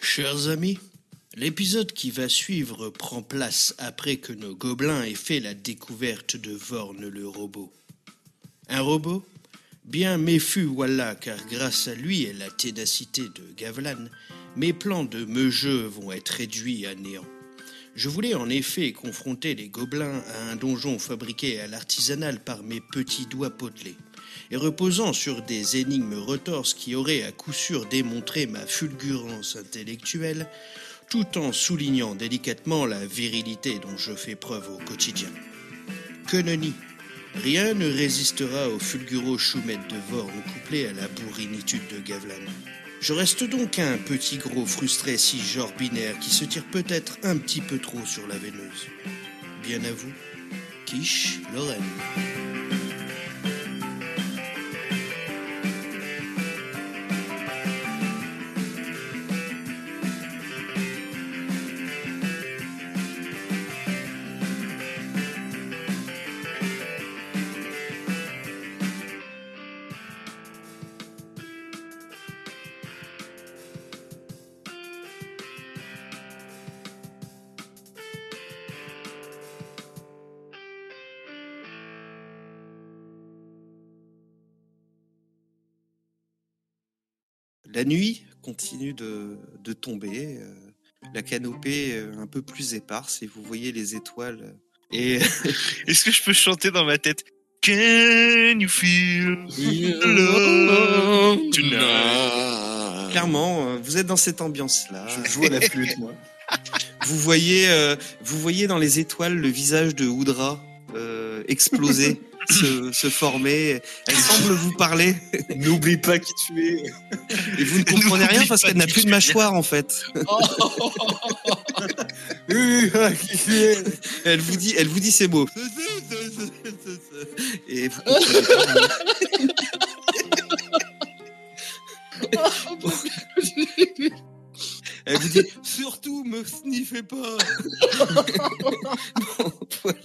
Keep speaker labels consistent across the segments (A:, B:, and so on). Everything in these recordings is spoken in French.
A: Chers amis, l'épisode qui va suivre prend place après que nos gobelins aient fait la découverte de Vorne le robot. Un robot Bien méfu, voilà, car grâce à lui et la ténacité de Gavlan, mes plans de me-jeu vont être réduits à néant. Je voulais en effet confronter les gobelins à un donjon fabriqué à l'artisanal par mes petits doigts potelés, et reposant sur des énigmes retorses qui auraient à coup sûr démontré ma fulgurance intellectuelle, tout en soulignant délicatement la virilité dont je fais preuve au quotidien. Que nenni Rien ne résistera au fulguro choumette de Vorne couplé à la bourrinitude de Gavlan. Je reste donc un petit gros frustré si genre binaire qui se tire peut-être un petit peu trop sur la veineuse. Bien à vous, Quiche Lorraine.
B: La nuit continue de, de tomber, euh, la canopée euh, un peu plus éparse et vous voyez les étoiles. euh, Et
C: Est-ce que je peux chanter dans ma tête Can you feel
B: clairement, euh, vous êtes dans cette ambiance-là.
D: Je joue à la flûte, moi.
B: Vous voyez, euh, vous voyez dans les étoiles le visage de Oudra euh, exploser, se, se former. Elle semble vous parler
D: N'oublie pas qui tu es.
B: et vous ne comprenez rien parce qu'elle n'a plus de mâchoire en fait.
D: Oui, oui, qui tu es.
B: Elle vous dit, elle vous dit ces mots. Et vous comprenez pas. Elle vous dit surtout me sniffez pas. Bon, voilà.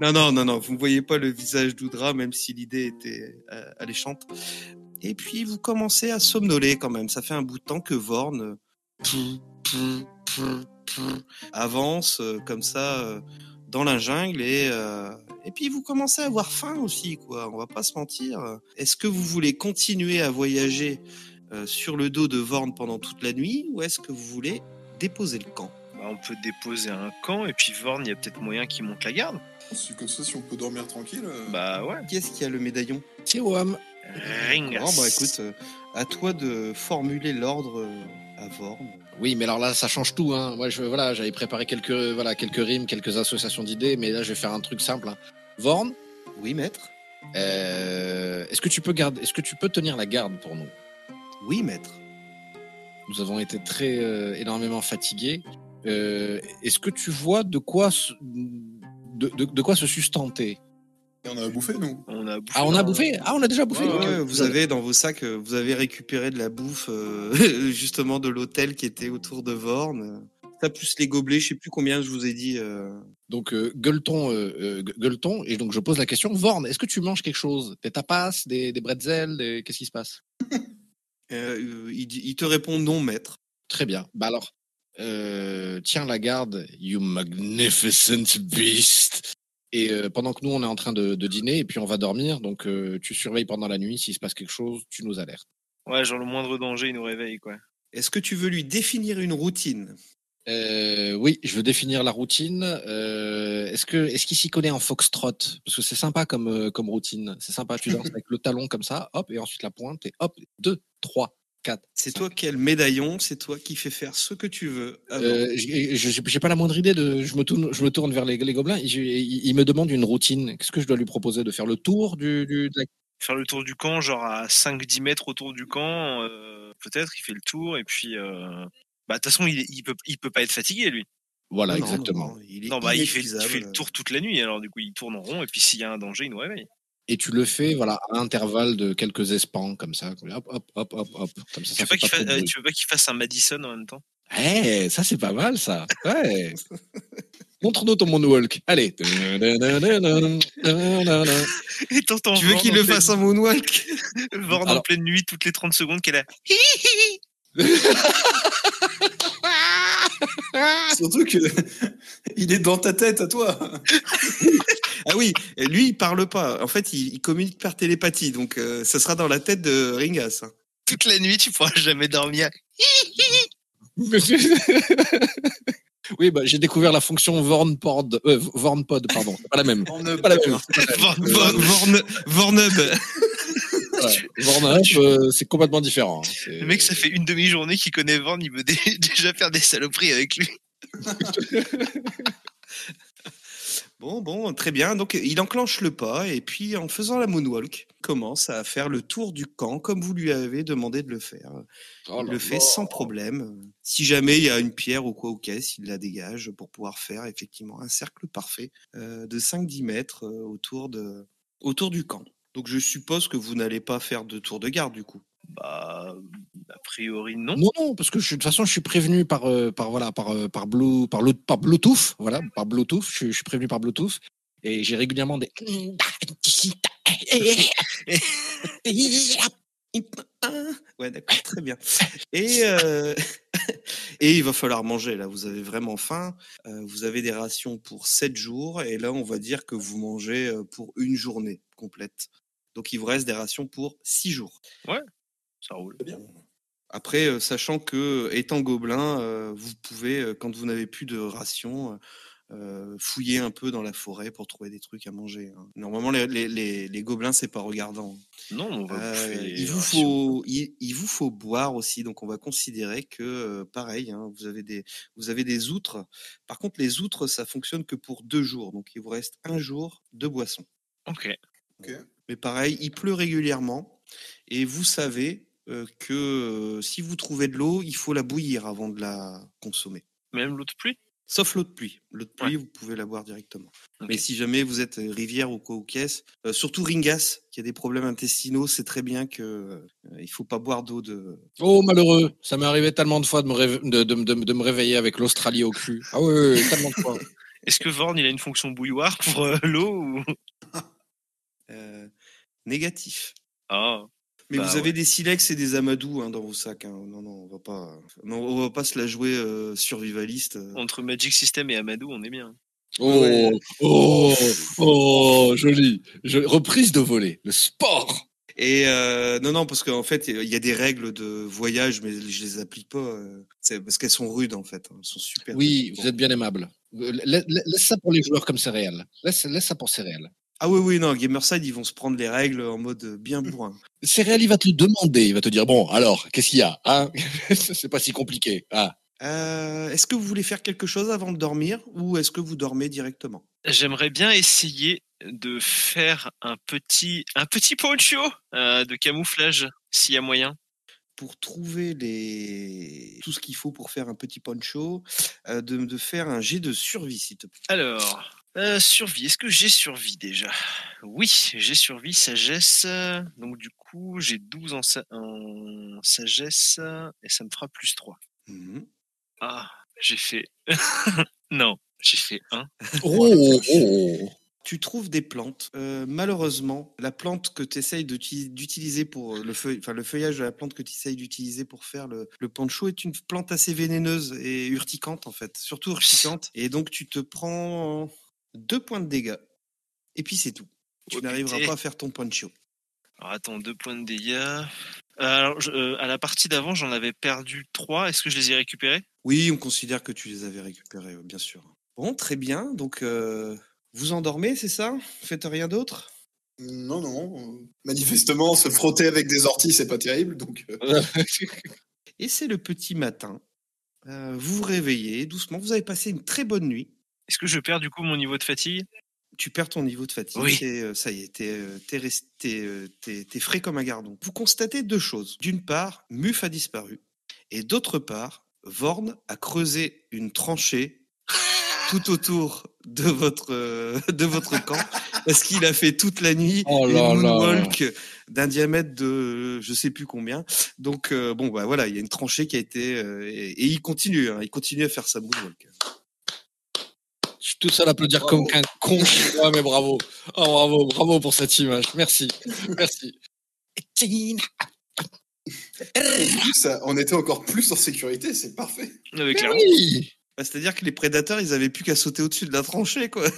B: Non non non non, vous ne voyez pas le visage d'Oudra même si l'idée était euh, alléchante. Et puis vous commencez à somnoler quand même. Ça fait un bout de temps que Vorn euh, avance euh, comme ça euh, dans la jungle et euh, et puis vous commencez à avoir faim aussi quoi. On va pas se mentir. Est-ce que vous voulez continuer à voyager euh, sur le dos de Vorn pendant toute la nuit ou est-ce que vous voulez déposer le camp
C: Bah, On peut déposer un camp et puis Vorn, il y a peut-être moyen qu'il monte la garde.
D: C'est comme ça, si on peut dormir tranquille. euh,
C: Bah ouais.
B: Qui est-ce qui a le médaillon
E: C'est Wam. Ah,
C: Ringas.
B: Bon, bah écoute, euh, à toi de formuler l'ordre euh, à Vorn.
E: Oui, mais alors là, ça change tout. Hein. Moi, je, voilà, j'avais préparé quelques, voilà, quelques rimes, quelques associations d'idées, mais là, je vais faire un truc simple. hein. Vorn,
B: Oui, maître
E: euh, est-ce que tu peux garder, est-ce que tu peux tenir la garde pour nous
B: Oui, maître.
E: Nous avons été très euh, énormément fatigués. Euh, est-ce que tu vois de quoi, se- de, de- de quoi se sustenter
D: Et on a bouffé, nous.
C: On a bouffé.
E: Ah, on a
C: hein.
E: bouffé Ah, on a déjà bouffé
B: Ouais,
E: ok.
B: ouais, vous avez dans vos sacs, euh, vous avez récupéré de la bouffe euh, justement de l'hôtel qui était autour de Vorn. Ça plus les gobelets, je sais plus combien je vous ai dit. euh,
E: Donc, euh, gueuleton, euh, euh, gue- gueuleton, et donc je pose la question, Vorn, est-ce que tu manges quelque chose Des tapas, des, des bretzels, des- qu'est-ce qui se passe
B: euh, il, dit- il te répond non, maître.
E: Très bien. Bah alors, euh, tiens la garde, you magnificent beast. Et euh, pendant que nous, on est en train de, de dîner, et puis on va dormir, donc euh, tu surveilles pendant la nuit, s'il se passe quelque chose, tu nous alertes.
C: Ouais, genre le moindre danger, il nous réveille quoi.
B: Est-ce que tu veux lui définir une routine
E: Euh, oui, je veux définir la routine. Euh, est-ce que est-ce qu'il s'y connaît en foxtrot Parce que c'est sympa comme euh, comme routine. C'est sympa. Tu danses avec le talon comme ça, hop, et ensuite la pointe et hop, deux, trois, quatre.
B: C'est toi qui as le médaillon, c'est toi qui fais faire ce que tu veux. à Vorn.
E: Euh, j'ai j'ai- j'ai- j'ai pas la moindre idée de. Je me tourne, je me tourne vers les, les gobelins. Ils, ils- ils me demandent une routine. Qu'est-ce que je dois lui proposer de faire le tour du. du-
B: Ah
E: de la-
C: Faire le tour du camp, genre à 5-10 mètres autour du camp, euh, peut-être, il fait le tour et puis. euh, Bah, de toute façon, il, est- il, peut, il peut pas être fatigué lui.
E: Voilà,
B: Non, non,
E: exactement.
B: non, hein, il est
C: Non, bah, il fait, il fait le
B: inépuisable.
C: tour toute la nuit, alors du coup, il tourne en rond et puis s'il y a un danger, il nous réveille.
E: Et tu le fais, voilà, à intervalles de quelques espans comme ça. Hop, hop, hop, hop, hop. Comme ça,
C: Tu
E: ça
C: veux pas
E: fait pas
C: qu'il
E: trop
C: fasse,
E: de
C: euh,
E: bruit.
C: tu veux pas qu'il fasse un Madison en même temps
E: Eh, ça c'est pas mal ça. Ouais. Montre-nous ton moonwalk. Allez.
C: Et t'entends
B: Tu veux
C: Vorn
B: qu'il
C: en
B: le
C: pleine-
B: fasse en moonwalk
C: Vorn en
E: Alors-
C: pleine nuit toutes les 30 secondes qu'elle a.
D: Surtout que il est dans ta tête à toi.
B: Ah oui, et lui, il parle pas. En fait, il, il communique par télépathie, donc euh, ça sera dans la tête de Ringas. hein.
C: Toute la nuit, tu pourras jamais dormir.
E: oui, bah, j'ai découvert la fonction VornPod, euh, VornPod, pardon. C'est pas la même.
D: On ne
E: C'est Pas la même.
C: Vorn-
E: Euh,
B: Vor- Vorn- Vornub.
E: Ouais. Vornup, euh, c'est complètement différent. hein. C'est-
C: Le mec, ça fait une demi-journée qu'il connaît Vorn, il veut dé- déjà faire des saloperies avec lui.
B: Bon, bon, très bien. Donc, il enclenche le pas et puis, en faisant la moonwalk, commence à faire le tour du camp comme vous lui avez demandé de le faire.
E: Oh
B: il
E: là
B: le fait
E: là.
B: sans problème. Si jamais il y a une pierre ou quoi aux caisses, il la dégage pour pouvoir faire effectivement un cercle parfait euh, de 5-10 mètres euh, autour, de, autour du camp. Donc, je suppose que vous n'allez pas faire de tour de garde du coup.
C: Bah, a priori,
B: hein.
C: non.
E: Non, non, parce que je suis- de toute façon, je suis prévenu par, euh, par, voilà, par, euh, par, Blue, par, le- par Bluetooth. Voilà, par Bluetooth. Je, suis- je suis prévenu par Bluetooth. Et j'ai régulièrement des.
B: Ouais, d'accord, très bien. Et, euh, et il va falloir manger, là, vous avez vraiment faim. Euh, vous avez des rations pour 7 jours, et là, on va dire que vous mangez euh, pour une journée complète. Donc, il vous reste des rations pour 6 jours.
C: Ça roule.
B: Après, euh, sachant que, étant gobelin, euh, vous pouvez, euh, quand vous n'avez plus de rations, euh, fouiller un peu dans la forêt pour trouver des trucs à manger. hein. Normalement, les, les, les, les gobelins, c'est pas regardant.
C: Non,
E: Bah,
C: on va
B: Euh,
C: bouffer.
B: il, vous faut, il, il vous faut boire aussi, donc on va considérer que euh, pareil, hein, vous, avez des, vous avez des outres. Par contre, les outres, ça fonctionne que pour deux jours, donc il vous reste un jour de boisson.
C: Ok.
B: Mais pareil, il pleut régulièrement et vous savez euh, que euh, si vous trouvez de l'eau, il faut la bouillir avant de la consommer.
C: Même l'eau de pluie
B: Sauf l'eau de pluie. L'eau de pluie, vous pouvez la boire directement.
C: Ok.
B: Mais si jamais vous êtes euh, rivière ou quoi ou caisse, euh, surtout Ringas, qui a des problèmes intestinaux, c'est très bien que euh, il faut pas boire d'eau de,
E: Oh, malheureux. Ça m'est arrivé tellement de fois de me, réve- de, de- de- de me réveiller avec l'Australie au cul. Ah ouais, ouais, ouais, tellement de fois.
C: Est-ce que Vorn, il a une fonction bouilloire pour euh, l'eau ou...
B: euh, négatif.
C: Ah,
B: Mais
C: Bah
B: vous avez
C: ouais.
B: des silex et des amadou hein, dans vos sacs. hein. Non, non, on va pas, non, on va pas se la jouer euh, survivaliste. euh.
C: entre Magic System et Amadou, on est bien.
E: Oh,
B: Ouais.
E: oh, oh, joli. Je- reprise de volée. Le sport.
B: Et euh, non, non, parce qu'en fait, il y a des règles de voyage, mais je les applique pas. euh. C'est parce qu'elles sont rudes en fait. hein. Elles sont super.
E: Oui,
B: rudes.
E: vous êtes bien aimable. Euh, la- la- Laisse ça pour les joueurs comme céréales. Laisse, laisse ça pour céréales.
B: Ah oui, oui, non, Gamerside, ils vont se prendre les règles en mode euh, bien bourrin.
E: Céréales, il va te le demander. Il va te dire Bon, alors, qu'est-ce qu'il y a hein C'est pas si compliqué. Ah.
B: Euh, est-ce que vous voulez faire quelque chose avant de dormir ou est-ce que vous dormez directement
C: J'aimerais bien essayer de faire un petit, un petit poncho euh, de camouflage, s'il y a moyen.
B: pour trouver les... tout ce qu'il faut pour faire un petit poncho, euh, de, de faire un jet de survie, s'il te plaît.
C: Alors, euh, survie. Est-ce que j'ai survie déjà Oui, j'ai survie, sagesse. euh, Donc, du coup, j'ai 12 en, sa- en sagesse euh, et ça me fera plus 3.
B: Mhm.
C: Ah, j'ai fait. non, j'ai fait 1.
E: Oh, oh.
B: Tu trouves des plantes. Euh, malheureusement, la plante que tu essayes d'utiliser pour euh, le, feuille, enfin, le feuillage de la plante que tu essayes d'utiliser pour faire le, le poncho est une plante assez vénéneuse et urticante, en fait. Surtout urticante. Et donc, tu te prends deux points de dégâts. Et puis, c'est tout. Tu
C: Oh,
B: n'arriveras
C: putain.
B: pas à faire ton poncho.
C: Alors, attends, 2 points de dégâts. Euh, Alors, je- euh, à la partie d'avant, j'en avais perdu 3. Est-ce que je les ai récupérés
B: Oui, on considère que tu les avais récupérés, euh, bien sûr. Bon, très bien. Donc, euh, vous endormez, c'est ça Faites rien d'autre
D: Non, non. euh, Manifestement, se frotter avec des orties, c'est pas terrible. Donc, euh,
B: Et c'est le petit matin. Euh, vous vous réveillez doucement. Vous avez passé une très bonne nuit.
C: Est-ce que je perds du coup mon niveau de fatigue
B: Tu perds ton niveau de fatigue.
C: Oui.
B: T'es, euh, ça y est, t'es, euh, t'es resté- t'es, euh, t'es- t'es frais comme un gardon. Vous constatez deux choses. D'une part, Muf a disparu. Et d'autre part, Vorn a creusé une tranchée tout autour de votre, euh, de votre camp. Parce qu'il a fait toute la nuit
E: Oh
B: une
E: là là.
B: moonwalk d'un diamètre de euh, je sais plus combien. Donc, euh, bon, bah voilà, il y a une tranchée qui a été. euh, et, et il continue, hein, il continue à faire sa moonwalk.
E: Je suis tout seul à applaudir comme un con. Ouais, mais bravo. Oh, bravo, bravo pour cette image. Merci. Merci.
D: Et du coup, ça, on était encore plus en sécurité, c'est parfait.
C: Non, mais clairement.
E: Oui
B: Bah, C'est-à-dire que les prédateurs, ils avaient plus qu'à sauter au-dessus de la tranchée, quoi.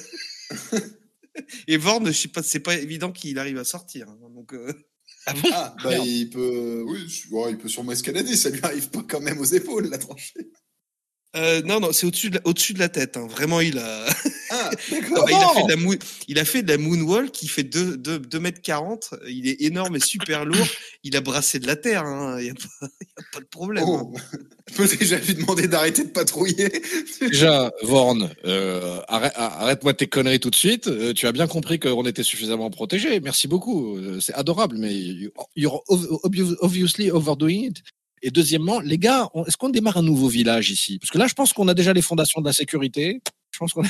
B: Et Vorn, je sais pas, c'est pas évident qu'il arrive à sortir. hein, donc, euh,
D: Ah, bah
E: Merde.
D: il peut, oui, su- ouais, il peut sûrement escalader, ça lui arrive pas quand même aux épaules, la tranchée.
B: euh, non, non, c'est au-dessus de, la- au-dessus de la tête. hein. Vraiment, il a,
D: Ah,
B: Ah
D: d'accord.
B: bah, il, a fait de la mou- il a fait de la moonwalk qui fait 2 mètres 40. Il est énorme et super lourd. Il a brassé de la terre. hein. Il n'y a, pas- il y a pas de problème. hein.
D: Oh. Je peux déjà lui demander d'arrêter de patrouiller.
E: Déjà, Vorn, euh, arrête- ah, arrête-moi tes conneries tout de suite. Euh, tu as bien compris qu'on était suffisamment protégés. Merci beaucoup. Euh, C'est adorable, mais you- you're ob- obvious- obviously overdoing it. Et deuxièmement, les gars, on- est-ce qu'on démarre un nouveau village ici Parce que là, je pense qu'on a déjà les fondations de la sécurité. Je pense qu'on a...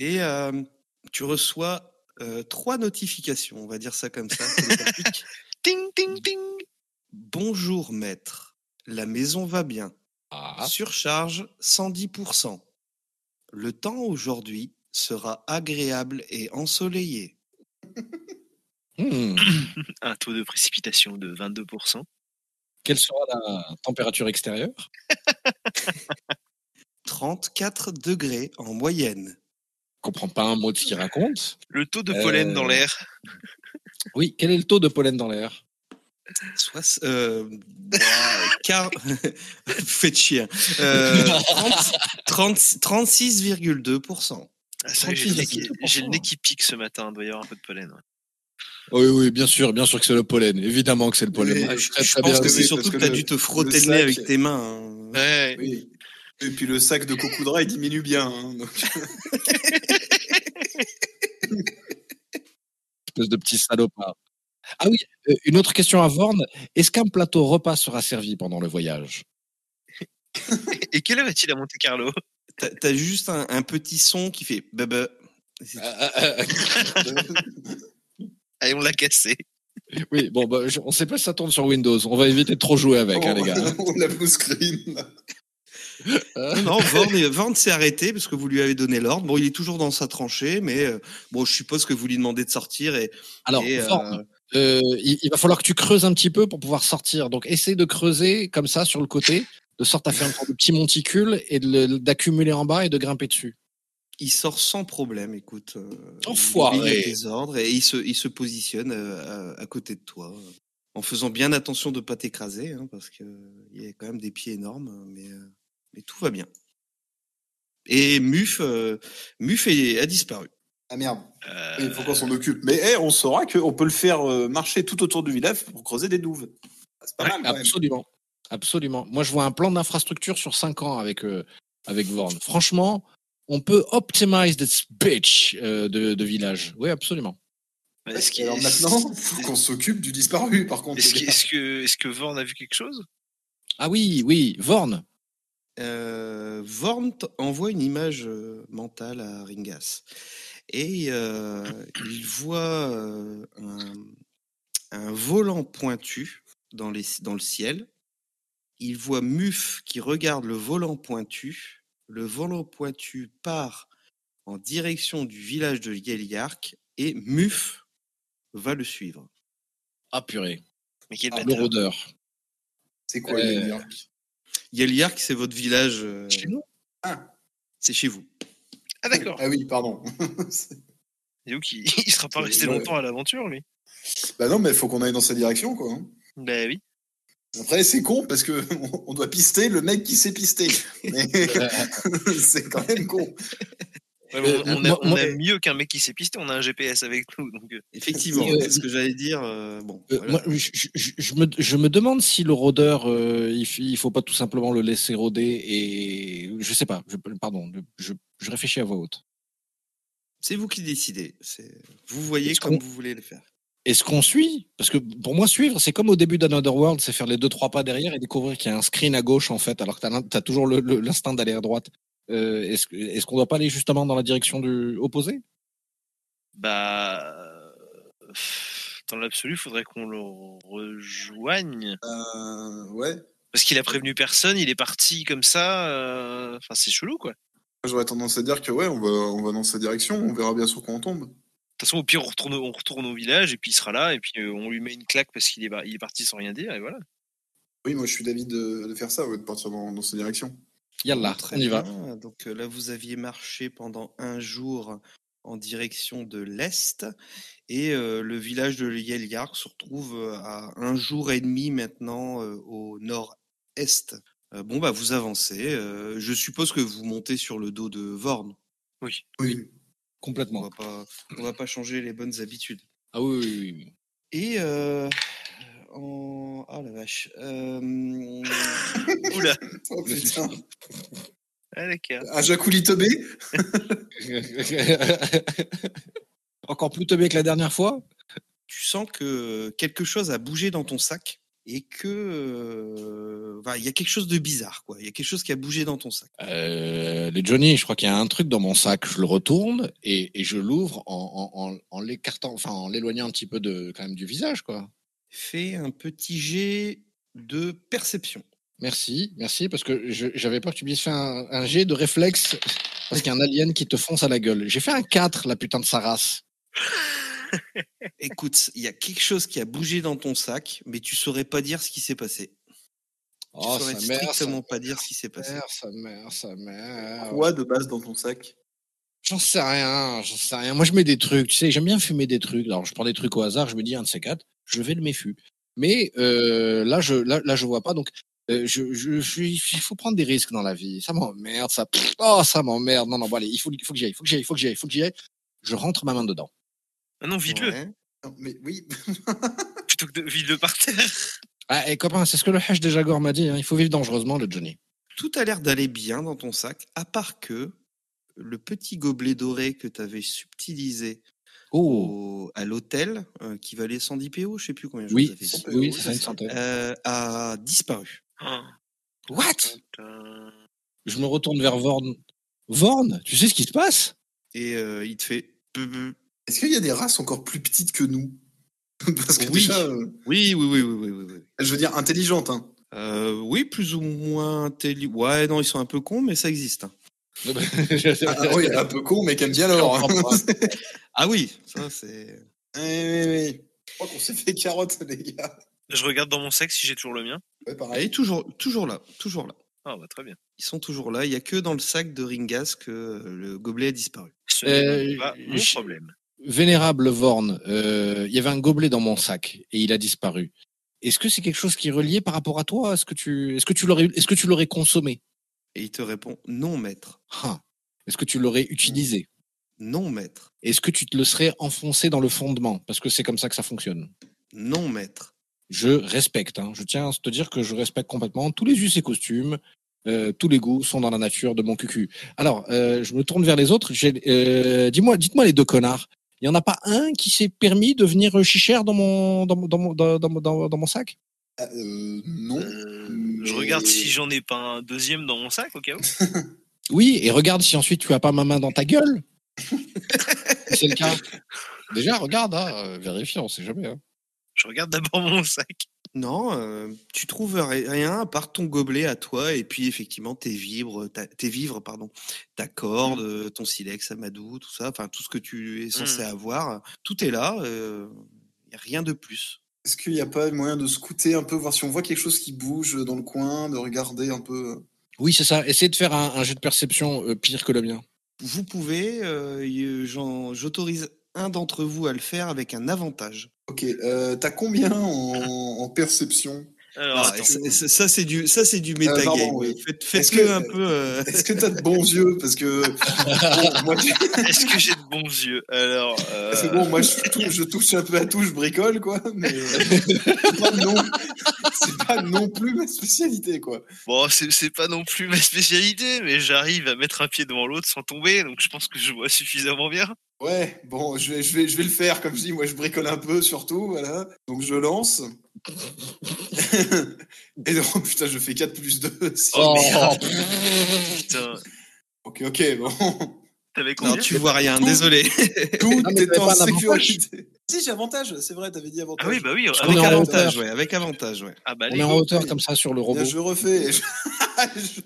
B: Et euh, tu reçois euh, trois notifications. On va dire ça comme ça. télépathique.
C: Ting, ting, ting.
B: Bonjour maître. La maison va bien.
E: Ah,
B: Surcharge 110%. Le temps aujourd'hui sera agréable et ensoleillé.
E: hmm.
C: Un taux de précipitation de 22%.
E: Quelle sera la température extérieure
B: 34 degrés en moyenne.
E: Je comprends pas un mot de ce qu'il raconte.
C: Le taux de
E: Euh,
C: pollen dans l'air.
E: Oui, quel est le taux de pollen dans l'air
B: Soix- euh, ouah, car- Faites chier. Euh, 30 30 36,2%.
C: Ah, c'est vrai, j'ai le nez qui-
E: 36,2%.
C: j'ai le nez qui pique ce matin. Il doit y avoir un peu de pollen. ouais.
E: Oui, oui, bien sûr, bien sûr que c'est le pollen. Évidemment que c'est le pollen.
D: Oui,
E: Ah, je suis très,
B: Je
E: très
B: pense
E: bien.
B: que
D: oui,
B: c'est
D: parce
B: surtout que
D: que
B: tu as
D: le-
B: dû te frotter
D: le
B: le nez
D: sac-
B: avec tes mains. hein.
C: Ouais.
D: Oui. Et puis le sac de Kokudra, il diminue bien. hein, donc.
E: espèce de petit salopard. Ah oui, euh, une autre question à Vorn. Est-ce qu'un plateau repas sera servi pendant le voyage
C: Et quelle heure est-il à Monte Carlo
B: T'as Tu as juste un, un petit son qui fait bah, baba.
C: Allez, on l'a cassé.
E: Oui, bon, bah, je- on sait pas si ça tourne sur Windows. On va éviter de trop jouer avec, hein, les gars.
B: Oh.
D: on Oh, la blue screen. là.
B: Non, non, Vorn, est- Vorn s'est arrêté parce que vous lui avez donné l'ordre. Bon, il est toujours dans sa tranchée, mais euh, bon, je suppose que vous lui demandez de sortir. Et,
E: Alors,
B: et, euh,
E: Vorn, euh, il, il va falloir que tu creuses un petit peu pour pouvoir sortir. Donc, essaye de creuser comme ça sur le côté, de sorte à faire un de petit monticule et de le- d'accumuler en bas et de grimper dessus.
B: il sort sans problème, écoute. euh,
E: Enfoiré.
B: Il obéit à tes ordres et il se, il se positionne euh, à, à côté de toi, euh, en faisant bien attention de ne pas t'écraser, hein, parce qu'il y a quand même des pieds énormes, hein, mais, euh, mais tout va bien. Et Muf, euh, Muf est- a disparu.
D: Ah merde,
C: Euh,
D: il faut qu'on s'en occupe. Mais eh, on saura qu'on peut le faire euh, marcher tout autour du village pour creuser des douves. Ah, C'est pas mal quand même.
E: Absolument. Absolument. Moi, je vois un plan d'infrastructure sur 5 ans avec, euh, avec Vorn. Franchement, on peut optimize this bitch euh, de, de village. Oui, absolument.
C: ouais, est-ce qu'il-
D: Alors maintenant, faut qu'on s'occupe du disparu par contre.
C: Est-ce
D: les
C: que,
D: gars.
C: est-ce que, est-ce que Vorn a vu quelque chose
E: Ah oui, oui, Vorn.
B: Euh, Vorn t- envoie une image euh, mentale à Ringas. Et euh, il voit euh, un, un volant pointu dans, les, dans le ciel. Il voit Muf qui regarde le volant pointu. Le volant pointu part en direction du village de Yeliark et Muf va le suivre.
E: Ah purée.
C: Mais quel
E: Le
C: bâtard.
E: rôdeur.
D: C'est quoi
E: Euh,
D: le délire
B: Yeliark, c'est votre village. euh,
E: Chez nous
B: c'est chez vous.
C: Ah d'accord.
D: Ah oui, pardon. C'est-
C: Et donc, il, il sera pas
D: C'est-
C: resté
D: ouais.
C: longtemps à l'aventure, lui.
D: bah non, mais il faut qu'on aille dans sa direction quoi. hein.
C: Bah oui.
D: Après, c'est con parce que on- on doit pister le mec qui s'est pisté. Mais c'est quand même con.
C: Ouais, mais
E: Euh,
C: on, on a,
E: moi-
C: on
E: moi-
C: a mieux qu'un mec qui s'est pisté, on a un GPS avec nous. Donc, euh,
B: Effectivement,
E: Euh,
B: c'est ce que j'allais dire. euh, bon,
E: Euh,
B: voilà.
E: moi, je, je- je- je me, je me demande si le rôdeur, euh, il, f- il faut pas tout simplement le laisser rôder et je sais pas. je- pardon, je, je réfléchis à voix haute.
B: C'est vous qui décidez. C'est- Vous voyez
E: Est-ce
B: comme
E: qu'on-
B: vous voulez le faire.
E: Est-ce qu'on suit Parce que pour moi, suivre, c'est comme au début d'Another World, c'est faire les deux trois pas derrière et découvrir qu'il y a un screen à gauche en fait, alors que t'as as toujours le- le- l'instinct d'aller à droite. Euh, Est-ce que- est-ce qu'on doit pas aller justement dans la direction du opposé
C: bah. euh, Dans l'absolu, faudrait qu'on le rejoigne.
D: Euh, ouais.
C: Parce qu'il a prévenu personne, il est parti comme ça. euh, Enfin, c'est chelou, quoi. De
D: J'aurais tendance à dire que ouais, on va, on va dans sa direction. On verra bien sûr quand on tombe.
C: toute façon, au pire, on retourne, on retourne au village et puis il sera là. Et puis, euh, on lui met une claque parce qu'il est, ba- il est parti sans rien dire. Et voilà.
D: Oui, moi je suis d'avis de, de faire ça, ouais, de partir dans, dans cette direction.
E: Yallah,
B: Oh, Très
E: on y va.
B: bien. Donc euh, là, vous aviez marché pendant un jour en direction de l'Est et euh, le village de Yelgar se retrouve euh, à un jour et demi maintenant euh, au nord-est. Euh, bon, bah vous avancez. euh, je suppose que vous montez sur le dos de Vorn.
D: Oui.
B: On
E: Complètement.
B: va pas, on va pas changer les bonnes habitudes.
E: Ah oui, oui, oui, oui.
B: Et euh, en... Ah la vache. Euh,
C: Oula,
D: Oh putain.
C: ah, d'accord.
D: Un Jacouli Tobé
E: Encore plus teubé que la dernière fois
B: tu sens que quelque chose a bougé dans ton sac et que euh, enfin, il y a quelque chose de bizarre quoi. Il y a quelque chose qui a bougé dans ton sac.
E: Euh, les Johnny, je crois qu'il y a un truc dans mon sac. Je le retourne et, et je l'ouvre en, en- en- en l'écartant, enfin en l'éloignant un petit peu de quand même du visage, quoi.
B: Fais un petit jet de perception.
E: Merci, merci, parce que je- j'avais peur que tu puisses faire un, un jet de réflexe parce qu'il y a un alien qui te fonce à la gueule. J'ai fait un 4, la putain de sa race.
B: Écoute, il y a quelque chose qui a bougé dans ton sac, mais tu saurais pas dire ce qui s'est passé. Tu
E: Oh,
B: saurais
E: sa mère, sa
B: strictement
E: mère,
B: pas dire ce qui s'est passé.
E: sa mère, sa mère.
D: Quoi de base dans ton sac
E: J'en sais rien, j'en sais rien. Moi, je mets des trucs, tu sais, j'aime bien fumer des trucs. Alors, je prends des trucs au hasard, je me dis un de ces quatre, je vais le méfus. Mais euh, là, je là, là, je vois pas. Donc, euh, je, je, je- il faut prendre des risques dans la vie. Ça m'emmerde, ça. Pff, Oh, ça m'emmerde. Non, non, bon, allez, il faut, il faut que j'y aille, il faut que j'y aille, il faut que j'y aille, il faut que j'y aille. Je rentre ma main dedans.
C: Ah non, vide-le.
B: Ouais.
D: Non, mais oui.
C: Plutôt que de vide-le par terre.
E: Ah, et copain, c'est ce que le hash des Jaguars m'a dit. hein, Il faut vivre dangereusement, le Johnny.
B: Tout a l'air d'aller bien dans ton sac, à part que le petit gobelet doré que tu avais subtilisé au-
E: Oh,
B: à l'hôtel, euh, qui valait 110 PO, je sais plus
D: Oh,
B: combien je vous
E: oui,
B: avais dit.
E: oui, ça fait une centaine.
B: euh, a disparu.
C: Oh,
E: What
C: Putain.
E: Je me retourne vers Vorn. Vorn, tu sais ce qui se passe
B: Et euh, il te fait. bu, bu.
D: Est-ce qu'il y a des races encore plus petites que nous Parce que
B: Oui.
D: déjà, euh,
B: Oui, oui, oui, oui, oui, oui. Oui,
D: je veux dire intelligente. Hein.
B: Euh, oui plus ou moins intelligent. Ouais, non, ils sont un peu cons, mais ça existe. hein.
D: Ah, ah oui, un peu con, mais qu'elle me dit alors. hein.
B: Ah oui, ça c'est.
D: Eh oui, oui. Je crois qu'on s'est fait carotte, les gars.
C: Je regarde dans mon sac si j'ai toujours le mien.
D: Ouais,
B: Elle
D: pareil.
B: bah, est toujours, toujours là, toujours là.
C: Ah bah très bien.
B: Ils sont toujours là. Il n'y a que dans le sac de Ringas que euh, le gobelet a disparu.
C: Ce
E: Euh,
C: n'est pas mon
E: je-
C: problème.
E: Vénérable Vorn, euh, il y avait un gobelet dans mon sac et il a disparu. Est-ce que c'est quelque chose qui est relié par rapport à toi Est-ce que tu, est-ce que tu l'aurais, est-ce que tu l'aurais consommé
B: Et il te répond Non, maître.
E: Hein Est-ce que tu l'aurais utilisé
B: Non, maître.
E: Est-ce que tu te le serais enfoncé dans le fondement Parce que c'est comme ça que ça fonctionne.
B: Non, maître.
E: Je respecte. hein. Je tiens à te dire que je respecte complètement tous les us et costumes. euh, tous les goûts sont dans la nature de mon cucu. Alors, euh, je me tourne vers les autres. J'ai- euh, dis-moi, dites-moi les deux connards. Il y en a pas un qui s'est permis de venir euh, chichère dans mon, dans mon, dans mon, dans, mon- dans- dans mon sac
D: Ah, euh, non.
C: Euh, je
D: mais-
C: regarde si j'en ai pas un deuxième dans mon sac au cas où.
E: Oui, et regarde si ensuite tu as pas ma main dans ta gueule. C'est le cas. Déjà, regarde, hein, euh, vérifie, on sait jamais. hein.
C: Je regarde d'abord mon sac.
B: Non, euh, tu trouves ri- rien à part ton gobelet à toi et puis effectivement tes vivres, ta, tes vivres pardon, ta corde,
E: Mmh.
B: euh, ton silex, amadou, tout ça, enfin tout ce que tu es censé
C: Mm.
B: avoir, tout est là, euh, y a rien de plus.
D: Est-ce qu'il n'y a pas moyen de scouter un peu, voir si on voit quelque chose qui bouge dans le coin, de regarder un peu euh,
E: Oui, c'est ça. Essaye de faire un, un jeu de perception euh, pire que le mien.
B: Vous pouvez, euh, y- j'en- j'autorise un d'entre vous à le faire avec un avantage.
D: Ok, euh, t'as combien en, en perception Euh,
C: Alors,
B: Ah,
C: attends.
B: et c'est- c'est- ça c'est du, ça c'est du metagame.
D: pardon, oui.
B: Faites-
D: Est-ce
B: Faites-le
D: que-
B: un peu. euh,
D: Est-ce que t'as de bons yeux Parce que bon, moi, tu-
C: est-ce que j'ai de bons yeux Alors, euh,
D: c'est bon, moi je touche, je touche un peu à tout, je bricole quoi, mais c'est pas non, c'est pas non plus ma spécialité quoi.
C: bon, c'est c'est pas non plus ma spécialité, mais j'arrive à mettre un pied devant l'autre sans tomber, donc je pense que je vois suffisamment bien.
D: Ouais, bon, je vais, je vais, je vais le faire, comme je dis, moi je bricole un peu surtout, voilà. Donc je lance. Et donc, oh, putain, je fais 4 plus 2. si-
C: Oh,
E: merde.
C: Putain,
D: Ok, ok, bon.
C: t'avais
B: Non,
C: combien
B: tu vois rien.
D: Tout-
B: Désolé.
D: Tout
E: Ah, mais
D: est
E: t'avais
D: en
E: pas un avantage
D: sécurité. Si, j'ai avantage, c'est vrai, t'avais dit avantage.
C: Ah oui, bah oui.
E: Je
C: ah
E: connais
C: oui,
B: Avec
E: en
B: avantage,
E: hauteur.
B: ouais. Avec avantage, ouais.
C: Ah bah
E: On
C: les
E: est en
C: go.
E: hauteur comme ça sur le
D: Eh Bien,
E: robot.
D: je refais. et Je...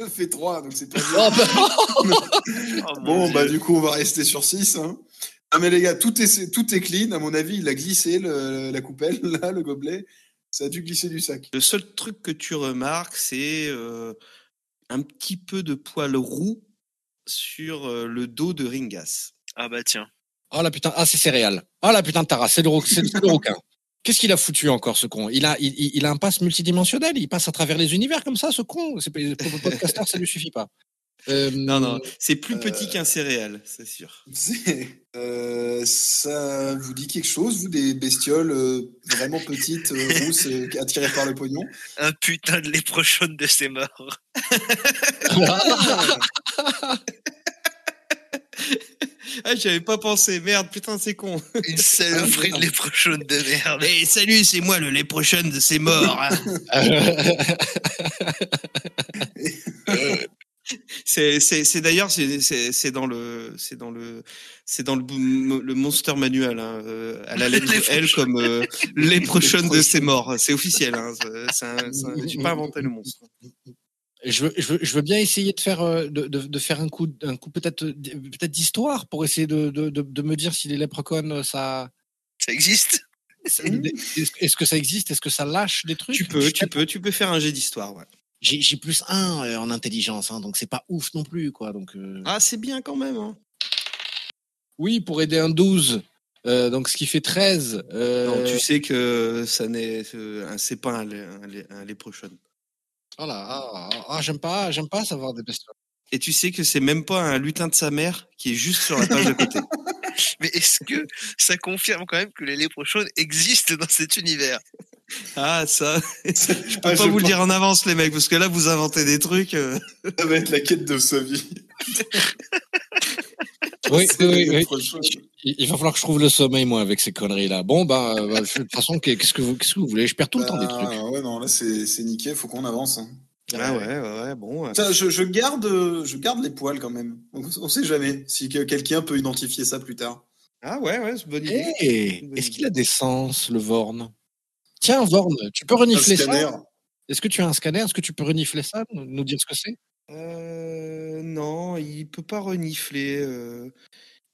D: je fais 3, donc c'est pas bien.
E: Oh, bah,
C: Oh, mon
D: Bon,
C: Dieu.
D: bah du coup, on va rester sur 6. Hein. Ah, mais les gars, tout est, tout est clean, à mon avis, il a glissé le- la coupelle, là, le gobelet. Ça a dû glisser du sac.
B: Le seul truc que tu remarques, c'est euh, un petit peu de poils roux sur euh, le dos de Ringas.
C: Ah bah tiens.
E: Oh la putain, ah c'est céréales. Ah la putain de Tara, c'est le, ro- c'est le- c'est le requin. Qu'est-ce qu'il a foutu encore ce con il a, il, il- il a un passe multidimensionnel, il passe à travers les univers comme ça, ce con. C'est, pour le podcaster, ça lui suffit pas. Euh,
B: Non, non, c'est plus
D: Euh,
B: petit qu'un céréal, c'est sûr.
D: C'est- euh, ça vous dit quelque chose, vous, des bestioles euh, vraiment petites, euh, rousses, euh, attirées par le pognon
C: Un putain de léprechaune de ses morts.
B: Ah, j'y avais pas pensé, merde, putain, c'est con.
C: Une saloperie de léprechaune de merde.
A: Eh, salut, c'est moi le léprechaun de ces morts. hein.
B: C'est, c'est, c'est d'ailleurs, c'est, c'est, c'est dans le, c'est dans le, c'est dans le, bou- le Monster Manual, hein, euh, à la lettre L comme euh, léprechaune de ses morts. C'est officiel, hein, c'est- c'est un- c'est un- j'ai pas inventé le monstre.
E: Je veux, je, veux, je veux bien essayer de faire, euh, de, de- de faire un coup, un coup peut-être, peut-être d'histoire pour essayer de, de, de, de me dire si les leprechauns, euh, ça. euh,
C: Ça existe
E: Est-ce, est-ce que ça existe Est-ce que ça lâche des trucs
B: Tu peux, tu peux, tu peux faire un jet d'histoire, ouais.
E: J'ai, j'ai plus un euh, en intelligence, hein, donc c'est pas ouf non plus, quoi. Donc, euh,
B: Ah, c'est bien quand même, hein.
E: Oui, pour aider un 12. euh, donc ce qui fait 13. euh,
B: Non, tu sais que ça n'est, euh, un- c'est pas un, lé- un, lé- un léprechaun.
E: voilà, ah, ah, ah, j'aime pas, j'aime pas savoir des bestioles.
B: Et tu sais que c'est même pas un lutin de sa mère qui est juste sur la page à côté.
C: Mais est-ce que ça confirme quand même que les léprechaunes existent dans cet univers
B: Ah, ça,
D: Ah, Je
B: faut pas vous le dire en avance, les mecs, parce que là, vous inventez des trucs. euh.
D: Ça va être la quête de sa vie.
E: Oui,
D: C'est
E: oui, oui, oui.
D: autre chose.
E: Il, il va falloir que je trouve le sommeil moi avec ces conneries là. Bon bah, euh, bah, je- de toute façon qu'est- qu'est-ce que vous qu'est-ce que vous voulez Je perds tout le temps des
D: Bah,
E: trucs.
D: Ouais, non, là, c'est c'est niqué, faut qu'on avance. hein.
B: Ah ouais, ouais, ouais, bon. ouais.
D: Putain, je, je garde, euh, je garde les poils quand même. On, on sait jamais si que- quelqu'un peut identifier ça plus tard.
B: Ah ouais, ouais, c'est bonne idée.
E: Hey, Eh, est-ce qu'il a des sens le Vorn Tiens Vorn, tu peux renifler ça Est-ce que tu as un scanner Est-ce que tu peux renifler ça nous- Nous dire ce que c'est
B: Euh, non, il peut pas renifler. euh,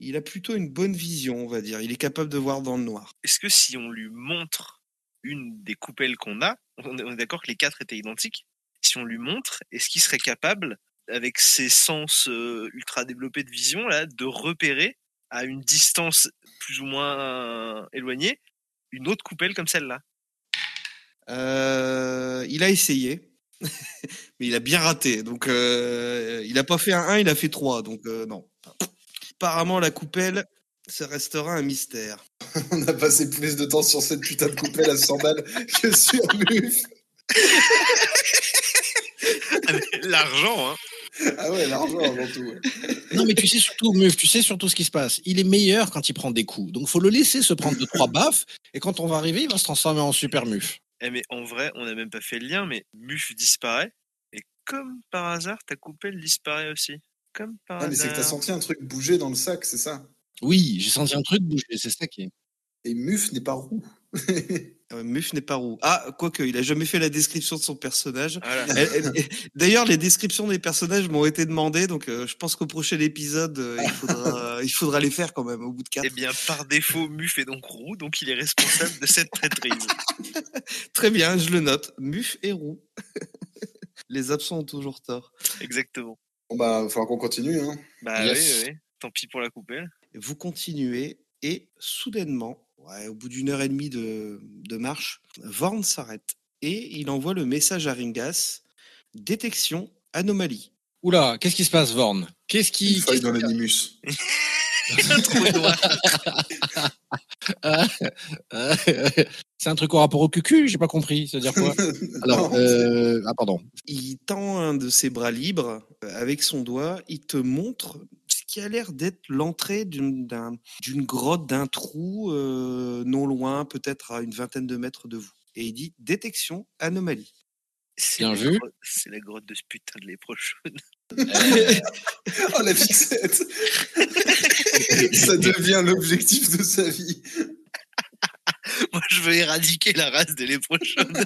B: Il a plutôt une bonne vision, on va dire. Il est capable de voir dans le noir.
C: Est-ce que si on lui montre une des coupelles qu'on a, on est on est d'accord que les quatre étaient identiques, si on lui montre, est-ce qu'il serait capable, avec ses sens euh, ultra développés de vision, là, de repérer à une distance plus ou moins euh, éloignée une autre coupelle comme celle-là
B: Euh, il a essayé, mais il a bien raté. Donc, euh, il a pas fait un 1, il a fait 3. Donc, euh, non. Apparemment, la coupelle, ça restera un mystère.
D: On a passé plus de temps sur cette putain de coupelle à 100 balles que sur Muf.
C: L'argent, hein
D: Ah ouais, l'argent avant tout. ouais.
E: Non mais tu sais surtout Muf, tu sais surtout ce qui se passe. Il est meilleur quand il prend des coups. Donc faut le laisser se prendre deux trois baffes et quand on va arriver, il va se transformer en super Muf.
C: Eh mais en vrai, on n'a même pas fait le lien, mais Muf disparaît, et comme par hasard, ta coupelle disparaît aussi. Comme par
D: Ah, mais c'est que t'as
C: hasard.
D: senti un truc bouger dans le sac, c'est ça
E: Oui, j'ai senti un truc bouger, c'est ça qui est.
D: Et Muf n'est pas roux.
B: Euh, Muff n'est pas roux. Ah, quoique, il a jamais fait la description de son personnage.
C: Voilà.
B: Elle- elle- D'ailleurs, les descriptions des personnages m'ont été demandées, donc euh, je pense qu'au prochain épisode, euh, il, faudra, il faudra les faire quand même, au bout de quatre.
C: Eh bien, par défaut, Muf est donc roux, donc il est responsable de cette traîtrise.
B: Très bien, je le note. Muf et roux. les absents ont toujours tort.
C: Exactement.
D: Bon bah, il va falloir qu'on continue. Hein.
C: Bah
E: Yes.
C: oui, oui, oui. Tant pis pour la coupelle.
B: Vous continuez et soudainement, ouais, au bout d'une heure et demie de, de marche, Vorn s'arrête et il envoie le message à Ringas détection anomalie.
E: Oula, qu'est-ce qui se passe, Vorn Qu'est-ce qui.
D: Une faille
E: qu'est-ce
D: dans
E: qui-
D: l'animus.
E: C'est un truc au rapport au cucu, j'ai pas compris. C'est-à-dire quoi Alors,
D: Non,
E: euh... ah pardon.
B: il tend un de ses bras libres euh, avec son doigt, il te montre ce qui a l'air d'être l'entrée d'une d'un- d'une grotte, d'un trou euh, non loin, peut-être à une vingtaine de mètres de vous. Et il dit détection anomalie.
C: C'est
E: Bien
C: la
E: vu.
C: grotte- C'est la grotte de ce putain de léprechaune.
D: Oh la fixette Ça devient l'objectif de sa vie.
C: Moi, je veux éradiquer la race des léprechaunes.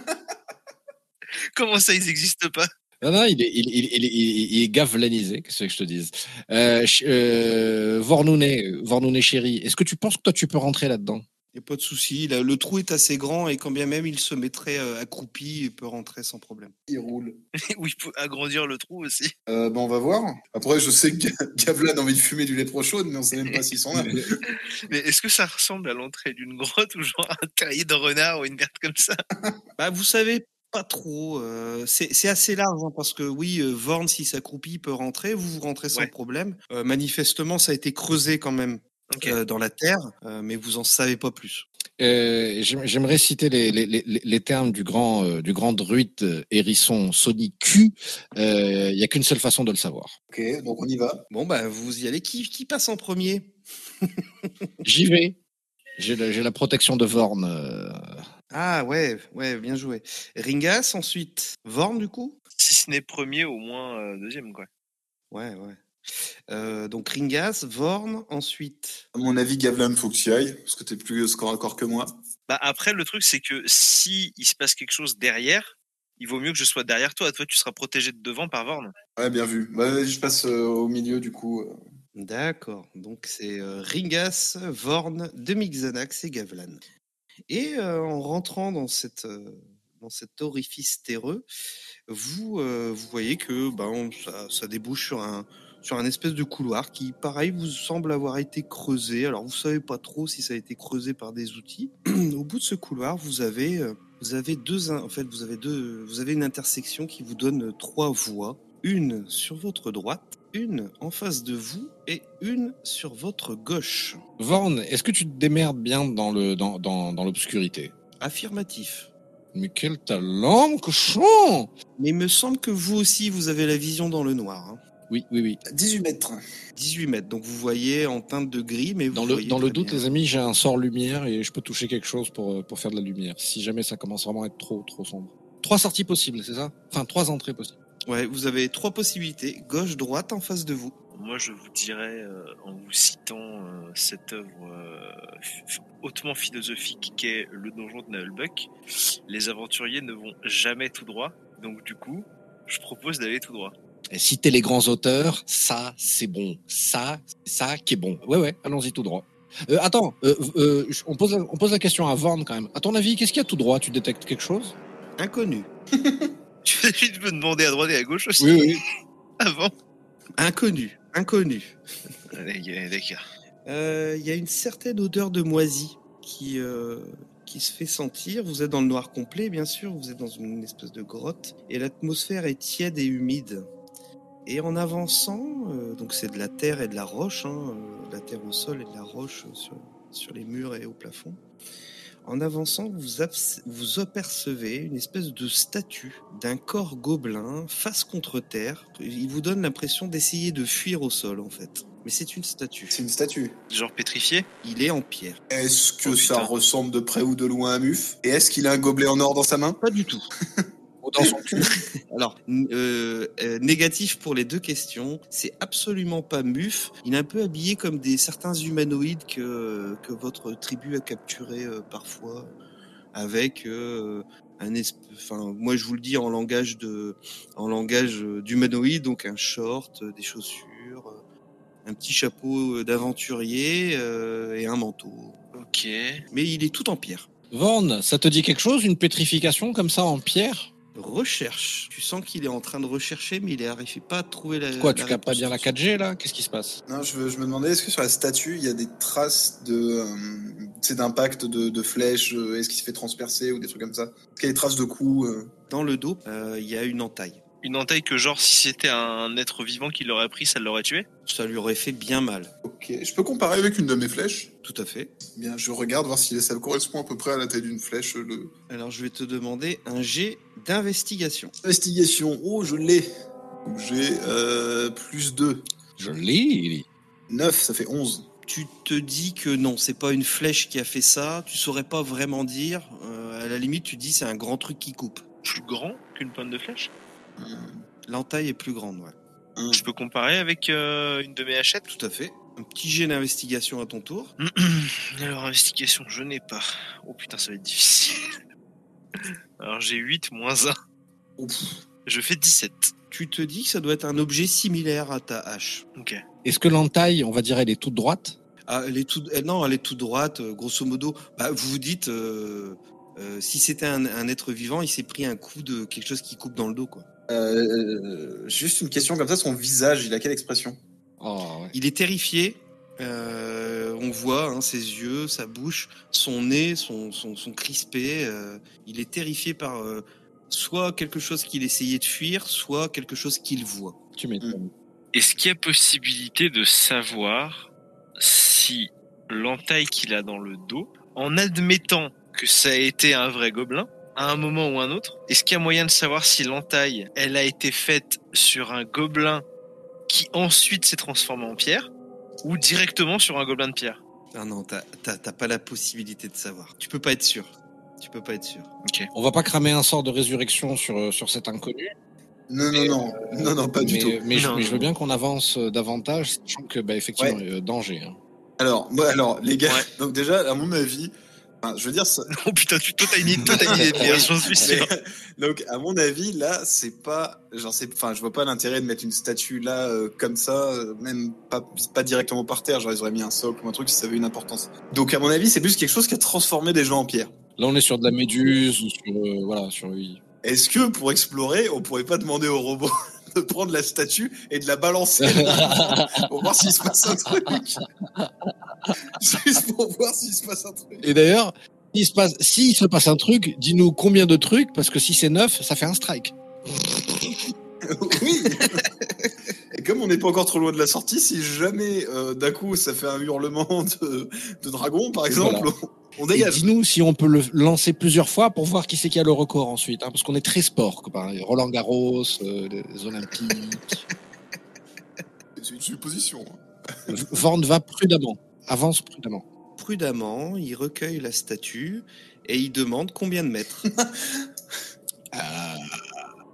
C: Comment ça, ils n'existent pas
E: Non, non, il est, il, il, il, il- il est gavelanisé, qu'est-ce que je te dise. Euh, ch- euh, Vornounet, Vornounet chéri, est-ce que tu penses que toi tu peux rentrer là-dedans
B: n'y a pas de souci. Là, Le trou est assez grand et quand bien même il se mettrait euh, accroupi, il peut rentrer sans problème.
D: Il roule.
C: Ou il peut agrandir le trou aussi.
D: Euh, ben, on va voir. Après, je sais que Gavlan a envie de fumer du lait trop chaude, mais on sait même pas s'ils sont là.
C: Mais est-ce que ça ressemble à l'entrée d'une grotte ou genre un terrier de renard ou une merde comme ça
B: Bah, vous savez pas trop. euh, c'est c'est assez large hein, parce que oui, euh, Vorn, s'il s'accroupit, il peut rentrer. Vous vous rentrez sans
C: Ouais.
B: problème. Euh, manifestement, ça a été creusé quand même
C: Ok.
B: euh, dans la terre, euh, mais vous en savez pas plus.
E: Euh, j'aim- J'aimerais citer les, les, les, les termes du grand, euh, du grand druide euh, hérisson Sony Q. Euh, Il y a qu'une seule façon de le savoir.
D: Ok, donc on y va.
B: Bon, bah, vous y allez. Qui, qui passe en premier
E: J'y vais. J'ai la, j'ai la protection de Vorn. euh.
B: Ah ouais, ouais, bien joué. Ringas ensuite. Vorn du coup
C: Si ce n'est premier, au moins euh, deuxième, quoi.
B: Ouais, ouais. Euh, donc Ringas, Vorn, ensuite.
D: À mon avis, Gavlan, faut que tu y ailles, parce que t'es plus score à corps que moi.
C: Bah après, le truc, c'est que si il se passe quelque chose derrière, il vaut mieux que je sois derrière toi. Toi, tu seras protégé de devant par Vorn.
D: Ouais, bien vu. Bah, vas-y, je passe euh, au milieu, du coup. euh.
B: D'accord. Donc c'est euh, Ringas, Vorn, Demixanax et Gavlan. Et euh, en rentrant dans cette. euh, dans cet orifice terreux, vous, euh, vous voyez que ben, on- ça, ça débouche sur un, sur un espèce de couloir qui, pareil, vous semble avoir été creusé. Alors, vous savez pas trop si ça a été creusé par des outils. Au bout de ce couloir, vous avez, euh, vous avez deux, in- en fait, vous avez deux, vous avez une intersection qui vous donne euh, trois voies. Une sur votre droite, une en face de vous et une sur votre gauche.
E: Vorn, est-ce que tu te démerdes bien dans le dans, dans, dans l'obscurité
B: Affirmatif.
E: Mais quel talent, mon cochon
B: Mais il me semble que vous aussi, vous avez la vision dans le noir. hein.
E: Oui, oui, oui.
D: 18 mètres.
B: 18 mètres, donc vous voyez en teinte de gris, mais vous
E: Dans le,
B: voyez
E: dans le
B: très
E: doute,
B: bien.
E: les amis, j'ai un sort lumière et je peux toucher quelque chose pour, euh, pour faire de la lumière. Si jamais ça commence vraiment à être trop, trop sombre. Trois sorties possibles, c'est ça Enfin, trois entrées possibles.
B: Ouais, vous avez trois possibilités, gauche, droite, en face de vous.
C: Moi, je vous dirais, euh, en vous citant euh, cette œuvre euh, f- hautement philosophique qu'est Le Donjon de Nullbuck, les aventuriers ne vont jamais tout droit. Donc, du coup, je propose d'aller tout droit.
E: Et citer les grands auteurs, ça, c'est bon. Ça, c'est ça qui est bon. Ouais, ouais, allons-y tout droit. Euh, attends, euh, euh, je- on, pose la, on pose la question à Vorn quand même. À ton avis, qu'est-ce qu'il y a tout droit Tu détectes quelque chose
B: Inconnu.
C: Tu vas vite me demander à droite et à gauche aussi
E: oui.
C: avant.
B: Inconnu. Inconnu.
C: Allez, D'accord.
B: Euh, Il y a une certaine odeur de moisi qui, euh, qui se fait sentir. Vous êtes dans le noir complet, bien sûr. Vous êtes dans une espèce de grotte. Et l'atmosphère est tiède et humide. Et en avançant, euh, donc c'est de la terre et de la roche, hein, euh, de la terre au sol et de la roche euh, sur, sur les murs et au plafond. En avançant, vous, abs- vous apercevez une espèce de statue d'un corps gobelin face contre terre. Il vous donne l'impression d'essayer de fuir au sol, en fait. Mais c'est une statue.
D: C'est une statue.
C: Genre pétrifié
B: Il est en pierre.
D: Est-ce que
C: Oh,
D: ça
C: putain.
D: ressemble de près ou de loin à Muf Et est-ce qu'il a un gobelet en or dans sa main
B: Pas du tout.
E: Ou dans son cul.
B: Alors, n- euh, euh, négatif pour les deux questions, c'est absolument pas muf. Il est un peu habillé comme des certains humanoïdes que, que votre tribu a capturés euh, parfois, avec euh, un esp- Enfin, moi je vous le dis en langage de, en langage euh, d'humanoïde, donc un short, euh, des chaussures, euh, un petit chapeau euh, d'aventurier euh, et un manteau.
C: Ok.
B: Mais il est tout en pierre.
E: Vorn, ça te dit quelque chose Une pétrification comme ça en pierre
B: Recherche. Tu sens qu'il est en train de rechercher, mais il n'arrive pas à trouver
A: Euh,
B: la.
E: Quoi,
B: la
E: tu captes pas
B: réponse
E: bien la
B: tout de suite.
E: 4G là Qu'est-ce qui se passe
D: Non, je, veux- je me demandais, est-ce que sur la statue, il y a des traces de, euh, tu sais, d'impact de, de flèches euh, Est-ce qu'il se fait transpercer ou des trucs comme ça Est-ce qu'il y a des traces de coups euh
B: Dans le dos, euh, il y a une entaille.
C: Une entaille que, genre, si c'était un être vivant qui l'aurait pris, ça l'aurait tué
B: Ça lui aurait fait bien mal.
D: Ok, je peux comparer avec une de mes flèches
B: Tout à fait.
D: Bien, je regarde voir si ça correspond à peu près à la taille d'une flèche. euh, Le...
B: Alors je vais te demander un jet d'investigation.
D: Investigation, oh, je l'ai Donc J'ai euh, plus 2.
E: Je lis.
D: 9, ça fait 11.
B: Tu te dis que non, c'est pas une flèche qui a fait ça. Tu saurais pas vraiment dire. Euh, à la limite, tu dis c'est un grand truc qui coupe.
C: Plus grand qu'une pointe de flèche
B: L'entaille est plus grande, ouais.
C: Je peux comparer avec euh, une de mes hachettes
B: Tout à fait. Un petit jet d'investigation à ton tour.
C: Alors, investigation, je n'ai pas. Oh putain, ça va être difficile. Alors, j'ai 8 moins 1.
D: Ouf.
C: Je fais 17.
B: Tu te dis que ça doit être un objet similaire à ta hache.
C: Ok.
E: Est-ce que l'entaille, on va dire, elle est toute droite
B: Ah, elle est tout, elle- non, elle est tout droite, euh, grosso modo. Bah, vous vous dites, euh, euh, si c'était un, un être vivant, il s'est pris un coup de quelque chose qui coupe dans le dos, quoi.
D: Euh, euh, juste une question comme ça, son visage, il a quelle expression
E: Oh, ouais.
B: Il est terrifié. euh, on voit hein, ses yeux, sa bouche, son nez sont, sont, sont crispés. euh, il est terrifié par euh, soit quelque chose qu'il essayait de fuir, soit quelque chose qu'il voit.
E: Tu m'étonnes.
C: Est-ce qu'il y a possibilité de savoir si l'entaille qu'il a dans le dos, en admettant que ça a été un vrai gobelin, à un moment ou un autre, est-ce qu'il y a moyen de savoir si l'entaille, elle a été faite sur un gobelin qui ensuite s'est transformé en pierre, ou directement sur un gobelin de pierre
B: Ah non, t'as- t'as t'as pas la possibilité de savoir. Tu peux pas être sûr. Tu peux pas être sûr.
E: On va pas cramer un sort de résurrection sur, euh, sur cet inconnu.
D: Non, non, non, non, non, pas du
E: mais,
D: tout.
E: Mais, je,
C: Non,
E: mais je veux
C: non.
E: bien qu'on avance euh, davantage, sachant que, bah, effectivement, euh, danger. hein.
D: Alors, moi, alors, les gars,
C: Ouais.
D: donc déjà, à mon avis, enfin, je veux dire, ça-
C: Oh putain, tu toi, t'as une idée, toi, t'as une idée de pierre, j'en suis
D: Mais,
C: sûr.
D: donc, à mon avis, là, c'est pas. Genre, c'est, enfin, je vois pas l'intérêt de mettre une statue là, euh, comme ça, euh, même pas, pas directement par terre. Genre, ils auraient mis un socle ou un truc si ça avait une importance. Donc, à mon avis, c'est plus quelque chose qui a transformé des gens en pierre.
E: Là, on est sur de la méduse ou sur. euh, voilà, sur. oui.
D: Est-ce que pour explorer, on pourrait pas demander au robot de prendre la statue et de la balancer pour voir s'il se passe un truc Juste pour voir s'il se passe un truc.
E: Et d'ailleurs, s'il se passe, s'il se passe un truc, dis-nous combien de trucs, parce que si c'est neuf, ça fait un strike.
D: Oui Et comme on n'est pas encore trop loin de la sortie, si jamais euh, d'un coup ça fait un hurlement de, de dragon, par exemple, on, on
E: Et
D: dégage.
E: dis-nous si on peut le lancer plusieurs fois pour voir qui c'est qui a le record ensuite, hein, parce qu'on est très sport, copain. Roland Garros, euh, les Olympiques.
D: C'est une supposition. hein.
E: Vande va prudemment, avance prudemment.
B: Prudemment, il recueille la statue et il demande combien de mètres.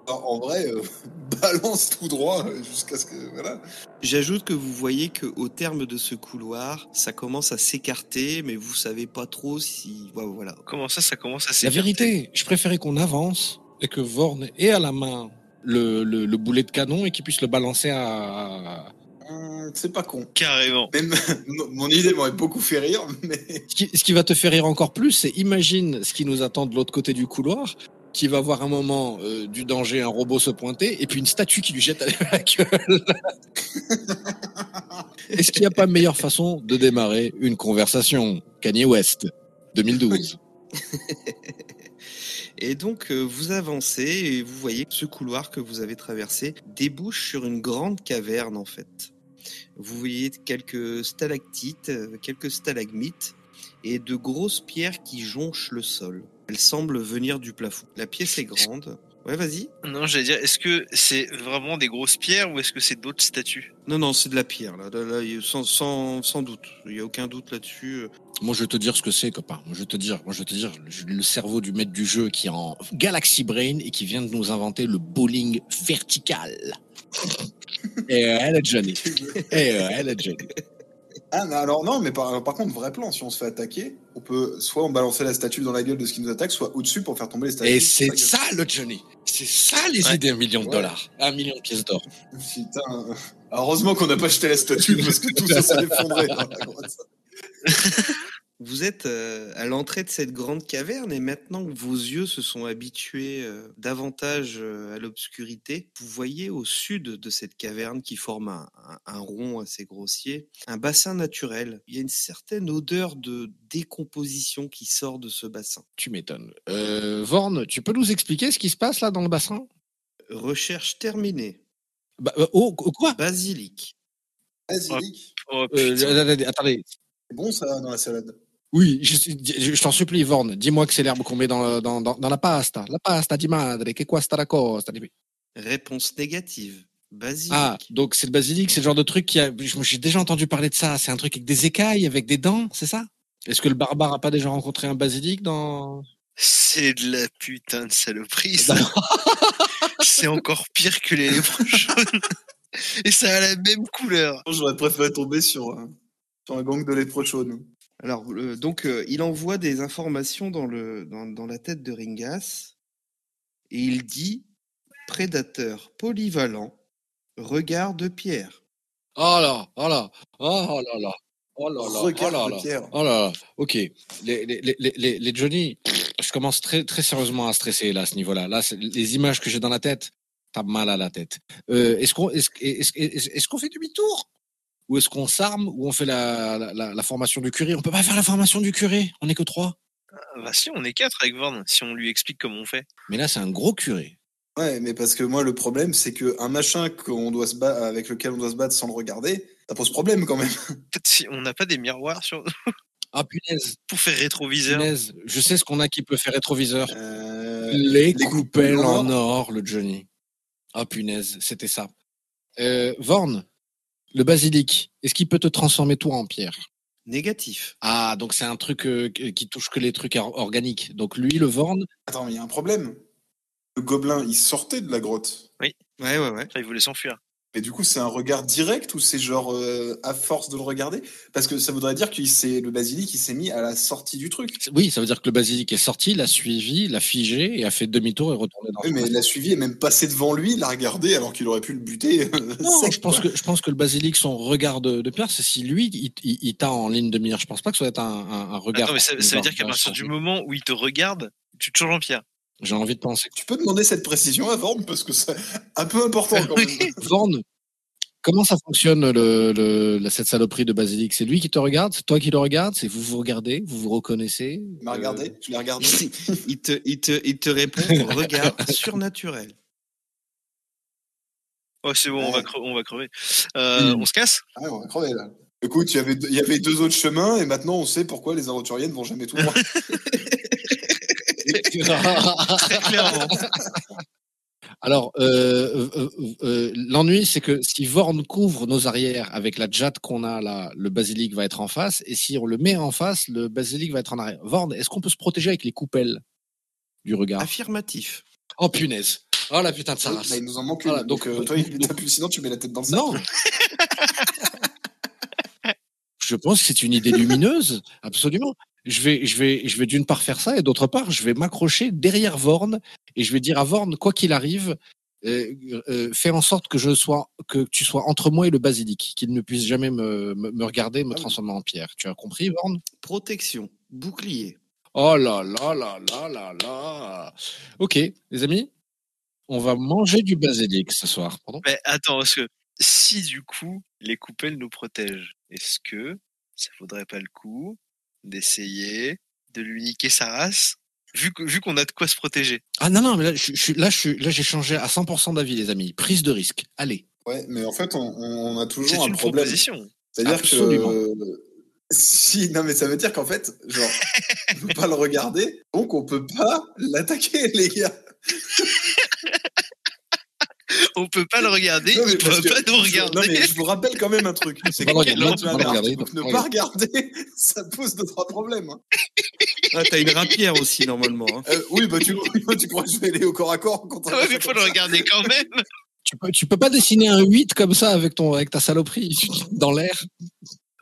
D: Alors, en vrai, euh, balance tout droit euh, jusqu'à ce que. Voilà.
B: J'ajoute que vous voyez que au terme de ce couloir, ça commence à s'écarter, mais vous savez pas trop si. ouais, Voilà.
C: Comment ça, ça commence à
E: La
C: s'écarter
E: vérité, je préférais qu'on avance et que Vorn ait à la main le, le- le boulet de canon et qu'il puisse le balancer à.
D: Hum, c'est pas con.
C: Carrément.
D: Même, mon- mon idée m'aurait beaucoup fait rire, mais.
E: Ce qui, ce qui va te faire rire encore plus, c'est imagine ce qui nous attend de l'autre côté du couloir, qui va voir un moment euh, du danger, un robot se pointer, et puis une statue qui lui jette à la gueule. Est-ce qu'il n'y a pas meilleure façon de démarrer une conversation Kanye West, 2012.
B: Et donc, euh, vous avancez et vous voyez que ce couloir que vous avez traversé débouche sur une grande caverne, en fait. Vous voyez quelques stalactites, euh, quelques stalagmites et de grosses pierres qui jonchent le sol. Elles semblent venir du plafond. La pièce est grande. Ouais, vas-y.
C: Non, j'allais dire, est-ce que c'est vraiment des grosses pierres ou est-ce que c'est d'autres statues
B: Non, non, c'est de la pierre, là. Là, là, y- sans, sans, sans doute. Il n'y a aucun doute là-dessus. euh.
E: Moi, je vais te dire ce que c'est, copain. Moi, je vais te dire, moi, je vais te dire, je- le cerveau du maître du jeu qui est en Galaxy Brain et qui vient de nous inventer le bowling vertical. et euh, elle est Johnny. Et euh, elle est Johnny.
D: Ah, non, alors non, mais par, par contre, vrai plan, si on se fait attaquer, on peut soit on balancer la statue dans la gueule de ce qui nous attaque, soit au-dessus pour faire tomber les statues.
E: Et c'est ça le Johnny. C'est ça les
C: Ouais.
E: idées, un million de
D: Ouais.
E: dollars. Un million de pièces d'or.
D: Putain. euh, Heureusement qu'on n'a pas jeté la statue parce que tout ça s'est effondré.
B: Vous êtes euh, à l'entrée de cette grande caverne et maintenant que vos yeux se sont habitués euh, davantage euh, à l'obscurité, vous voyez au sud de cette caverne qui forme un, un- un rond assez grossier, un bassin naturel. Il y a une certaine odeur de décomposition qui sort de ce bassin.
E: Tu m'étonnes. Euh, Vorn, tu peux nous expliquer ce qui se passe là dans le bassin
B: Recherche terminée.
E: Bah, euh, Oh, qu- quoi
B: Basilic.
D: Basilic,
C: Oh
E: Euh,
C: putain.
E: attendez, attendez.
D: c'est bon ça dans la salade.
E: Oui, je, je- je t'en supplie, Vorn. Dis-moi que c'est l'herbe qu'on met dans, le- dans, dans, dans la pasta. La pasta di madre, che questa la cosa. Dimmi.
B: Réponse négative. Basilic.
E: Ah, donc c'est le basilic, c'est le genre de truc qui a. je- J'ai déjà entendu parler de ça. C'est un truc avec des écailles, avec des dents, c'est ça Est-ce que le barbare a pas déjà rencontré un basilic dans.
C: C'est de la putain de saloperie,
B: Eh
C: ça.
B: ben
C: C'est encore pire que les lèvres jaunes. Et ça a la même couleur.
D: J'aurais préféré tomber sur, euh, sur un gang de lépreux chaudes.
B: Alors, le- donc, euh, il envoie des informations dans, le, dans, dans la tête de Ringas et il dit prédateur polyvalent, regard de pierre.
E: Oh là, oh là, oh là là, oh Oh là là,
D: Regarde
E: oh là
D: de
E: là.
D: Pierre.
E: Oh là, là, ok. Les, les, les, les- les, les Johnny, je commence très, très sérieusement à stresser là, à ce niveau-là. Là, c'est- les images que j'ai dans la tête, t'as mal à la tête. Euh, est-ce qu'on est est qu'on fait demi-tour Ou est-ce qu'on s'arme Ou on fait la, la, la- la formation du curé On peut pas faire la formation du curé, on est que trois.
C: Ah, Bah si, on est quatre avec Vorn, si on lui explique comment on fait.
E: Mais là, c'est un gros curé.
D: Ouais, mais parce que moi, le problème, c'est que un machin qu'on doit se battre, avec lequel on doit se battre sans le regarder, ça pose problème quand même.
C: Peut-être si on n'a pas des miroirs sur...
E: Ah punaise,
C: pour faire rétroviseur.
E: punaise, je sais ce qu'on a qui peut faire rétroviseur.
D: Euh,
E: Les
D: les
E: coupelles
D: coupelles
E: en
D: en
E: or, le Johnny. Ah punaise, c'était ça. Euh, Vorn, le basilic, est-ce qu'il peut te transformer toi en pierre
B: Négatif.
E: Ah, donc c'est un truc euh, qui qui touche que les trucs or- organiques. Donc lui, le Vorn,
D: Attends, mais il y a un problème. Le gobelin, il sortait de la grotte.
B: Ouais, ouais, ouais.
C: Enfin, il voulait s'enfuir.
D: Mais du coup, c'est un regard direct ou c'est genre euh, à force de le regarder Parce que ça voudrait dire que le basilic, il s'est mis à la sortie du truc.
E: c'est- oui, ça veut dire que le basilic est sorti, l'a suivi, l'a figé et a fait demi-tour et retourné dans
D: Oui,
E: son
D: mais il l'a suivi et même passé devant lui, il l'a regardé alors qu'il aurait pu le buter. euh,
E: Non,
D: sec,
E: je pense
D: quoi.
E: que je pense que le basilic son regard de, de pierre, c'est si lui il, il- il t'a en ligne de mire. Je pense pas que ça va être un, un- un regard.
C: Attends, mais ça, ça veut dire qu'à
E: un-
C: partir du moment où il te regarde, tu te changes en pierre.
E: j'ai envie de penser.
D: Tu peux demander cette précision à Vorm parce que c'est un peu important quand même.
E: Vorn, comment ça fonctionne le, le- la- cette saloperie de basilic C'est lui qui te regarde, c'est toi qui le regarde, c'est vous vous regardez, vous vous reconnaissez.
D: Il m'a regardé, je l'ai regardé.
B: il, te, il, te, il te répond au regard surnaturel.
C: Oh, c'est bon, on,
D: Ouais.
C: va cre- on va crever. Euh,
E: Mm.
C: On se casse
D: Ah, on va crever là. Écoute, il y, avait deux, il y avait deux autres chemins et maintenant on sait pourquoi les aventuriennes vont jamais tout droit.
E: Euh,
C: Très clairement.
E: Alors, euh, euh, euh, euh, l'ennui, c'est que si Vorn couvre nos arrières avec la jatte qu'on a là, le basilic va être en face, et si on le met en face, le basilic va être en arrière. Vorn, est-ce qu'on peut se protéger avec les coupelles du regard
B: Affirmatif.
E: Oh punaise Oh la putain de sa race
D: Là, il nous en manque une.
E: Voilà,
D: donc,
E: donc-
D: euh, toi, il t'appuie, sinon tu mets la tête dans le sac.
E: Non Je pense que c'est une idée lumineuse, absolument. Je vais, je vais, je vais d'une part faire ça et d'autre part, je vais m'accrocher derrière Vorn et je vais dire à Vorn, quoi qu'il arrive, euh, euh, fais en sorte que je sois, que tu sois entre moi et le basilic, qu'il ne puisse jamais me, me, me regarder, me
B: oui.
E: transformer en pierre. Tu as compris, Vorn
B: Protection. Bouclier.
E: Oh là là là là là là Ok, les amis, on va manger du basilic ce soir. Pardon
C: mais attends, parce que si du coup, les coupelles nous protègent, est-ce que ça vaudrait pas le coup d'essayer de lui niquer sa race Vu que- vu qu'on a de quoi se protéger.
E: Ah non non, mais là, je, je suis- là, je suis- là, j'ai changé à 100% d'avis, les amis. Prise de risque. Allez.
D: Ouais, mais en fait, on, on- on a
C: C'est
D: toujours un
C: une
D: problème.
C: proposition.
D: C'est-à-dire
E: Absolument.
D: que. Si, non, mais ça veut dire qu'en fait, genre, on peut pas le regarder, donc on peut pas l'attaquer, les gars.
C: On peut pas le regarder,
D: Non, mais
C: il
D: parce
C: peut
D: que-
C: pas nous regarder.
D: Non, mais je vous rappelle quand même un truc. C'est
E: Pas
D: que
E: le
D: quand
E: regarder,
D: tu as
E: pas le
D: un
E: regarder,
D: article,
E: pas le
D: ne pas regarder, ça pose deux, trois problèmes. hein.
B: Ah, t'as une rapière aussi, normalement. hein.
D: Euh, oui, bah, tu, tu crois que je vais aller au corps à corps contre un
C: Ah Ouais, mais
D: machin
C: faut
D: comme
C: le
D: ça
C: regarder quand même.
E: Tu peux, tu peux pas dessiner un 8 comme ça avec ton avec ta saloperie dans l'air.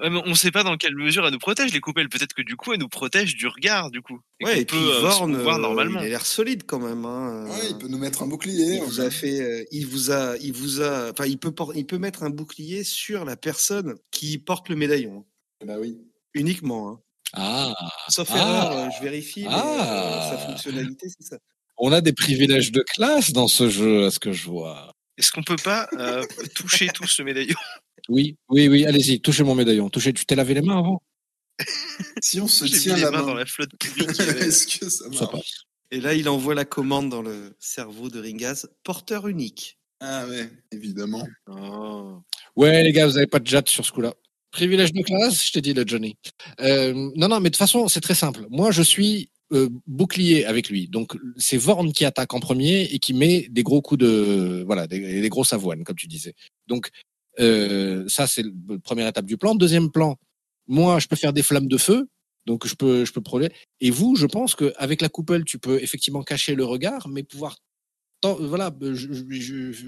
C: Ouais, mais on sait pas dans quelle mesure elle nous protège, les coupelles. Peut-être que du coup, elle nous protège du regard, du coup. Et
B: Ouais,
C: qu'on
B: et puis
C: peut euh, se
B: Vorn,
C: mouvoir
B: euh,
C: normalement.
B: il a l'air solide quand même. hein.
D: Ouais, il peut nous mettre un
B: Il
D: bouclier.
B: vous a fait, euh, il vous a, il vous a, enfin, il peut, por- il peut mettre un bouclier sur la personne qui porte le médaillon,
D: Bah oui.
B: uniquement. hein.
E: Ah.
B: Sauf
E: Ah.
B: erreur, euh, je vérifie, mais, euh,
E: Ah.
B: sa fonctionnalité, c'est ça.
E: On a des privilèges de classe dans ce jeu, à ce que je vois.
C: Est-ce qu'on peut pas euh, toucher tous le médaillon
E: Oui, oui, oui. Allez-y, touchez mon médaillon. Touchez. Tu t'es lavé les mains avant.
D: Si on se
C: J'ai mis
D: tient
C: les
D: la
C: mains dans
D: main,
C: la euh, flotte pourrie qu'il y avait.
D: est-ce que ça
E: Ça
D: marche
E: passe.
B: Et là, il envoie la commande dans le cerveau de Ringaz, porteur unique.
D: Ah ouais, évidemment.
E: Ouais, les gars, vous avez pas de jatte sur ce coup-là. Privilège de classe, je t'ai dit le Johnny. Euh, non, non, mais de toute façon, c'est très simple. Moi, je suis euh, bouclier avec lui. Donc, c'est Vorn qui attaque en premier et qui met des gros coups de, voilà, des, des grosses avoines, comme tu disais. Donc, euh, ça, c'est le- la première étape du plan. Deuxième plan, moi, je peux faire des flammes de feu. Donc, je peux, je peux projeter. Et vous, je pense qu'avec la coupole, tu peux effectivement cacher le regard, mais pouvoir, tant- euh, voilà, je, je- je- je-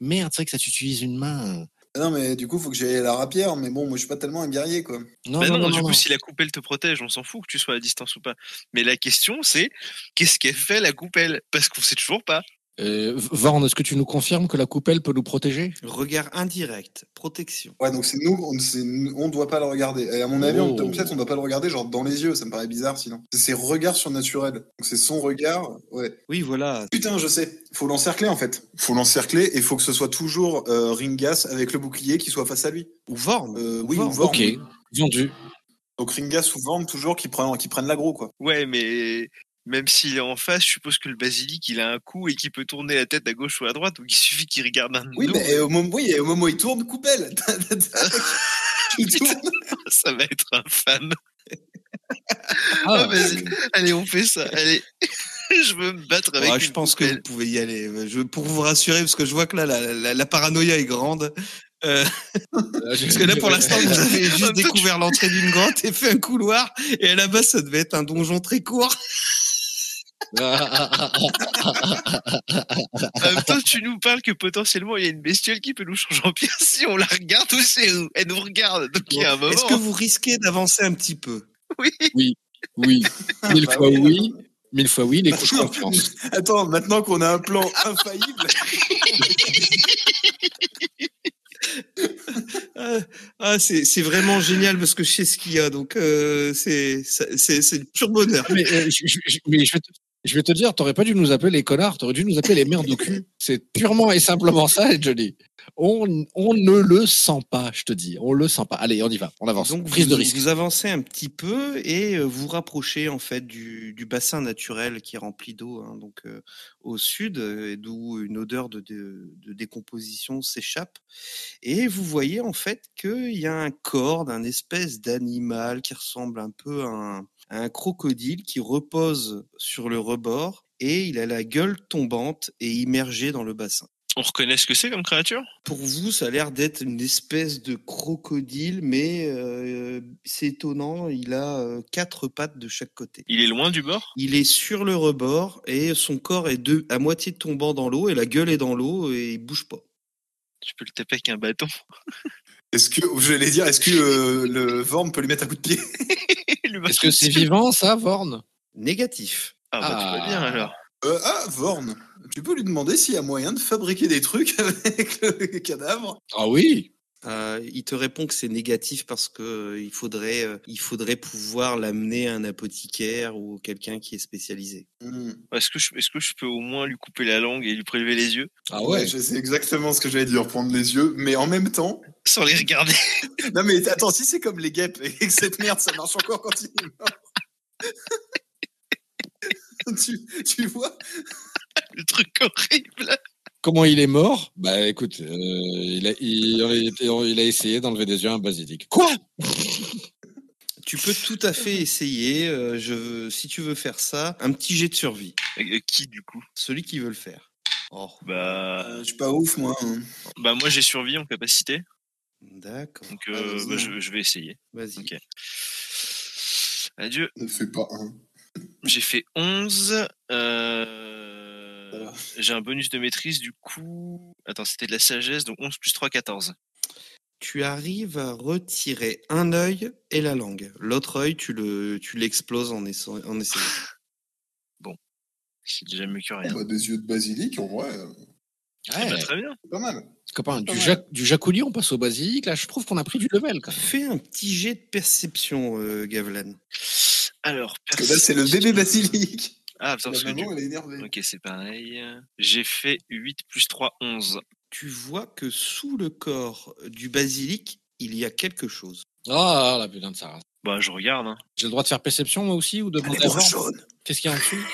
E: merde, c'est vrai que ça t'utilise une main.
D: Ah Non, mais du coup, faut que j'aille à la rapière, mais bon, moi, je suis pas tellement un guerrier, quoi.
E: Non,
C: Bah
E: non,
C: non,
E: non,
C: du
E: non,
C: coup,
E: non.
C: si la coupelle te protège, on s'en fout que tu sois à distance ou pas. Mais la question, c'est qu'est-ce qu'elle fait la coupelle Parce qu'on sait toujours pas.
E: Euh, Vorn, est-ce que tu nous confirmes que la coupelle peut nous protéger
A: Regard indirect, protection.
D: Ouais, donc c'est nous, on c'est nous- on doit pas le regarder. Et à mon avis, on-
E: Oh.
D: peut-être on doit pas le regarder genre dans les yeux, ça me paraît bizarre sinon. C'est ses regards surnaturels. Donc c'est son regard, ouais.
A: Oui, voilà.
D: Putain, je sais. Faut l'encercler en fait. Faut l'encercler et faut que ce soit toujours euh, Ringas avec le bouclier qui soit face à lui.
A: Ou Vorm.
D: Euh, oui,
A: Vorm.
D: ou Vorm.
E: Ok, vendu.
D: Donc Ringas ou Vorm toujours qui prennent qui prennent l'agro quoi.
C: Ouais, mais même s'il est en face, je suppose que le basilic, il a un coup et qu'il peut tourner la tête à gauche ou à droite, donc il suffit qu'il regarde un de
D: Oui,
C: nous.
D: mais
A: euh,
D: au moment, oui, et au moment où il tourne, coupelle. Il tourne.
C: Ça va être un fan.
E: Ah,
C: vas-y. Allez, on fait ça. Allez, je veux me battre avec.
A: Ouais, je
C: une
A: pense que
C: poubelle.
A: vous pouvez y
B: Euh,
A: aller. Je, pour vous rassurer, parce que je vois que là, la, la- la paranoïa est grande. Parce que là, pour l'instant, vous avez
C: En
A: juste
C: même temps,
A: découvert l'entrée d'une grotte et fait un couloir. Et là-bas, ça devait être un donjon très court.
C: En même temps, Euh, tu nous parles que potentiellement il y a une bestiole qui peut nous changer en pièces si on la regarde ou c'est où Elle nous regarde, donc il y a un moment.
A: Est-ce que vous risquez d'avancer un petit peu
C: Oui,
E: Oui, mille
D: Bah
E: fois
D: oui.
E: oui, mille fois oui, les couches
D: non.
E: confiance.
D: Attends, maintenant qu'on a un plan infaillible,
A: Ah, ah, c'est c'est vraiment génial parce que je sais ce qu'il y a. Donc, euh, c'est ça- c'est- c'est le pur bonheur.
E: Mais, euh, je, je- je- mais je vais te, je vais te dire, t'aurais pas dû nous appeler les connards, t'aurais dû nous appeler les merdes au cul. C'est purement et simplement ça, Johnny. On, on ne le sent pas, je te dis. On le sent pas. Allez, on y va, on avance.
A: Donc,
E: Prise
A: vous,
E: de risque.
A: vous avancez un petit peu et euh, vous rapprochez en fait du, du bassin naturel qui est rempli d'eau, hein, donc euh, au sud, euh, et d'où une odeur de, de- de décomposition s'échappe. Et vous voyez en fait qu'il y a un corps d'un espèce d'animal qui ressemble un peu à un, à un crocodile qui repose sur le rebord et il a la gueule tombante et immergée dans le bassin.
C: on reconnaît ce que c'est comme créature
A: Pour vous, ça a l'air d'être une espèce de crocodile, mais euh, c'est étonnant, il a euh, quatre pattes de chaque côté.
C: Il est loin du bord
A: Il est sur le rebord et son corps est de, à moitié tombant dans l'eau et la gueule est dans l'eau et il bouge pas.
C: Tu peux le taper avec un bâton.
D: est-ce que je vais dire, est-ce que euh, le Vorm peut lui mettre un coup de pied
C: Le bâton,
E: Est-ce que c'est vivant, ça, Vorn
A: Négatif.
C: Ah, bah, tout va bien
E: Ah.
C: alors.
D: Euh, Ah, Vorm, tu peux lui demander s'il y a moyen de fabriquer des trucs avec le cadavre.
E: Ah oui
A: Euh, il te répond que c'est négatif parce que euh, il faudrait, euh, il faudrait pouvoir l'amener à un apothicaire ou quelqu'un qui est spécialisé.
D: Hmm.
C: Est-ce que, je- est-ce que je peux au moins lui couper la langue et lui prélever les yeux
E: Ah
D: Ouais, je sais exactement ce que j'allais dire, prendre les yeux, mais en même temps.
C: sans les regarder
D: Non, mais attends, si c'est comme les guêpes et que cette merde, ça marche encore quand il est mort. tu, tu vois
C: Le truc horrible
E: Comment il est mort Bah écoute, euh, il, a, il, il a- il a essayé d'enlever des yeux à un basilic. Quoi
A: Tu peux tout à fait essayer, euh, je, si tu veux faire ça, un petit jet de survie.
C: Et- et Qui du coup
A: Celui qui veut le faire. Oh,
C: Bah,
D: Euh, Je suis pas ouf, moi. hein.
C: bah moi j'ai survie en capacité,
A: d'accord.
C: donc euh,
D: vas-y.
C: bah, je, je vais essayer.
A: Vas-y.
C: Ok. Adieu.
D: Ne fais pas un.
C: J'ai fait 11. euh,
D: Ça va.
C: J'ai un bonus de maîtrise du coup. Attends, c'était de la sagesse, donc 11 plus 3, 14.
A: Tu arrives à retirer un œil et la langue. L'autre œil, tu le, tu l'exploses en, essa- en essayant.
C: J'ai déjà mieux que rien.
D: des yeux de basilic, en vrai, euh,
C: Eh bah,
E: ouais,
C: très bien.
D: c'est pas mal.
E: copain,
D: pas
E: du,
D: mal.
E: jac, du jacoulier, on passe au basilic. Là, je trouve qu'on a pris du level. Quand même.
A: Fais un petit jet de perception, euh, Gavlan.
C: Alors,
D: Là, c'est le bébé
C: Basile.
D: basilic.
C: Ah, attends, parce que
D: La
C: du
D: maman, elle est énervée.
C: Ok, c'est pareil. J'ai fait 8 plus 3, 11.
A: Tu vois que sous le corps du basilic, il y a quelque chose.
E: Ah la putain de Sarah.
C: Bah, je regarde. Hein.
E: J'ai le droit de faire perception moi aussi ou de demander à
D: Lèvres
E: Vorn
D: jaunes.
E: Qu'est-ce qu'il y a en dessous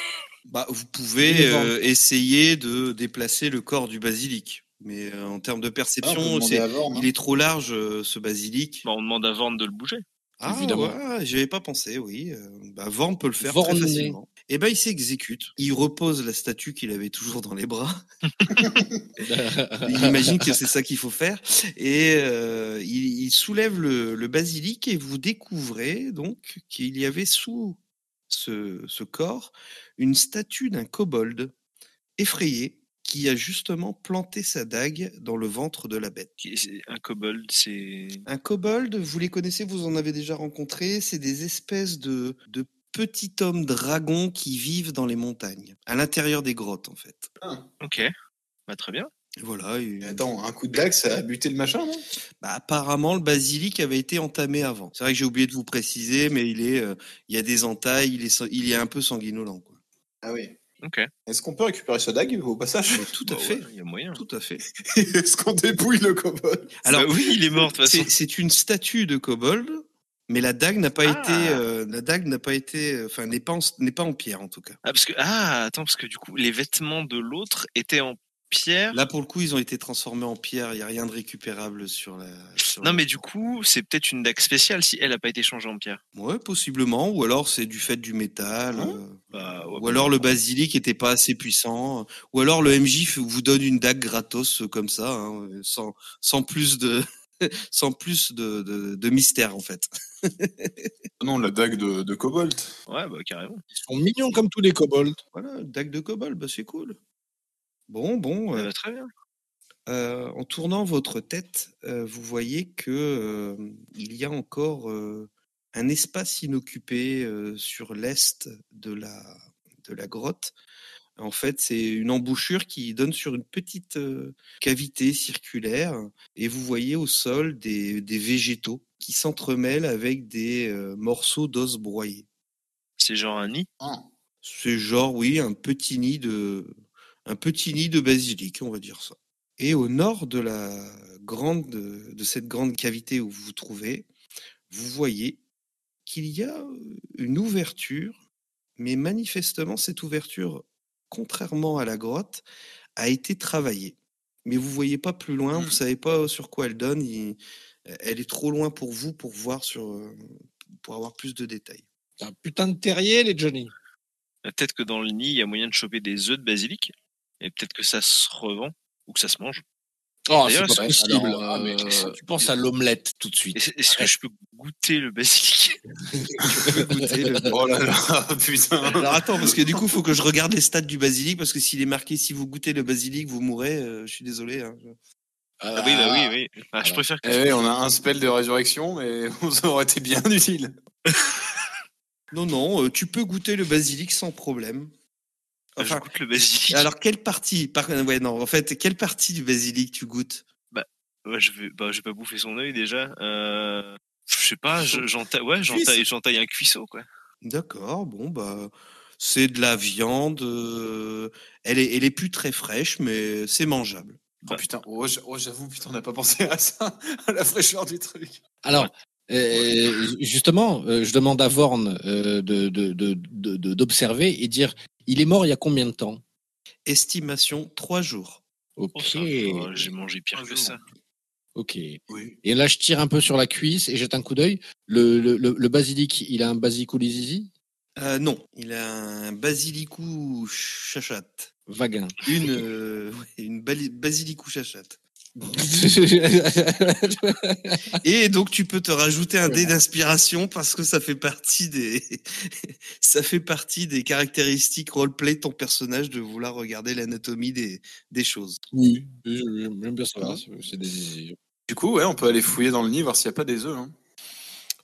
A: Bah, vous
E: Il est
A: pouvez
E: mort.
A: euh, essayer de déplacer le corps du basilic, mais euh, en termes de
D: Ah, on peut
A: perception,
D: demander
A: c'est-
D: à Vorm, hein.
A: il est trop large euh, ce basilic.
C: Bah, on demande à Vorn de le bouger.
A: Ah,
E: Évidemment.
A: ouais, j'y avais pas pensé, oui. Euh, Bah, Vorm peut le faire
E: Vorné.
A: très facilement. Et ben, il s'exécute. Il repose la statue qu'il avait toujours dans les bras. il imagine que c'est ça qu'il faut faire. Et euh, il, il soulève le, le basilic et vous découvrez donc qu'il y avait sous ce, ce corps une statue d'un kobold effrayé qui a justement planté sa dague dans le ventre de la bête.
C: Qui- c'est Un kobold, c'est.
A: Un kobold, vous les connaissez, vous en avez déjà rencontré, c'est des espèces de, de petits hommes dragons qui vivent dans les montagnes, à l'intérieur des grottes en fait.
C: Ok. Bah, très bien.
A: Et voilà. et- euh,
D: Mais Attends, un coup de dague, ça a buté le machin, non
A: bah, apparemment, le basilic avait été entamé avant. C'est vrai que j'ai oublié de vous préciser, mais il est, euh, il y a des entailles, il est, sang- il est un peu sanguinolent. Quoi.
D: Ah oui.
C: Ok.
D: Est-ce qu'on peut récupérer sa dague au passage
A: tout
C: Bah
A: à
C: ouais,
A: fait.
C: Il y a moyen.
A: Tout à fait.
D: Est-ce qu'on dépouille le kobold
A: Alors,
C: Bah oui, il est mort de toute façon.
A: c'est c'est une statue de kobold, mais la dague n'a pas
C: Ah.
A: été, euh, la dague n'a pas été, euh, enfin n'est pas en, n'est pas en pierre en tout cas.
C: Ah, parce que, ah, attends, parce que du coup, les vêtements de l'autre étaient en pierre.
A: Là pour le coup, ils ont été transformés en pierre. Il y a rien de récupérable sur la. sur
C: Non,
A: le-
C: mais du coup, c'est peut-être une dague spéciale si elle n'a pas été changée en pierre.
A: Ouais, possiblement. Ou alors c'est du fait du métal.
D: Hein
A: euh,
C: Bah, ouais,
A: Ou alors le basilic était pas assez puissant, ou alors le MJ f- vous donne une dague gratos euh, comme ça, hein, euh, sans, sans plus de sans plus de, de, de mystère en fait.
D: Non, la dague de, de kobold.
C: Ouais, bah, carrément.
E: Ils sont mignons comme tous les kobolds.
A: Voilà, une dague de kobold, bah c'est cool. Bon, bon.
C: Ah,
A: euh,
C: bah, très bien.
A: euh, en tournant votre tête, euh, vous voyez que euh, il y a encore euh, un espace inoccupé euh, sur l'est de la de la grotte. En fait, c'est une embouchure qui donne sur une petite euh, cavité circulaire et vous voyez au sol des, des végétaux qui s'entremêlent avec des euh, morceaux d'os broyés.
C: C'est genre un nid.
A: C'est genre, oui, un petit nid de, un petit nid de basilic, on va dire ça. Et au nord de la grande, de cette grande cavité où vous vous trouvez, vous voyez qu'il y a euh, une ouverture, mais manifestement cette ouverture, contrairement à la grotte, a été travaillée. Mais vous voyez pas plus loin, vous savez pas sur quoi elle donne. il- elle est trop loin pour vous pour voir sur, euh, pour avoir plus de détails.
E: C'est un putain de terrier, les Johnny.
C: Bah, Peut-être que dans le nid, il y a moyen de choper des œufs de basilic. Et peut-être que ça se revend ou que ça se mange.
E: Oh,
C: D'ailleurs,
E: c'est pas
C: est-ce
E: possible.
C: possible,
E: Ah, mais
C: euh,
E: Tu penses à l'omelette tout de suite.
C: Est-ce est-ce que je peux goûter le basilic
A: Goûtez le-
D: Oh là là, putain.
A: Alors attends, parce que du coup, il faut que je regarde les stats du basilic, parce que s'il est marqué si vous goûtez le basilic, vous mourrez, euh, je suis désolé. hein.
E: Euh,
C: Ah oui, bah oui, oui. Ah, je
E: Alors.
C: préfère que.
D: Eh oui, on a un spell de résurrection, mais ça aurait été bien utile.
A: Non, non, euh, tu peux goûter le basilic sans problème.
C: Ah, je
A: Enfin,
C: goûte le basilic.
A: alors quelle partie par... euh, ouais, non, En fait, quelle partie du basilic tu goûtes
C: Ouais, je vais, bah, je vais pas bouffer son œil déjà. Euh, je sais pas, je- j'en taille, ouais, j'en
A: Cuisse.
C: taille, j'en taille un cuisseau, quoi.
A: D'accord, bon, bah, c'est de la viande. euh, Elle, est, elle est plus très fraîche, mais c'est mangeable.
D: Oh putain, oh, j- oh, j'avoue, putain, on n'a pas pensé à ça, à la fraîcheur du truc.
E: Alors, euh, justement, euh, je demande à Vorn euh, de- de- de- de- de- d'observer et dire il est mort il y a combien de temps
A: Estimation 3 jours.
E: Ok.
C: Oh, ça va, J'ai mangé pire
D: Un
C: que
D: jour.
C: ça.
E: ok.
D: Oui.
E: Et là, je tire un peu sur la cuisse et jette un coup d'œil. Le, le, le, le basilic, il a un basiliculizizi
A: Euh, non, il a un basilicou chachate.
E: Vagin.
A: Une, euh, ouais, une bali- basilicou chachate. Et donc tu peux te rajouter un dé d'inspiration parce que ça fait partie des ça fait partie des caractéristiques roleplay de ton personnage de vouloir regarder l'anatomie des, des choses.
E: oui, j'aime bien ça. hein, C'est des zizi.
D: Du coup, ouais, on peut aller fouiller dans le nid, voir s'il n'y a pas des œufs. hein.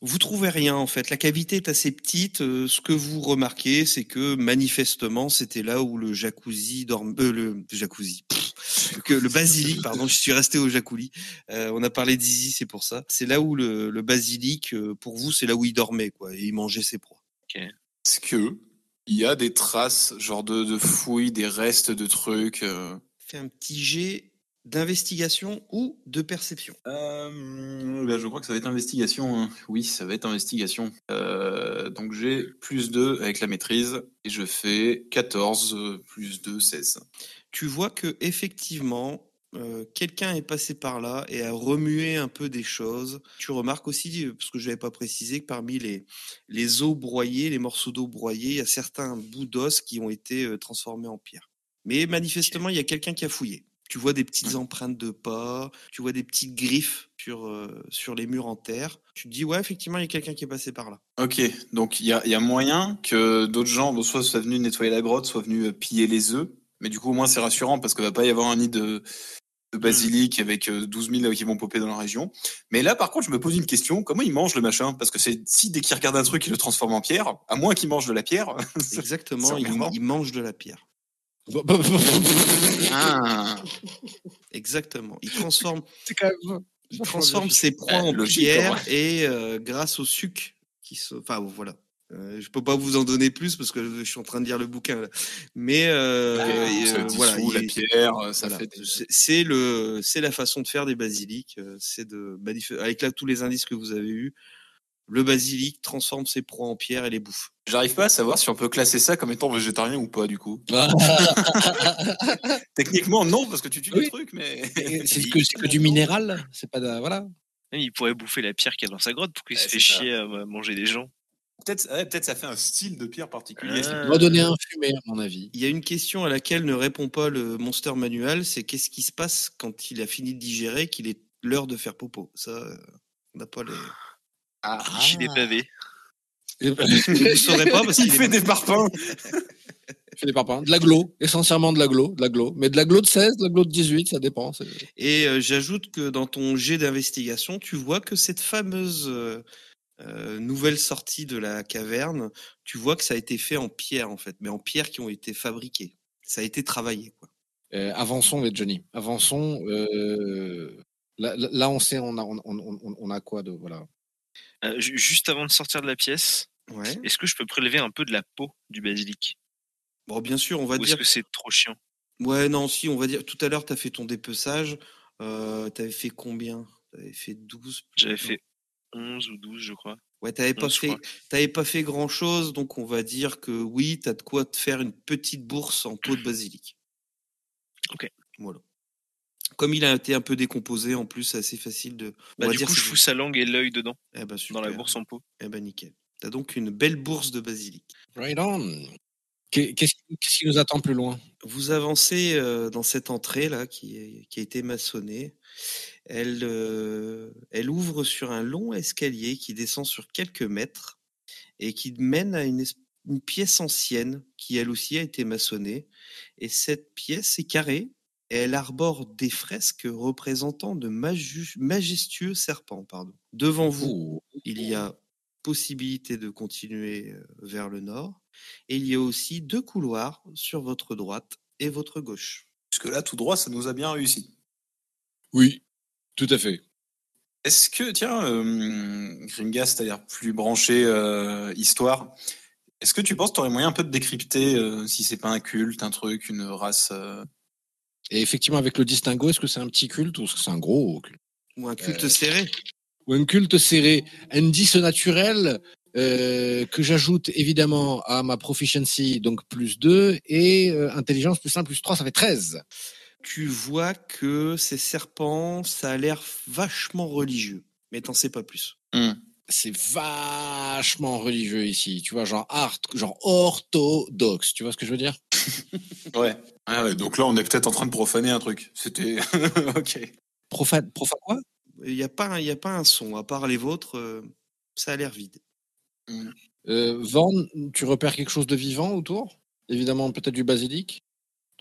A: Vous trouvez rien en fait. La cavité est assez petite. Euh, ce que vous remarquez, c'est que manifestement, c'était là où le jacuzzi dorm... euh, le jacuzzi. Pff, que le basilic, pardon, je suis resté au jacuzzi. Euh, on a parlé d'Izzy, c'est pour ça. C'est là où le, le basilic, euh, pour vous, c'est là où il dormait quoi. Et il mangeait ses proies.
D: Est-ce que il y a des traces, genre de, de fouilles, des restes de trucs euh
A: Fais un petit jet d'investigation ou de perception.
D: Euh, ben, je crois que ça va être investigation. hein. Oui, ça va être investigation. Euh, donc j'ai plus 2 avec la maîtrise et je fais 14 euh, plus 2, 16.
A: tu vois que effectivement euh, quelqu'un est passé par là et a remué un peu des choses. Tu remarques aussi, euh, parce que je n'avais pas précisé, que parmi les, les os broyés, les morceaux d'os broyés, il y a certains bouts d'os qui ont été euh, transformés en pierre. Mais manifestement, il y a quelqu'un qui a fouillé. Tu vois des petites empreintes de pas, tu vois des petites griffes sur, euh, sur les murs en terre. Tu te dis, ouais, effectivement, il y a quelqu'un qui est passé par là.
D: Ok, donc il y a, il y a moyen que d'autres gens bon, soit soient venus nettoyer la grotte, soit venus euh, piller les œufs. Mais du coup, au moins, c'est rassurant parce qu'il va pas y avoir un nid de, de basilic avec euh, 12 000 qui vont popper dans la région. Mais là, par contre, je me pose une question. Comment il mange le machin Parce que c'est si dès qu'il regarde un truc, il le transforme en pierre, à moins qu'il mange de la pierre.
B: Exactement,
D: C'est
B: il,
D: emmerdant.
B: il mange de la pierre.
D: Ah,
B: Exactement. Il transforme,
E: C'est quand même.
B: il transforme ses proies en
D: Ah, logique, hein.
B: pierre et euh, grâce au suc qui se. Enfin, bon, voilà. Euh, je peux pas vous en donner plus parce que je suis en train de lire le bouquin. là. Mais
D: Ah,
B: euh, et, euh, voilà,
D: la
B: il-
D: pierre, euh, ça
B: voilà.
D: fait. des-
B: C'est- c'est le, c'est la façon de faire des basiliques. euh, C'est de manif- avec là tous les indices que vous avez eus, le basilic transforme ses proies en pierre et les bouffe.
D: J'arrive pas à savoir si on peut classer ça comme étant végétarien ou pas, du coup.
E: Bah,
D: Techniquement, non, parce que tu tues
E: Oui.
D: le truc, mais.
E: C'est que, c'est que du minéral, c'est pas de- voilà.
C: Même, il pourrait bouffer la pierre qu'il y a dans sa grotte pour qu'il
E: Ouais,
C: se fait
E: c'est ça.
C: chier à ma- manger des gens.
D: Peut-être ouais, peut-être ça fait un style de pierre particulier.
C: Ah.
E: On va donner un fumé à mon avis.
B: Il y a une question à laquelle ne répond pas le monster manuel, c'est qu'est-ce qui se passe quand il a fini de digérer, qu'il est l'heure de faire popo. Ça, euh, on n'a pas les.
E: Ah,
C: Il chie des pavés.
B: Vous ne saurez pas parce
D: Il
B: qu'il est
D: fait des parpaings.
E: Je fais des parpaings. De la glo, essentiellement de la glo, de la glo. Mais de la glo de 16, de la glo de 18, ça dépend. c'est-
B: Et euh, j'ajoute que dans ton jet d'investigation, tu vois que cette fameuse euh, euh, nouvelle sortie de la caverne, tu vois que ça a été fait en pierre en fait, mais en pierre qui ont été fabriquées. Ça a été travaillé. Quoi.
E: Euh, avançons les Johnny. Avançons. euh, Là, là- là, on sait, on a, on, on- on- on a quoi de voilà.
C: Euh, ju- juste avant de sortir de la pièce,
B: Ouais.
C: est-ce que je peux prélever un peu de la peau du basilic
B: Bon, bien sûr, on va
C: Ou est-ce
B: dire.
C: que c'est trop chiant
B: Ouais, non, si, on va dire. Tout à l'heure, tu as fait ton dépeçage. Euh, tu avais fait combien Tu avais fait 12 plus-
C: J'avais
B: non.
C: fait 11 ou 12, je crois.
B: Ouais, t'avais pas,
C: 11, je
B: fait-
C: crois.
B: t'avais pas fait grand chose, donc on va dire que oui, t'as de quoi te faire une petite bourse en peau de basilic.
C: Ok.
B: Voilà. Comme il a été un peu décomposé, en plus, c'est assez facile de.
C: Bah, du coup, je fous sa langue et l'œil dedans,
B: eh ben,
C: dans la
B: super.
C: bourse en peau.
B: Eh ben, nickel. T'as donc une belle bourse de basilic.
E: Right on. Qu'est- Qu'est-ce qu'est-ce qui nous attend plus loin
B: Vous avancez euh, dans cette entrée là qui, est- qui a été maçonnée. Elle, euh, elle ouvre sur un long escalier qui descend sur quelques mètres et qui mène à une, es- une pièce ancienne qui elle aussi a été maçonnée. Et cette pièce est carrée et elle arbore des fresques représentant de maju- majestueux serpents. Pardon. Devant vous,
E: Ouh.
B: il y a possibilité de continuer euh, vers le nord. Et il y a aussi deux couloirs sur votre droite et votre gauche.
D: Jusque là, tout droit, ça nous a bien réussi.
E: Oui, tout à fait.
D: Est-ce que, tiens, euh, Gringas, t'as l'air plus branché euh, histoire. Est-ce que tu penses que t'aurais moyen un peu de décrypter euh, si c'est pas un culte, un truc, une race euh,
E: Et effectivement, avec le distinguo, est-ce que c'est un petit culte ou est-ce que c'est un gros culte
B: Ou un culte
E: Euh,
B: serré.
E: Ou un culte serré Indice naturel euh, que j'ajoute évidemment à ma proficiency, donc plus 2, et euh, intelligence plus 1, plus 3, ça fait 13.
B: Tu vois que ces serpents, ça a l'air vachement religieux. Mais t'en sais pas plus.
E: c'est vachement religieux ici, tu vois, genre art, genre orthodoxe, tu vois ce que je veux dire
D: ouais. Ah ouais, Donc là, on est peut-être en train de profaner un truc. C'était. ok.
E: Profane, profane quoi
B: Il n'y a, pas un- y a pas un son, à part les vôtres, euh, ça a l'air vide.
E: euh, Van, tu repères quelque chose de vivant autour Évidemment, peut-être du basilic,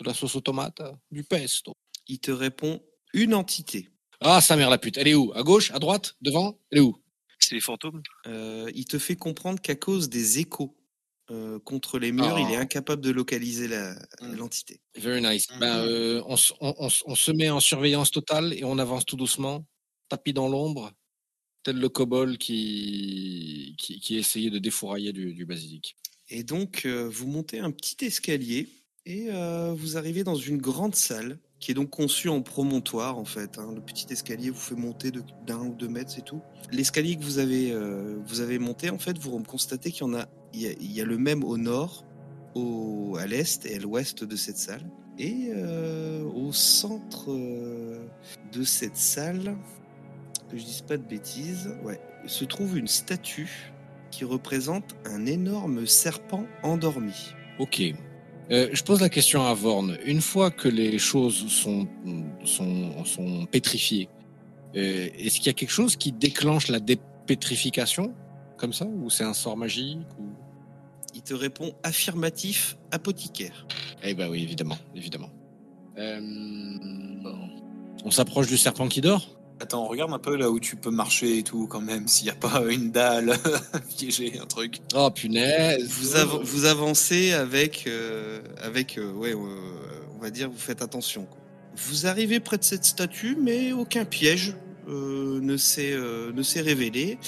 E: de la sauce aux tomates, du pesto.
B: Il te répond une entité.
E: Ah, sa mère la pute, elle est où À gauche, à droite, devant Elle est où
C: C'est les fantômes
B: Euh, il te fait comprendre qu'à cause des échos euh, contre les murs, il est
E: Ah.
B: incapable de localiser la-
D: Mm.
B: l'entité.
E: Very nice.
D: Mhm.
E: Ben, euh, on, s- on- on s- on se met en surveillance totale et on avance tout doucement, tapis dans l'ombre, tel le cobol qui, qui, qui essayait de défourailler du- du basilic.
B: Et donc, euh, vous montez un petit escalier et euh, vous arrivez dans une grande salle qui est donc conçue en promontoire en fait. hein. Le petit escalier vous fait monter de- d'un ou deux mètres, c'est tout. L'escalier que vous avez, euh, vous avez monté, en fait, vous constatez qu'il y en a, il y a, il y a le même au nord, au, à l'est et à l'ouest de cette salle. Et euh, au centre euh, de cette salle, que je dise pas de bêtises, ouais, se trouve une statue qui représente un énorme serpent endormi.
E: Ok. Euh, je pose la question à Vorn. Une fois que les choses sont, sont, sont pétrifiées, euh, est-ce qu'il y a quelque chose qui déclenche la dépétrification comme ça Ou c'est un sort magique ou...
B: Il te répond affirmatif apothicaire.
E: Eh ben oui, évidemment. évidemment. Euh, On s'approche du serpent qui dort
D: Attends, regarde un peu là où tu peux marcher et tout, quand même, s'il n'y a pas une dalle piégée, un truc.
E: Oh punaise
B: Vous, av- vous avancez avec, euh, avec euh, ouais, euh, on va dire, vous faites attention. quoi. Vous arrivez près de cette statue, mais aucun piège euh, ne s'est euh, ne s'est révélé.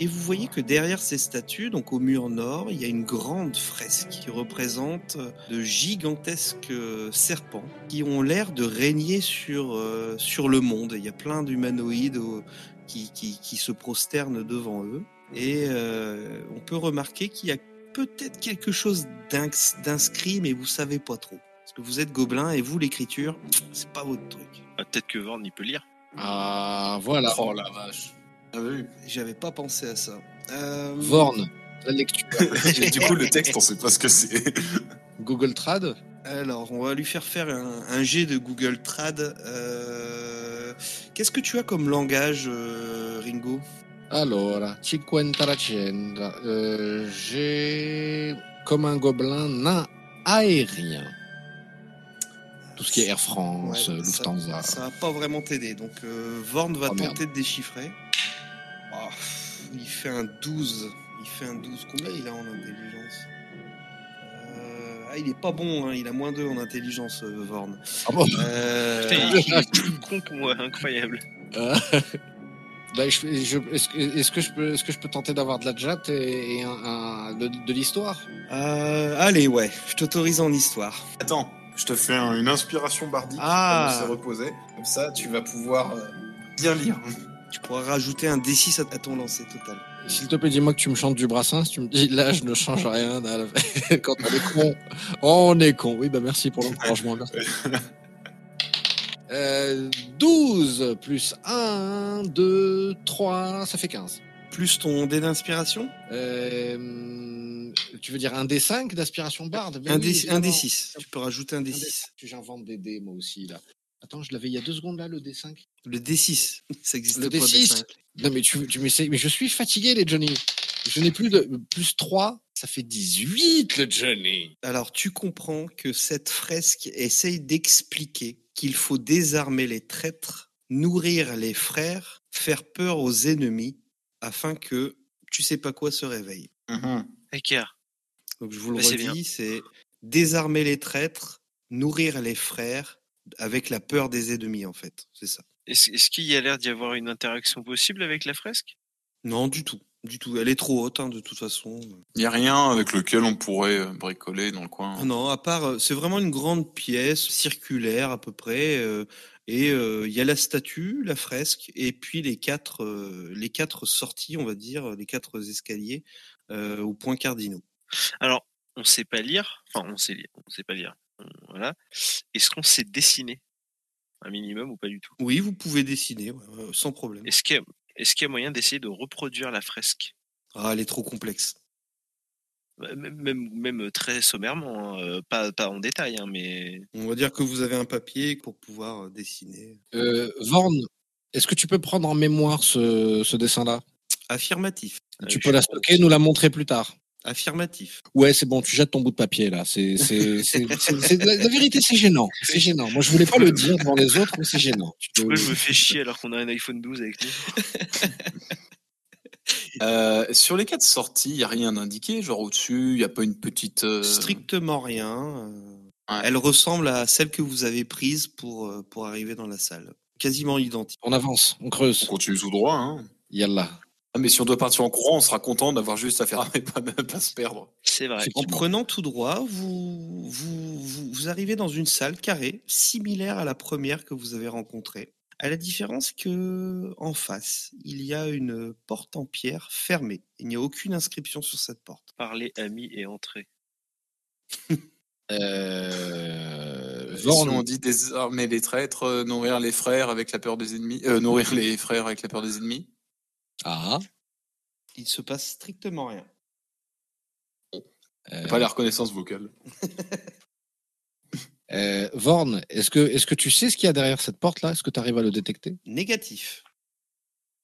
B: Et vous voyez que derrière ces statues, donc au mur nord, il y a une grande fresque qui représente de gigantesques euh, serpents qui ont l'air de régner sur euh, sur le monde. Il y a plein d'humanoïdes au- qui, qui, qui se prosternent devant eux. Et euh, on peut remarquer qu'il y a peut-être quelque chose d'inx- d'inscrit, mais vous savez pas trop. Parce que vous êtes gobelin et vous, l'écriture, c'est pas votre truc.
C: Ah, Peut-être que Vorn, il peut lire.
E: Ah, voilà.
D: Oh la vache. Ah oui.
B: J'avais pas pensé à ça. Euh,
E: Vorn, la lecture.
D: Et du coup, le texte, on sait pas ce que c'est.
E: Google Trad
B: Alors, on va lui faire faire un, un jet de Google Trad. Euh, Qu'est-ce que tu as comme langage, euh, Ringo
E: Allora, 50 euh, J'ai comme un gobelin nain aérien. Tout ce qui est Air France,
B: Ouais,
E: Lufthansa.
B: Ça va pas vraiment t'aider. Donc, euh, Vorn va
E: Oh,
B: tenter
E: merde.
B: de déchiffrer. Oh, pff, il fait un 12. Il fait un 12. Combien il a en intelligence Euh, Ah, il est pas bon. hein, Il a moins 2 en intelligence, euh, Vorn.
E: Ah bon
B: Euh,
C: Putain, il- il est plus con que moi, incroyable.
E: Là, Bah, je- je- Est-ce que- est-ce que, je peux- est-ce que je peux tenter d'avoir de la jatte et, et un- un- de, de l'histoire
B: euh, allez, ouais. Je t'autorise en histoire.
D: Attends, je te fais un- une inspiration bardique.
B: Ah.
D: Comme c'est reposé. Comme ça, tu vas pouvoir euh, bien lire.
B: Tu pourras rajouter un D6 à à ton lancer total.
E: S'il te plaît, dis-moi que tu me chantes du brassin. Si tu me dis là, je ne change rien. à la- Quand on est con, on est con. Oui, bah merci pour l'encouragement. merci. Euh, 12 plus 1, 2, 3, ça fait 15.
B: Plus ton dé d'inspiration
E: Euh, tu veux dire un D5 d'aspiration barde Mais
B: un,
E: oui,
B: D, un
E: évidemment.
B: D6. Tu peux rajouter un
E: Un
B: D6.
E: D5. J'invente des dés, moi aussi, là. Attends, je l'avais il y a deux secondes, là, le D5.
B: Le D6. Ça existe
E: Le
B: pas,
E: D6.
B: D5.
E: Non, mais tu, tu m'essayes. Mais je suis fatigué, les Johnny. Je n'ai plus de. Plus 3, ça fait 18, le Johnny.
B: Alors, tu comprends que cette fresque essaye d'expliquer qu'il faut désarmer les traîtres, nourrir les frères, faire peur aux ennemis, afin que tu sais pas quoi se réveille.
D: Mm-hmm.
C: Hacker.
B: Donc, je vous le
C: Mais c'est
B: redis, c'est désarmer les traîtres, nourrir les frères, avec la peur des ennemis, en fait. C'est ça.
C: Est-ce est-ce qu'il y a l'air d'y avoir une interaction possible avec la fresque
B: Non, du tout. Du tout. Elle est trop haute, hein, de toute façon.
D: Il n'y a rien avec lequel on pourrait euh, bricoler dans le coin.
B: Ah Non, à part, euh, c'est vraiment une grande pièce circulaire à peu près, euh, et euh, il y a la statue, la fresque, et puis les quatre, euh, les quatre sorties, on va dire, les quatre escaliers euh, aux points cardinaux.
C: Alors, on sait pas lire. Enfin, on sait lire. On sait pas lire. On- Voilà. Est-ce qu'on sait dessiner Un minimum ou pas du tout
B: Oui, vous pouvez dessiner ouais, ouais, sans problème.
C: Est-ce qu'il y, a- est-ce qu'il y a moyen d'essayer de reproduire la fresque
B: Ah, elle est trop complexe.
C: Bah, même, même, même très sommairement, hein, euh, pas, pas en détail, hein, mais
B: On va dire que vous avez un papier pour pouvoir euh, dessiner.
E: Euh, Vorn, est-ce que tu peux prendre en mémoire ce, ce dessin-là
B: Affirmatif,
C: Euh,
E: Tu
C: je
E: peux la
C: suis pas-
E: stocker, nous la montrer plus tard.
B: affirmatif.
E: Ouais, c'est bon, tu jettes ton bout de papier là. C'est, c'est, c'est, c'est- c'est- la, la vérité, c'est gênant. C'est gênant. Moi, je voulais pas le dire devant les autres, mais c'est gênant. Tu peux-
C: Pourquoi je me fais chier alors qu'on a un iPhone 12 avec nous
D: Euh, sur les quatre sorties, il n'y a rien d'indiqué, genre au-dessus, il n'y a pas une petite... euh,
B: Strictement rien. euh,
D: Ouais.
B: Elle ressemble à celle que vous avez prise pour, euh, pour arriver dans la salle. Quasiment identique.
E: On avance, on
D: On
E: creuse.
D: continue tout droit, hein.
E: Yallah.
D: Ah, mais si on doit partir en courant, on sera content d'avoir juste à faire armer, pas, pas se perdre.
C: C'est vrai.
B: En
E: Effectivement.
B: prenant tout droit, vous, vous, vous, vous arrivez dans une salle carrée, similaire à la première que vous avez rencontrée, à la différence que en face, il y a une porte en pierre fermée. Il n'y a aucune inscription sur cette porte.
C: Parler, amis et entrer.
E: Euh,
D: Si
E: Vorn,
D: on dit désarmer les traîtres, euh, nourrir les frères avec la peur des ennemis, euh, nourrir les frères avec la peur des ennemis.
E: Ah.
B: Il se passe strictement rien.
E: euh,
D: Y a Pas la reconnaissance vocale.
E: euh, Vorn, est-ce que, est-ce que tu sais ce qu'il y a derrière cette porte-là Est-ce que tu arrives à le détecter
B: Négatif.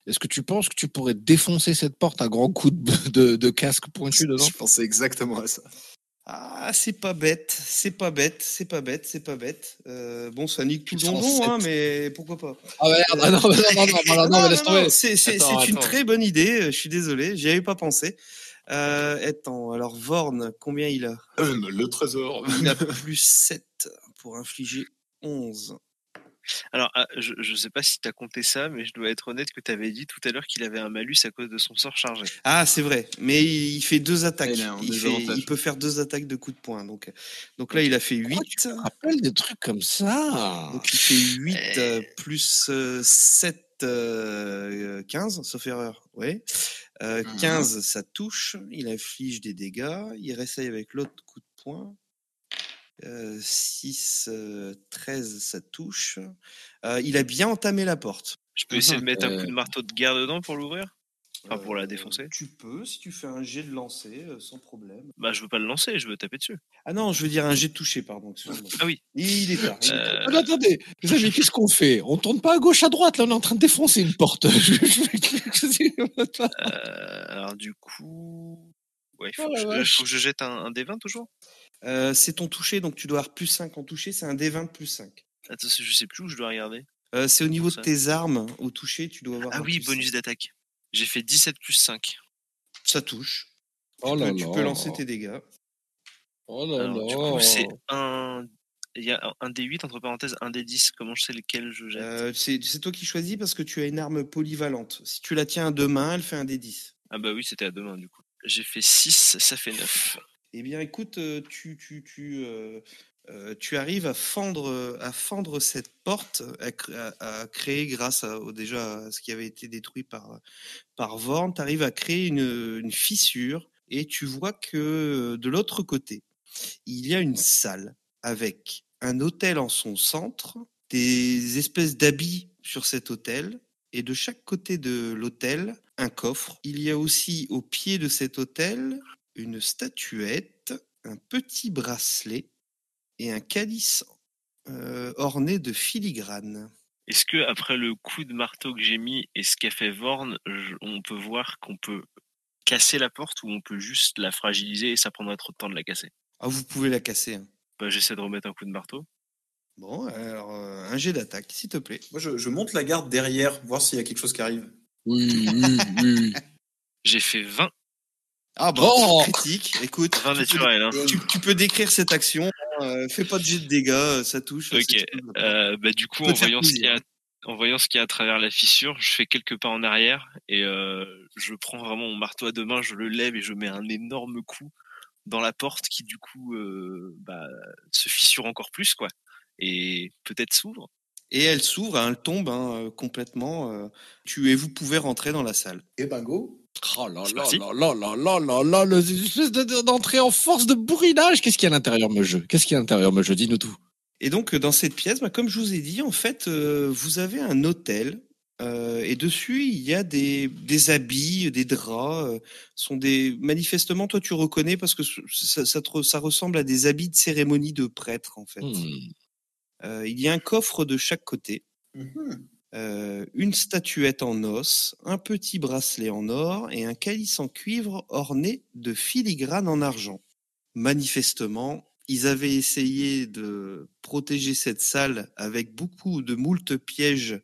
E: Est-ce que tu penses que tu pourrais défoncer cette porte à grands coups de, de, de casque pointu dedans
D: pensais exactement à ça.
B: Ah, c'est pas bête, c'est pas bête, c'est pas bête, c'est pas bête. Euh, bon, ça nique tout le
E: 107.
B: bonbon, hein, mais pourquoi pas.
E: Ah merde, ah non, non, non, non, non, non,
B: Non,
E: mais
B: non,
E: laisse
B: non,
E: tomber.
B: C'est c'est-
E: Attends,
B: c'est une
E: attends.
B: très bonne idée, euh, je suis désolé, j'y avais pas pensé. Euh, attends, alors Vorn, combien il a
D: Hum, le trésor.
B: Il a plus 7 pour infliger 11.
C: Alors, ah, je, je sais pas si t'as compté ça, mais je dois être honnête que t'avais dit tout à l'heure qu'il avait un malus à cause de son sort chargé.
B: Ah, c'est vrai, mais il il fait deux
E: Eh
B: attaques.
D: Il a un
B: Il, fait-
D: désavantage.
B: il peut faire deux attaques de coups de poing. Donc, donc là, il a fait 8.
E: Pourquoi tu me rappelles des trucs comme ça
B: Donc il fait 8
C: Euh.
B: plus euh, 7, 15, sauf erreur. Ouais. Euh,
E: Mhm.
B: 15, ça touche. Il inflige des dégâts. Il réessaye avec l'autre coup de poing. Euh, 6, 13, ça touche. Euh, il a bien entamé la porte.
C: Je peux essayer de mettre un
E: Euh.
C: coup de marteau de guerre dedans pour l'ouvrir Enfin, pour la
B: Euh,
C: défoncer.
B: Tu peux, si tu fais un jet de lancer, euh, sans problème.
C: Bah, je veux pas le lancer, je veux taper dessus.
B: Ah non, je veux dire un jet de toucher, pardon. excuse-moi.
C: Ah oui.
B: Il est tard. il est
C: Euh,
B: tard.
E: Attendez, Ah, attendez, les amis, qu'est-ce qu'on fait On tourne pas à gauche, à droite, là on est en train de défoncer une porte. Je- je-
C: euh, alors, du coup. Ouais, il faut, que,
E: Oh la
C: je,
E: vache.
C: faut que je jette un, un D20 toujours
B: Euh, c'est ton toucher, donc tu dois avoir plus 5 en toucher. C'est un D20 plus 5.
C: Attends, je sais plus où je dois regarder.
B: Euh, c'est au niveau
C: ça.
B: de tes armes, au toucher, tu dois avoir.
C: Ah
B: un
C: oui,
B: plus
C: bonus
B: cinq.
C: d'attaque. J'ai fait 17 plus 5.
B: Ça touche.
E: Oh
B: tu,
E: là
B: peux, Ah, tu
E: là.
B: peux lancer tes Ah, dégâts.
E: Oh là
C: Alors, du
E: là.
C: coup, c'est un. Il y a un- un D8 entre parenthèses, un D10. Comment je sais lequel je jette
B: Euh, c'est c'est toi qui choisis parce que tu as une arme polyvalente. Si tu la tiens à deux mains, elle fait un des 10.
C: Ah bah oui, c'était à deux mains du coup. J'ai fait 6, ça fait 9.
B: Eh bien, écoute, euh, tu, tu, tu, euh, euh, tu arrives à fendre, euh, à fendre cette porte, à, cr- à- à créer, grâce à, au- déjà à ce qui avait été détruit par, euh, par Vorn, tu arrives à créer une, une fissure et tu vois que euh, de l'autre côté, il y a une salle avec un hôtel en son centre, des espèces d'habits sur cet hôtel et de chaque côté de l'hôtel, un coffre. Il y a aussi au pied de cet hôtel une statuette, un petit bracelet et un calice euh, orné de filigrane.
C: Est-ce que après le coup de marteau que j'ai mis et ce qu'a fait Vorn, je- on peut voir qu'on peut casser la porte ou on peut juste la fragiliser et ça prendra trop de temps de la casser
B: Ah, vous pouvez la casser. hein.
C: bah, J'essaie de remettre un coup de marteau.
B: Bon, alors, euh, un jet d'attaque, s'il te plaît.
D: Moi, je, je monte la garde derrière, voir s'il y a quelque chose qui arrive.
E: Oui, oui, oui.
C: J'ai fait 20,
B: Ah, bah,
E: Oh
B: critique. Écoute,
C: 20
B: tu peux,
C: naturel. hein.
B: tu- tu peux décrire cette action. hein, euh, fais pas de jet de dégâts, euh, ça touche.
C: Ok,
B: c'est tout.
C: Euh, bah, du coup,
B: peux
C: en
B: te faire
C: voyant, ce qu'il y a, en voyant ce qu'il y a à travers la fissure, je fais quelques pas en arrière et euh, je prends vraiment mon marteau à deux mains, je le lève et je mets un énorme coup dans la porte qui, du coup, euh, bah, se fissure encore plus, quoi. Et peut-être s'ouvre.
B: Et elle s'ouvre, hein, elle tombe hein, euh, complètement. euh, tu, et vous pouvez rentrer dans la salle.
D: Et bingo
E: Oh là
C: C'est
E: là
C: parti.
E: là là là là là là, le- l'espèce de- d'entrée en force de bourrinage. Qu'est-ce qu'il y a à l'intérieur, me jeu Qu'est-ce qu'il y a à l'intérieur, me jeu Dis-nous tout.
B: Et donc, euh, dans cette pièce, bah, comme je vous ai dit, en fait, euh, vous avez un hôtel. euh, et dessus, il y a des, des habits, euh, des draps. euh, sont des manifestement, toi, tu reconnais parce que ce- ça, ça te re- ça ressemble à des habits de cérémonie de prêtre, en fait.
E: Hmm.
B: Euh, il y a un coffre de chaque côté,
D: Mhm.
B: euh, une statuette en os, un petit bracelet en or et un calice en cuivre orné de filigrane en argent. Manifestement, ils avaient essayé de protéger cette salle avec beaucoup de moult pièges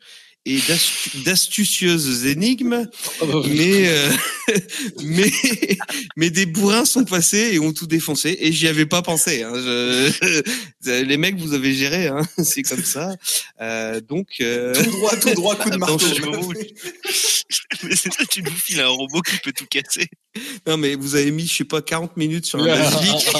B: et d'astu- d'astucieuses énigmes, mais, euh, mais, mais des bourrins sont passés et ont tout défoncé. Et j'y avais pas pensé. hein. Je- les mecs, vous avez géré, hein. c'est comme ça. Euh, donc, euh,
D: Tout droit, tout droit, coup de
B: Attends,
D: marteau.
B: je suis
C: au moment où Mais c'est ça, tu nous files un robot qui peut tout casser.
B: non mais vous avez mis, je sais pas, 40 minutes sur un basilic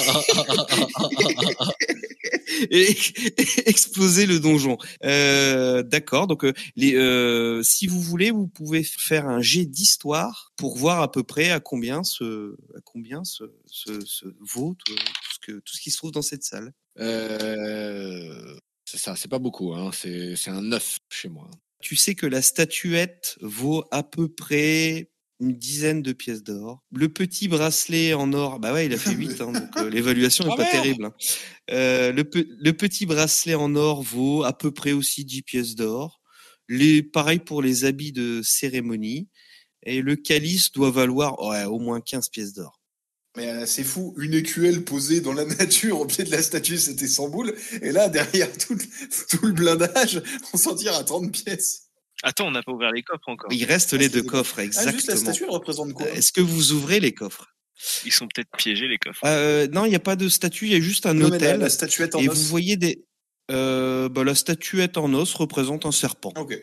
B: et, et exploser le donjon. Euh, D'accord. Donc, euh, les, euh, si vous voulez, vous pouvez faire un jet d'histoire pour voir à peu près à combien ce, à combien ce, ce, ce vaut tout, tout ce que, tout ce qui se trouve dans cette salle.
E: Euh, C'est ça, c'est pas beaucoup. Hein. C'est c'est un 9 chez moi.
B: Tu sais que la statuette vaut à peu près une dizaine de pièces d'or. Le petit bracelet en or, bah ouais, il a fait 8, donc euh, l'évaluation est
E: Ah,
B: pas
E: merde
B: terrible. hein. Euh, le, pe- le petit bracelet en or vaut à peu près aussi 10 pièces d'or. Les, pareil pour les habits de cérémonie. Et le calice doit valoir ouais, au moins 15 pièces d'or.
D: Mais euh, c'est fou, une écuelle posée dans la nature au pied de la statue, c'était 100 boules. Et là, derrière tout, le- tout le blindage, on s'en tire à 30 pièces.
C: Attends, on n'a pas ouvert les coffres encore.
B: Il reste
D: Ah,
B: les
D: c'est
B: deux
D: des-
B: coffres,
D: Ah, juste la
B: exactement.
D: statue, elle représente quoi
A: Euh,
B: Est-ce que vous ouvrez les coffres
C: Ils sont peut-être piégés, les coffres.
B: Euh, Non, il n'y a pas de statue, il y a juste un
D: Non, mais la-
B: hôtel.
D: La statuette en
B: et
D: os.
B: vous voyez des. Euh, bah, la statuette en os représente un serpent.
D: Ok.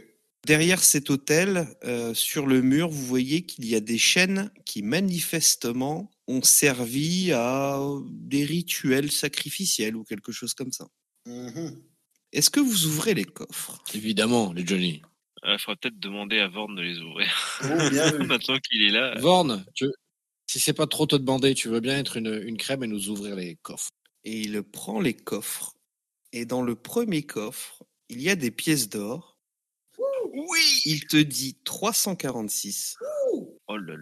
B: Derrière cet hôtel, euh, sur le mur, vous voyez qu'il y a des chaînes qui manifestement ont servi à des rituels sacrificiels ou quelque chose comme ça.
D: Mhm.
B: Est-ce que vous ouvrez les coffres
E: Évidemment, les Johnny.
C: Ah, Il faudra peut-être demander à Vorn de les ouvrir.
D: Oh, bien vu.
C: Maintenant qu'il est là.
E: Vorn, tu... si c'est pas trop te demander, tu veux bien être une, une crème et nous ouvrir les coffres.
B: Et il prend les coffres. Et dans le premier coffre, il y a des pièces d'or.
C: Oui
B: Il te dit 346.
C: Oh là là là là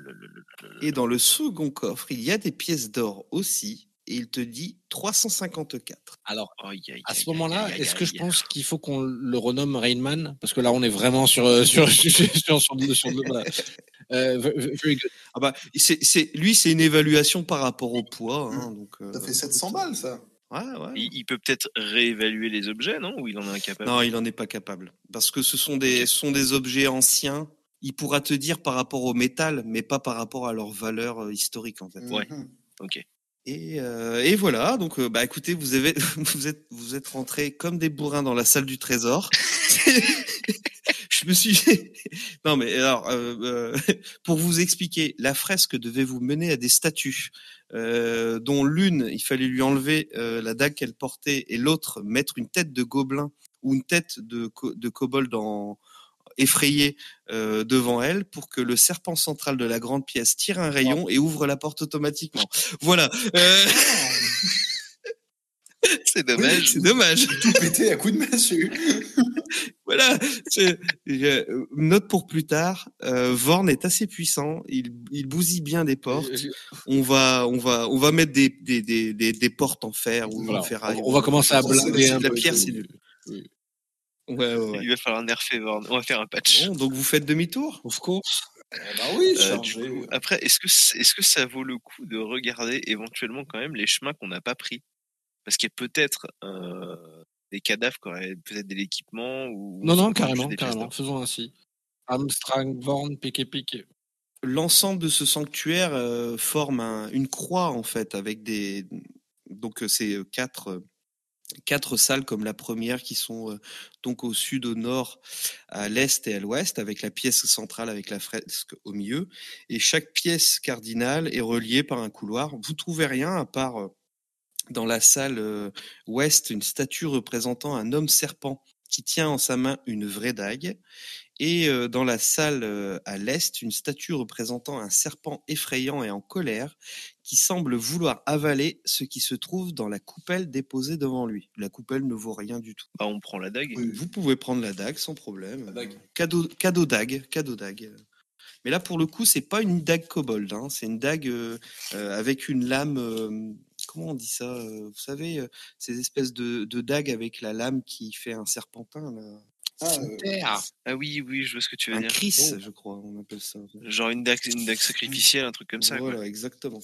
C: là là.
B: Et dans le second coffre, il y a des pièces d'or aussi. Et il te dit 354.
E: Alors,
C: Aïe, aïe,
E: à ce
C: aïe,
E: moment-là,
C: aïe, aïe,
E: est-ce que je
C: aïe.
E: pense qu'il faut qu'on le renomme Rainman Parce que là, on est vraiment sur. euh, sur, sur, sur, sur- sur- voilà. Euh, v- v- very good.
B: Ah bah, c'est, c'est- lui, c'est une évaluation par rapport au poids. hein, donc, euh,
D: Ça fait 700 balles, ça.
B: Ouais, ouais. bah
C: Il, il peut peut-être réévaluer les objets, non Ou il en est incapable
B: Non, il n'en est pas capable. Parce que ce sont des, ce sont des objets anciens. Il pourra te dire par rapport au métal, mais pas par rapport à leur valeur euh, historique, en fait.
C: Ouais.
D: Mhm.
C: Ok.
B: Et, euh, et voilà. Donc, euh, bah, écoutez, vous, avez, vous êtes, vous êtes rentrés comme des bourrins dans la salle du trésor. Je me suis. non, mais alors, euh, euh, pour vous expliquer, la fresque devait vous mener à des statues, euh, dont l'une, il fallait lui enlever euh, la dague qu'elle portait, et l'autre, mettre une tête de gobelin ou une tête de, co- de kobold en effrayé euh, devant elle pour que le serpent central de la grande pièce tire un rayon et ouvre la porte automatiquement. Voilà. Euh,
C: C'est
B: c'est dommage.
D: Tout pété à coups de massue.
B: Voilà. C'est- je- note pour plus tard. Euh, Vorn est assez puissant. Il, il bousille bien des portes.
E: Euh,
B: On va, on va, on va mettre des, des, des, des, des portes en fer ou
E: Voilà.
B: en ferraille.
E: On, on va commencer à
D: C'est- c'est-
E: blinder
D: c'est
E: un
B: de la
E: peu.
B: pierre, c'est nul. Ouais, ouais, ouais.
C: Il va falloir nerfer Vorn. On va faire un patch.
B: Bon, donc vous faites demi-tour.
E: Of course.
D: Ah bah oui,
C: Euh,
D: chargé.
C: du coup, après, est-ce que, c- est-ce que ça vaut le coup de regarder éventuellement quand même les chemins qu'on n'a pas pris Parce qu'il y a peut-être euh, des cadavres qui auraient peut-être de l'équipement ou.
E: Non, non,
C: ou
E: carrément,
C: des pièces
E: carrément.
C: d'or.
E: Faisons ainsi. Armstrong, Vorn, piqué, piqué.
B: L'ensemble de ce sanctuaire euh, forme un- une croix en fait avec des donc euh, c'est euh, quatre euh, quatre salles comme la première qui sont euh, donc au sud, au nord, à l'est et à l'ouest, avec la pièce centrale avec la fresque au milieu. Et chaque pièce cardinale est reliée par un couloir. Vous trouvez rien à part euh, dans la salle euh, ouest une statue représentant un homme serpent qui tient en sa main une vraie dague. Et euh, dans la salle euh, à l'est, une statue représentant un serpent effrayant et en colère qui semble vouloir avaler ce qui se trouve dans la coupelle déposée devant lui. La coupelle ne vaut rien du tout.
C: Bah, on prend la dague.
D: Oui.
B: Vous pouvez prendre la dague sans problème. euh,
D: La dague.
B: Cadeau, cadeau dague, cadeau dague. Mais là, pour le coup, c'est pas une dague kobold, hein, c'est une dague euh, euh, avec une lame. euh, comment on dit ça euh, Vous savez, euh, ces espèces de, de dagues avec la lame qui fait un serpentin, là.
D: Ah, euh,
C: Ah oui, oui, je vois ce que tu veux
B: un
C: dire.
B: cris,
D: Oh.
B: je crois, on appelle ça.
C: Genre une dague, une dague sacrificielle, un truc comme ça.
B: voilà, exactement.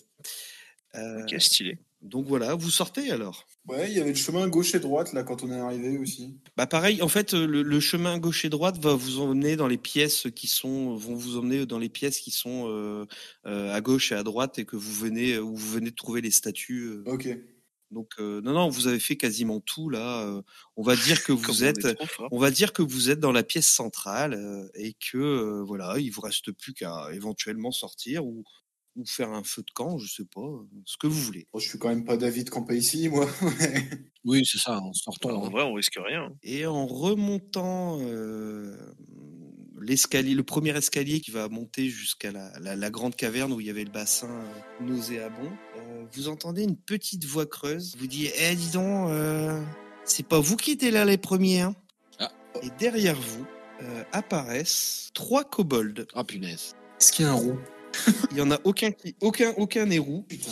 B: Euh,
C: Quoi. Ok, stylé.
B: Donc voilà, vous sortez alors.
D: ouais, il y avait le chemin gauche et droite, là, quand on est arrivé aussi.
B: Bah pareil, en fait, euh, le, le chemin gauche et droite va vous emmener dans les pièces qui sont vont vous emmener dans les pièces qui sont euh, euh, à gauche et à droite et que vous venez euh, où vous venez de trouver les statues. euh.
D: Ok.
B: Donc euh, non non, vous avez fait quasiment tout là. euh, On va dire que
C: Comme
B: vous
C: on est
B: êtes
C: trop fort.
B: on va dire que vous êtes dans la pièce centrale euh, et que euh, voilà, il vous reste plus qu'à éventuellement sortir ou ou faire un feu de camp, je sais pas, euh, ce que vous voulez.
D: Bon, je suis quand même pas David campé ici, moi.
E: Oui, c'est ça, en sortant.
C: Bah, en
E: hein.
C: vrai, on risque rien. hein.
B: Et en remontant euh, l'escalier, le premier escalier qui va monter jusqu'à la, la- la grande caverne où il y avait le bassin euh, nauséabond, euh, vous entendez une petite voix creuse vous dit Eh, dis donc, euh, c'est pas vous qui étiez là les premiers. hein
E: Ah.
B: Et derrière vous euh, apparaissent trois kobolds.
E: Ah, punaise.
D: Est-ce qu'il y a un roux
B: Il y en a aucun qui, aucun, aucun n'est roux.
D: Putain.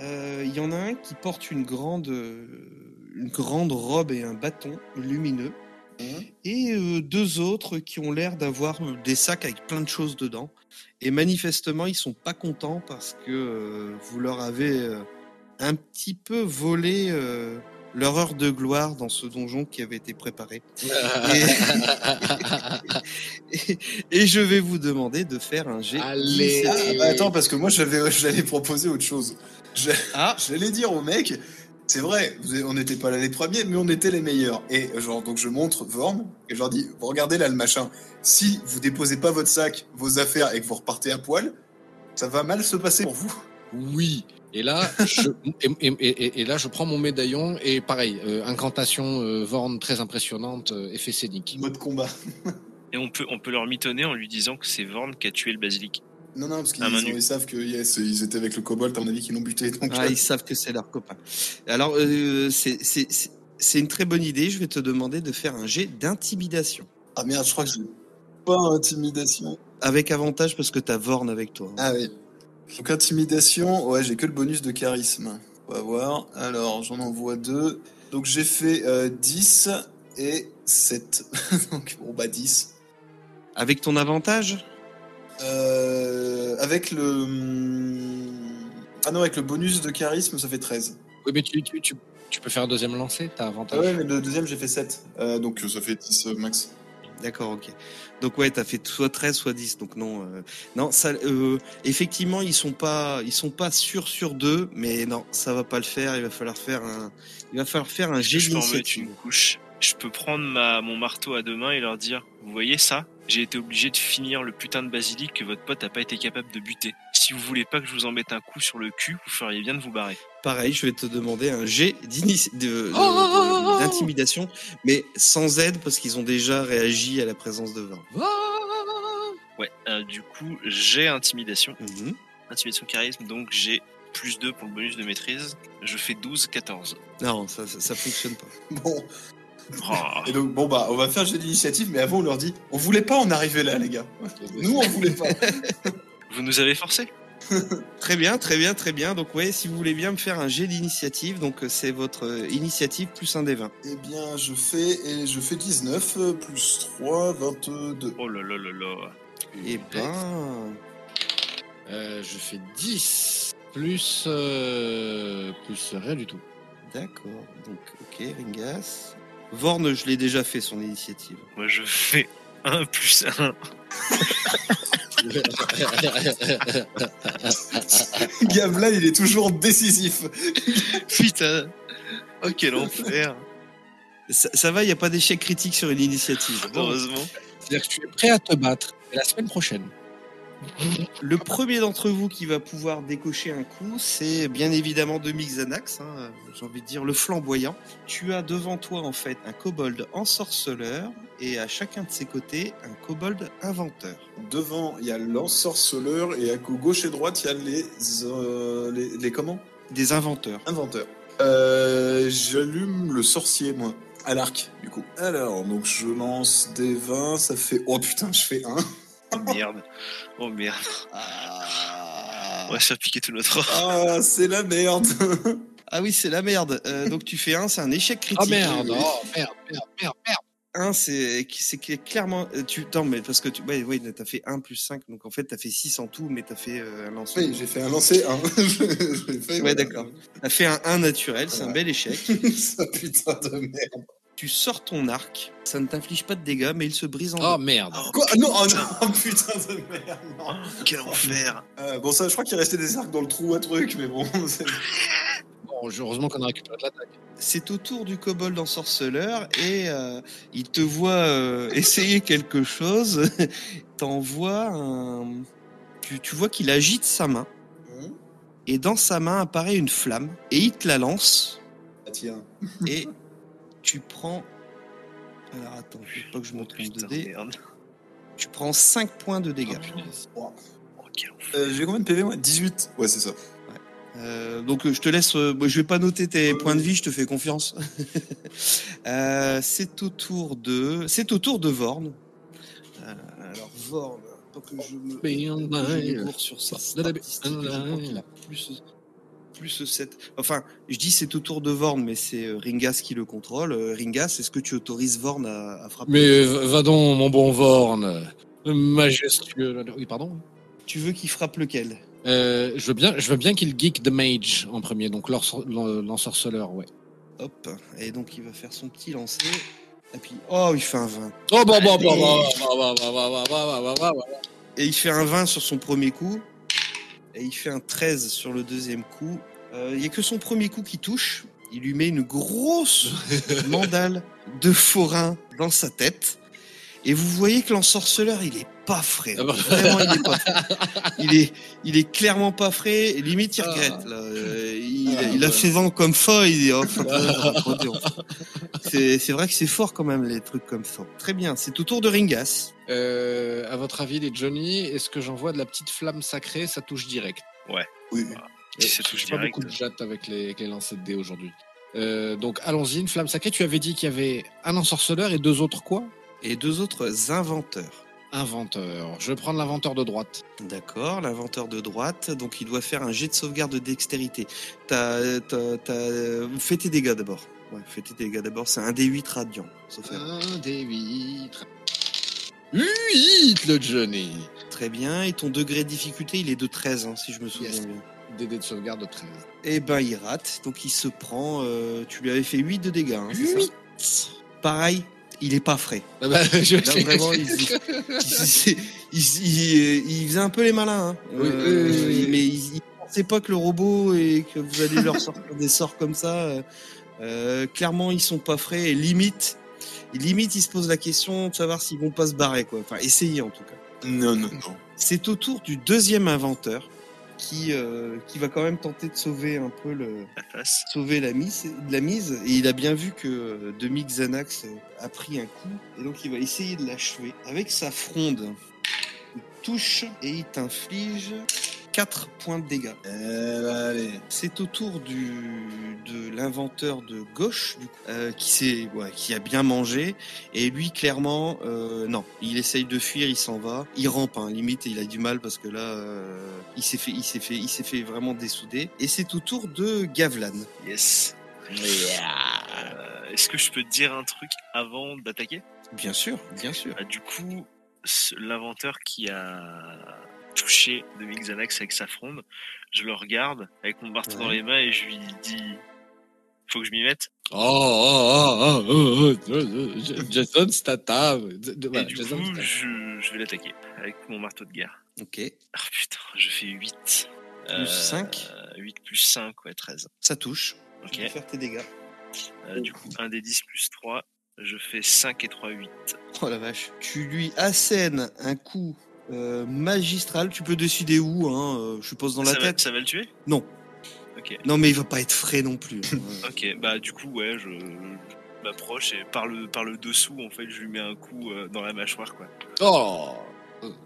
B: Euh, Il y en a un qui porte une grande, euh, une grande robe et un bâton lumineux.
D: Hein
B: et euh, deux autres qui ont l'air d'avoir euh, des sacs avec plein de choses dedans. Et manifestement, ils sont pas contents parce que euh, vous leur avez euh, un petit peu volé euh, leur heure de gloire dans ce donjon qui avait été préparé. Et, et je vais vous demander de faire un jet.
E: Allez.
D: Ah, bah attends, parce que moi, j'avais, j'allais proposer autre chose. Je-
B: Ah.
D: J'allais dire au mec, c'est vrai, vous avez- on n'était pas là les premiers, mais on était les meilleurs. Et euh, genre, donc je montre Vorm, et je leur dis, vous regardez là le machin, si vous déposez pas votre sac, vos affaires, et que vous repartez à poil, ça va mal se passer pour vous.
E: Oui. Et là, je, et, et- et- et là, je prends mon médaillon et pareil, euh, incantation euh, Vorn très impressionnante, euh, effet scénique.
D: Mode combat.
C: Et on peut, on peut leur mitonner en lui disant que c'est Vorn qui a tué le basilic.
D: Non, non, parce qu'ils
C: Ah, Manu.
D: ils savent que yes, ils étaient avec le cobalt, à mon avis, qu'ils l'ont buté. Donc, euh,
B: Ah, ils savent que c'est leur copain. Alors, euh, c'est- c'est c'est- c'est une très bonne idée. Je vais te demander de faire un jet d'intimidation.
D: ah merde, je crois que j'ai pas intimidation.
B: Avec avantage parce que t'as Vorn avec toi.
D: Ah oui. Donc intimidation, ouais, j'ai que le bonus de charisme. On va voir. Alors, j'en envoie deux. Donc j'ai fait euh, 10 et 7. Donc bon bah 10.
B: Avec ton avantage
D: Euh, avec le Ah non, avec le bonus de charisme, ça fait 13.
E: Oui, mais tu, tu, tu- tu peux faire un deuxième lancer, t'as
D: Ah
E: avantage.
D: ouais, mais le deuxième, j'ai fait 7. Euh, donc ça fait 10 euh, max.
B: D'accord, ok. Donc ouais, t'as fait soit 13, soit 10. Donc non, euh, non, ça, euh, effectivement, ils sont pas, ils sont pas sûrs sur deux, mais non, ça va pas le faire. Il va falloir faire un, il va falloir faire un
C: Est-ce que
B: jet
C: je peux en mettre
B: d'initiative.
C: une couche. Je peux prendre ma, mon marteau à deux mains et leur dire Vous voyez ça J'ai été obligé de finir le putain de basilic que votre pote n'a pas été capable de buter. Si vous voulez pas que je vous en mette un coup sur le cul, vous feriez bien de vous barrer.
B: Pareil, je vais te demander un jet d'ini- de- de-
E: Oh, oh, oh, oh, oh.
B: de- d'intimidation, mais sans aide parce qu'ils ont déjà réagi à la présence de Vorn.
E: Ah
C: Ouais, euh, du coup, j'ai intimidation.
B: Mhm.
C: Intimidation charisme, donc j'ai plus 2 pour le bonus de maîtrise. Je fais 12, 14.
B: Non, ça, ça, ça fonctionne pas.
D: Bon,
C: Oh.
D: et donc bon bah on va faire jeu d'initiative mais avant on leur dit on voulait pas en arriver là les gars. Nous on voulait pas.
C: vous nous avez forcé
B: Très bien, très bien, très bien. Donc ouais, si vous voulez bien me faire un jet d'initiative, donc euh, c'est votre euh, initiative plus un des 20.
D: Eh bien, je fais, et je fais 19 euh, plus 3, 22.
C: Oh là là là là.
B: Et Eh ben,
E: Euh, je fais 10 plus euh, plus rien du tout.
B: d'accord. Donc ok, Ringas. Vorn, je l'ai déjà fait son initiative.
C: Moi, je fais 1 plus 1.
D: Gamelin, il est toujours décisif.
C: Putain Oh, quel enfer
B: Ça, ça va, il n'y a pas d'échec critique sur une initiative. Euh, Bon,
C: Heureusement.
E: C'est-à-dire que tu es prêt à te battre mais la semaine prochaine.
B: le premier d'entre vous qui va pouvoir décocher un coup, c'est bien évidemment de Xanax, hein, euh, j'ai envie de dire le flamboyant. Tu as devant toi en fait un kobold ensorceleur et à chacun de ses côtés un kobold inventeur.
D: Devant, il y a l'ensorceleur et à gau- gauche et droite, il y a les, euh, les, les comment
B: Des inventeurs.
D: Inventeurs. Euh, J'allume le sorcier, moi. À l'arc, du coup. Alors, donc je lance des 20, ça fait. Oh putain, je fais 1.
C: Oh merde. Oh merde. On va se faire piquer tout notre or.
D: Ah, c'est la merde.
B: Ah oui, c'est la merde. Euh, donc tu fais un, Ah, c'est un échec
E: Oh
B: critique.
E: merde, oh merde, merde, merde, merde.
B: Un, c'est c'est que clairement. euh, Tu attends, mais parce que tu. Ouais, ouais, t'as fait 1 plus 5, donc en fait t'as fait 6 en tout, mais t'as fait euh, un lancement.
D: oui, j'ai fait un lancer 1.
B: Ouais, d'accord. T'as fait un 1 naturel, c'est un bel échec.
D: ça putain de merde.
B: Tu sors ton arc, ça ne t'inflige pas de dégâts, mais il se brise en
E: Oh
B: deux.
E: merde.
D: Quoi Non, oh non, putain de merde. non.
C: Quel enfer
D: Euh, bon, ça, je crois qu'il restait des arcs dans le trou à truc, mais bon. c'est-
E: Bon, heureusement qu'on a récupéré de l'attaque.
B: C'est au tour du kobold ensorceleur et euh, il te voit euh, essayer quelque chose. T'envoies un. Tu, tu vois qu'il agite sa main. et dans sa main apparaît une flamme et il te la lance
D: Ah, tiens.
B: et tu prends alors euh, attends je veux pas que je montre trompe de
C: Putain,
B: dés
C: merde.
B: tu prends 5 points de
E: Oh,
B: dégâts
E: punaise.
C: Oh, quel enfer.
D: Euh, J'ai combien de PV, moi 18. Ouais, c'est ça.
B: Euh, donc euh, je te laisse euh, moi, je vais pas noter tes
D: Oui.
B: points de vie je te fais confiance Euh, c'est au tour de c'est au tour de Vorn Euh, alors Vorn faut que je me, faut que je me gourre sur ça
E: Be alive.
B: je crois qu'il a plus plus cette. Enfin, je dis c'est au tour de Vorn, mais c'est euh, Ringas qui le contrôle. Euh, Ringas, est-ce que tu autorises Vorn à, à frapper
E: Mais va va donc, mon bon Vorn. Majestueux. Oui, pardon
B: Tu veux qu'il frappe lequel
E: Euh, je veux bien, je veux bien qu'il geek the mage en premier, donc l'ensorce- l'en- l'ensorceleur, ouais.
B: Hop. Et donc il va faire son petit lancer. Et puis, oh, il fait un 20.
E: Oh bah bah bah bah bah bah bah bah bah bah bah bah.
B: Et il fait un 20 sur son premier coup. Et il fait un 13 sur le deuxième coup. Euh, Il y a que son premier coup qui touche. Il lui met une grosse mandale de forain dans sa tête. Et vous voyez que l'ensorceleur, il est pas frais.
E: Ah bah.
B: Vraiment, il est pas frais. Il est, il est clairement pas frais. Et Limite, il
E: Ah.
B: regrette. là. Euh, il,
E: Ah,
B: il a
E: ouais.
B: ses dents comme ça. Il dit, oh, faut pas dire, faut pas dire. c'est c'est vrai que c'est fort quand même, les trucs comme ça. Très bien. C'est au tour de Ringas.
E: Euh, à votre avis, les Johnny, est-ce que j'envoie de la petite flamme sacrée Ça touche direct.
D: Oui.
C: Si ça
E: Je
C: touche
E: fais pas
C: direct.
E: beaucoup de jatte avec les, avec les lancers de dés aujourd'hui. Euh, donc allons-y, une flamme sacrée. Tu avais dit qu'il y avait un ensorceleur et deux autres quoi
B: et deux autres inventeurs.
E: Inventeur. Je vais prendre l'inventeur de droite.
B: D'accord, l'inventeur de droite, donc il doit faire un jet de sauvegarde de dextérité. T'as, t'as, t'as... Fais tes dégâts d'abord. Ouais, fais tes dégâts d'abord, c'est un D8 radiant, sauf erreur.
E: Un des huîtres. Huit, le Johnny
B: Très bien, et ton degré de difficulté, il est de 13, hein, si je me souviens
E: Yes.
B: bien.
E: Des dés de sauvegarde de 13.
B: Eh ben, il rate, donc il se prend... euh, tu lui avais fait 8 de dégâts, hein, c'est ça Pareil, il est pas frais.
E: Ah bah, je-
B: Là, vraiment, il, il- il- il- il faisait un peu les malins. hein.
E: Oui,
B: Euh,
E: oui, oui, oui.
B: Mais il, il pensait pas que le robot et que vous allez leur sortir des sorts comme ça. euh, euh, clairement, ils sont pas frais. Et limite, limite, ils se posent la question de savoir s'ils vont pas se barrer. Quoi. Enfin, essayer en tout cas.
D: Non, non, non.
B: C'est au tour du deuxième inventeur qui, euh, qui va quand même tenter de sauver un peu le,
C: la face.
B: sauver la mise, la mise et il a bien vu que euh, Demi Xanax euh, a pris un coup et donc il va essayer de l'achever avec sa fronde. Il touche et il t'inflige 4 points de dégâts.
D: Eh bah, allez.
B: C'est au tour du, de l'inventeur de gauche du coup, euh, qui, s'est- ouais, qui a bien mangé et lui clairement euh, non, il essaye de fuir, il s'en va, il rampe hein, limite et il a du mal parce que là euh, il s'est fait, il s'est fait, il s'est fait vraiment dessouder et c'est au tour de Gavlan.
C: Yes. Euh, Est-ce que je peux te dire un truc avant d'attaquer
B: Bien sûr, bien sûr.
C: Bah, Du coup, ce- l'inventeur qui a touché de Xanax avec sa fronde, je le regarde avec mon marteau dans
B: Ouais.
C: les mains et je lui dis Faut que je m'y mette.
E: Oh, oh, oh, oh, oh, oh, oh, Jason Statham. De- de-
C: et
E: voilà,
C: du
E: Bah, Jason
C: coup,
E: Statham.
C: je, je vais l'attaquer avec mon marteau de guerre.
B: Ok.
C: Ah putain, je fais 8.
B: Plus
C: Euh,
B: cinq
C: 8 plus 5, ouais, 13.
B: Ça touche.
C: Ok.
B: Tu vas faire tes dégâts.
C: Euh, du coup, 1 des 10 plus 3, je fais 5 et 3, 8.
B: Oh la vache. Tu lui assènes un coup euh, magistral. Tu peux décider où, hein, euh, je suppose dans la
C: ça
B: tête.
C: Va, ça va le tuer
B: Non.
C: Ok.
B: Non, mais il va pas être frais non plus. hein. Ouais.
C: Ok, bah du coup, ouais, je, je m'approche et par le, par le dessous, en fait, je lui mets un coup euh, dans la mâchoire, quoi.
E: Oh,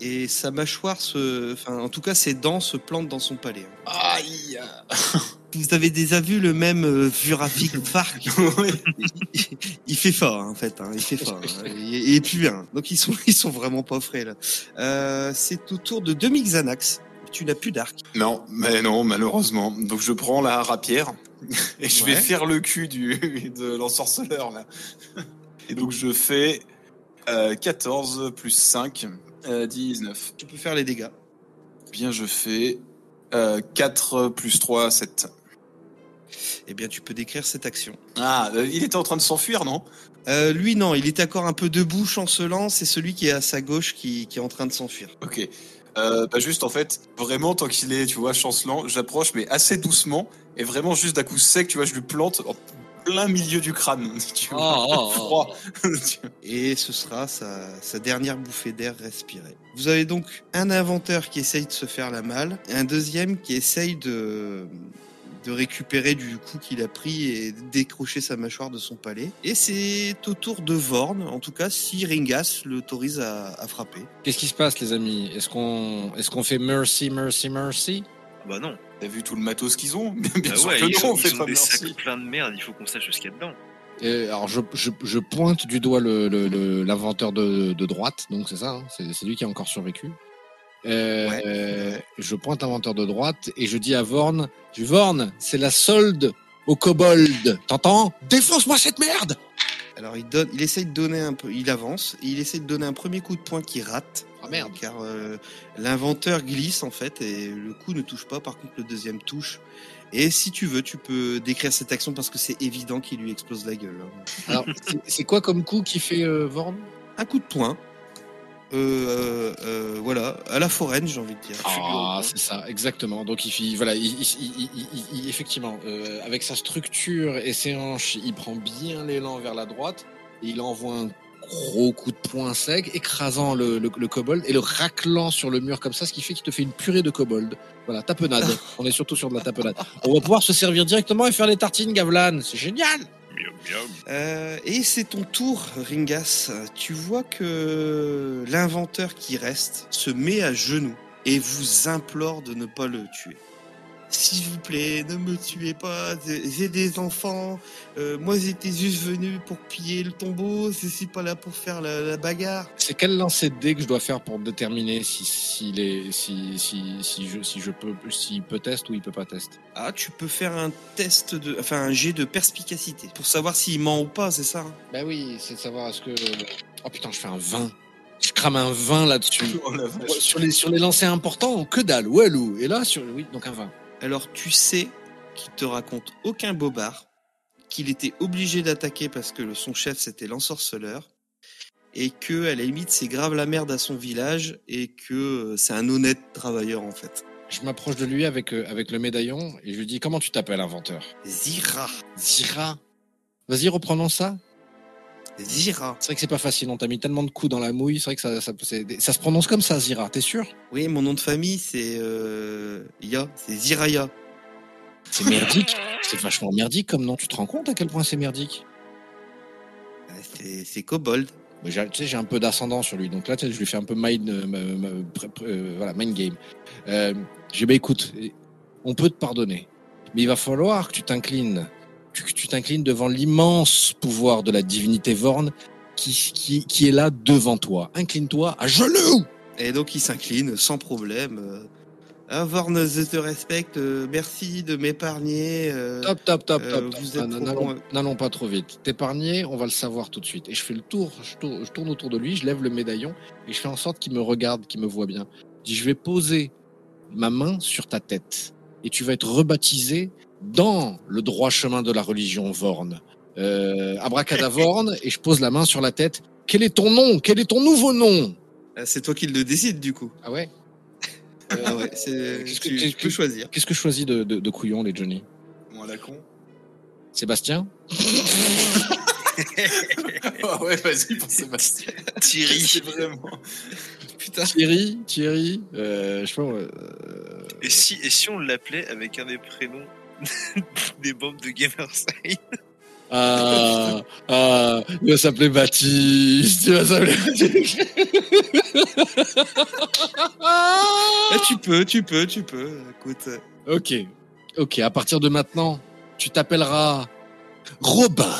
B: Et sa mâchoire se. Enfin, en tout cas, ses dents se plantent dans son palais. hein.
E: aïe.
B: Vous avez déjà vu le même euh, Jurassic Park Il fait fort hein, en fait, hein, il fait fort. hein. Il, est plus bien. Donc ils sont, ils sont vraiment pas frais là. Euh, c'est au tour de demi Xanax. Tu n'as plus d'arc.
D: Non, mais non, malheureusement. Donc je prends la rapière et je vais
B: Ouais.
D: faire le cul du, de l'ensorceleur là. Et donc je fais euh, 14 plus 5, euh, 19.
B: Tu peux faire les dégâts.
D: Bien, je fais euh, 4 plus 3, 7.
B: Eh bien, tu peux décrire cette action.
D: Ah, euh, il était en train de s'enfuir, non
B: Euh, lui, non, il est encore un peu debout, chancelant. C'est celui qui est à sa gauche qui, qui est en train de s'enfuir.
D: Ok. Euh, bah juste en fait, vraiment tant qu'il est, tu vois, chancelant, j'approche mais assez doucement et vraiment juste d'un coup sec, tu vois, je lui plante en plein milieu du crâne. Tu
E: Oh,
D: vois,
E: oh, oh.
D: froid. Tu
B: Et ce sera sa, sa dernière bouffée d'air respirée. Vous avez donc un inventeur qui essaye de se faire la malle, et un deuxième qui essaye de, de récupérer du coup qu'il a pris et décrocher sa mâchoire de son palais. Et c'est au tour de Vorn, en tout cas si Ringas l'autorise à, à frapper.
E: Qu'est-ce qui se passe, les amis Est-ce qu'on est-ce qu'on fait mercy, mercy, mercy
C: Ah Bah non.
D: T'as vu tout le matos qu'ils ont Bien
C: Bah
D: sûr
C: ouais,
D: que
C: ils
D: non,
C: ont,
D: on fait
C: ils ont
D: pas
C: des
D: merci.
C: sacs pleins de merde, il faut qu'on sache ce qu'il y a dedans.
E: Et Alors, je, je, je pointe du doigt le- le- le- l'inventeur de, de droite, donc c'est ça, hein, c'est c'est lui qui a encore survécu. Euh,
D: Ouais.
E: euh, je pointe un menteur de droite et je dis à Vorn, je dis, Vorn, c'est la solde au kobold. T'entends Défonce-moi cette merde
A: Alors il donne, il essaie de donner un peu, il avance et il essaie de donner un premier coup de poing qui rate.
E: Ah merde.
A: Car euh, l'inventeur glisse en fait et le coup ne touche pas. Par contre le deuxième touche. Et si tu veux, tu peux décrire cette action parce que c'est évident qu'il lui explose la gueule. hein.
E: Alors, c'est- c'est quoi comme coup qui fait euh, Vorn
A: Un coup de poing. Euh, euh, euh, voilà, à la foraine, j'ai envie de dire.
E: Ah, c'est ça, exactement. Donc, il, fit- voilà, il, il- il- il- il- il- effectivement, euh, avec sa structure et ses hanches, il prend bien l'élan vers la droite. Et il envoie un gros coup de poing sec, écrasant le, le, le kobold et le raclant sur le mur comme ça, ce qui fait qu'il te fait une purée de kobold. Voilà, tapenade. On est surtout sur de la tapenade. On va pouvoir se servir directement et faire des tartines, Gavlan. C'est génial.
C: Miam, miam.
A: Euh, et c'est ton tour, Ringas. Tu vois que l'inventeur qui reste se met à genoux et vous implore de ne pas le tuer. S'il vous plaît, ne me tuez pas, j'ai des enfants, Euh, moi j'étais juste venu pour piller le tombeau, je suis pas là pour faire la, la bagarre.
E: C'est quel lancer de dés que je dois faire pour déterminer si, s'il est, si, si, si, je, si je peux, s'il peut test ou il peut pas test
A: Ah, tu peux faire un test de, enfin un jet de perspicacité pour savoir s'il ment ou pas, c'est ça hein
E: Bah oui, c'est de savoir est-ce que. Oh putain, je fais un 20. Je crame un 20 là-dessus.
D: Oh la vache.
E: Sur les, sur les lancers importants, que dalle, Walou. Et là, sur, oui, donc un 20.
A: Alors tu sais qu'il te raconte aucun bobard, qu'il était obligé d'attaquer parce que le- son chef c'était l'ensorceleur, et que à la limite c'est grave la merde à son village et que euh, c'est un honnête travailleur en fait.
E: Je m'approche de lui avec, euh, avec le médaillon et je lui dis Comment tu t'appelles, inventeur
A: Zira,
E: Zira. Vas-y, reprenons ça.
A: Zira.
E: C'est vrai que c'est pas facile, on t'a mis tellement de coups dans la mouille. C'est vrai que ça, ça, c'est- ça se prononce comme ça, Zira, t'es sûr
A: Oui, mon nom de famille c'est euh, Ya, c'est Ziraya.
E: C'est merdique. C'est vachement merdique comme nom. Tu te rends compte à quel point c'est merdique
A: Ah, C'est c'est Kobold.
E: Mais j'ai- tu sais, j'ai un peu d'ascendant sur lui, donc là, tu sais, je lui fais un peu mind, euh, ma- ma- pr- pr- euh, voilà, mind game. Euh, j'ai dit, bah, écoute, on peut te pardonner, mais il va falloir que tu t'inclines, tu- que tu t'inclines devant l'immense pouvoir de la divinité Vorne qui, qui, qui est là devant toi. Incline-toi à genoux
A: Et donc il s'incline sans problème. euh. Ah, Vorn, je te respecte. euh, merci de m'épargner. euh,
E: Top, top, top,
A: Euh,
E: top. top.
A: vous êtes
E: Non,
A: trop
E: n'allons-
A: loin.
E: N'allons pas trop vite. T'épargner, on va le savoir tout de suite. Et je fais le tour, je tour- je tourne autour de lui, je lève le médaillon et je fais en sorte qu'il me regarde, qu'il me voit bien. Je dis, je vais poser ma main sur ta tête et tu vas être rebaptisé dans le droit chemin de la religion Vorne. Euh, Abracadavorne, et je pose la main sur la tête. Quel est ton nom Quel est ton nouveau nom
A: Ah, C'est toi qui le décide du coup.
E: Ah ouais
A: Ah ouais, c'est-
E: Qu'est-ce que-
A: tu, tu peux choisir.
E: Qu'est-ce que je choisis de, de, de couillon, les Johnny
D: Bon, à la con.
E: Sébastien
D: Ah ouais, vas-y pour Sébastien.
C: Thierry.
D: C'est vraiment.
E: Putain. Thierry, Thierry, euh, je sais pas, euh,
C: Et si, et si on l'appelait avec un des prénoms des membres de Gamerside
E: Ah, ah, il va s'appeler Baptiste, il va s'appeler Baptiste.
A: Ah, tu peux, tu peux, tu peux. Écoute, euh,
E: ok, ok, à partir de maintenant, tu t'appelleras Robin.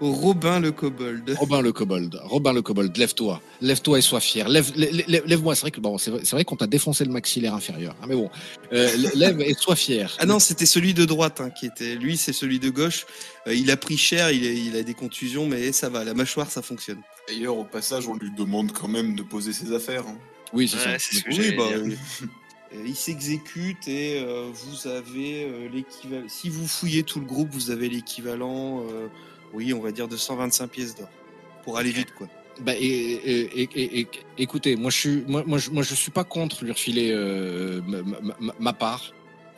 A: Robin le kobold.
E: Robin le kobold, Robin le kobold, lève-toi, lève-toi et sois fier. Lève, lè- lè- lève-moi, c'est vrai que bon, c'est vrai, c'est vrai qu'on t'a défoncé le maxillaire inférieur, hein, mais bon, Euh, lè- lève et sois fier.
A: Ah non, c'était celui de droite hein, qui était. Lui, c'est celui de gauche. Euh, il a pris cher, il a, il a des contusions, mais ça va. La mâchoire, ça fonctionne.
D: D'ailleurs, au passage, on lui demande quand même de poser ses affaires. hein.
E: oui, c'est
C: Ouais,
E: ça.
C: c'est ce que
A: Oui,
C: j'allais
A: bah,
C: dire.
A: euh, euh, il s'exécute et euh, vous avez euh, l'équivalent. Si vous fouillez tout le groupe, vous avez l'équivalent. euh, oui, on va dire de 125 pièces d'or pour aller vite, quoi.
E: Bah, et, et- et- et- et- écoutez, moi je suis, moi, moi, je, moi je suis pas contre lui refiler euh, ma, ma- ma- ma part.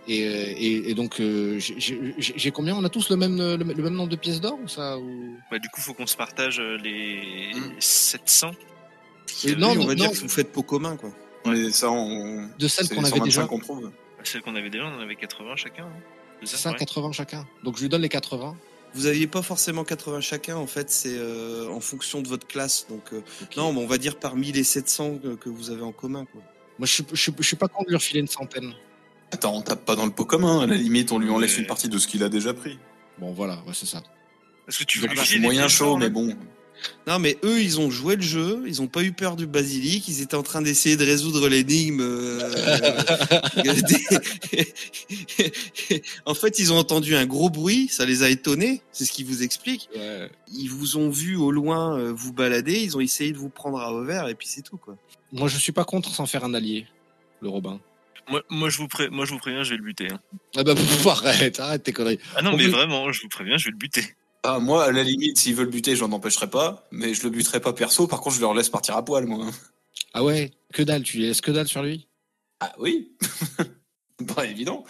E: Et, euh, et, et donc euh, j'ai- j'ai j'ai combien On a tous le même le, le même nombre de pièces d'or ou ça ou...
C: Bah, du coup, faut qu'on se partage euh, les
D: Hmm.
C: 700.
A: Et
E: Euh, non,
A: oui, on
E: non,
A: va dire
E: non.
A: que vous faites pot commun, quoi.
D: Et ça, on.
E: De celles
D: c'est
E: qu'on
D: les
E: avait
D: 125
E: déjà.
D: qu'on trouve.
C: Celle qu'on avait déjà, on en avait 80 chacun. hein.
E: C'est ça,
C: ouais.
E: 80 chacun. Donc je lui donne les 80.
A: Vous aviez pas forcément 80 chacun, en fait, c'est euh, en fonction de votre classe. Donc, euh, non, mais on va dire parmi les 700 que, que vous avez en commun. Quoi.
E: Moi je, suis- je, suis- je suis pas contre lui refiler une centaine.
D: Attends, on tape pas dans le pot commun. À la limite, on lui en laisse
C: Mais-
D: une partie de ce qu'il a déjà pris.
E: Bon voilà, ouais, c'est ça.
C: Parce que tu
E: Donc,
C: veux lui
E: bah,
D: C'est
C: filer des
D: moyen
C: pièces
D: chaud,
C: d'or,
D: mais
C: là
D: bon.
B: Non, mais eux, ils ont joué le jeu, ils ont pas eu peur du basilic, ils étaient en train d'essayer de résoudre l'énigme. euh, des- en fait, ils ont entendu un gros bruit, ça les a étonnés, c'est ce qu'ils vous expliquent.
E: Ouais.
B: Ils vous ont vu au loin euh, vous balader, ils ont essayé de vous prendre à revers, et puis c'est tout, quoi.
E: Moi, je suis pas contre sans faire un allié, le Robin.
C: Moi, moi, je vous pré- moi, je vous préviens, je vais le buter. hein.
E: Ah bah, pff, arrête, arrête tes conneries.
C: Ah non,
E: Au
C: mais
E: but-
C: vraiment, je vous préviens, je vais le buter.
D: Ah, moi, à la limite, s'ils veulent buter, j'en empêcherai pas, mais je le buterai pas perso. Par contre, je leur laisse partir à poil, moi.
E: Ah ouais, que dalle, tu lui laisses que dalle sur lui
D: Ah oui Pas Bah, évident.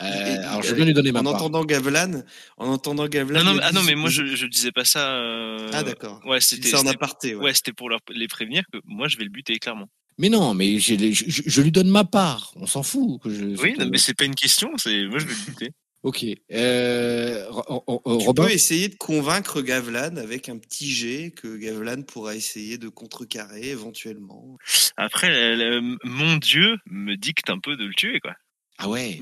E: Euh,
B: Et- et-
E: Alors, je viens lui donner ma
B: En
E: part.
B: entendant Gavelan, en entendant Gavelan.
C: Bah, Non, non,
B: le
C: mais, ah non,
B: disent-
C: mais moi, je, je disais pas ça. euh,
B: Ah, d'accord.
C: Ouais,
B: Tu dis
C: c'était
B: ça en
C: c'était-
B: aparté, ouais.
C: ouais, c'était pour leur, les prévenir que moi, je vais le buter, clairement.
E: Mais non, mais j'ai les- je, je- je lui donne ma part. On s'en fout. Que je,
C: Oui, non, mais c'est pas une question, c'est moi, je vais le buter.
E: Ok. Euh, Ro- Ro- Ro-
B: Tu
E: Robin,
B: peux essayer de convaincre Gavelan avec un petit jet que Gavelan pourra essayer de contrecarrer éventuellement.
C: Après, euh, euh, mon dieu me dicte un peu de le tuer, quoi.
E: ah ouais.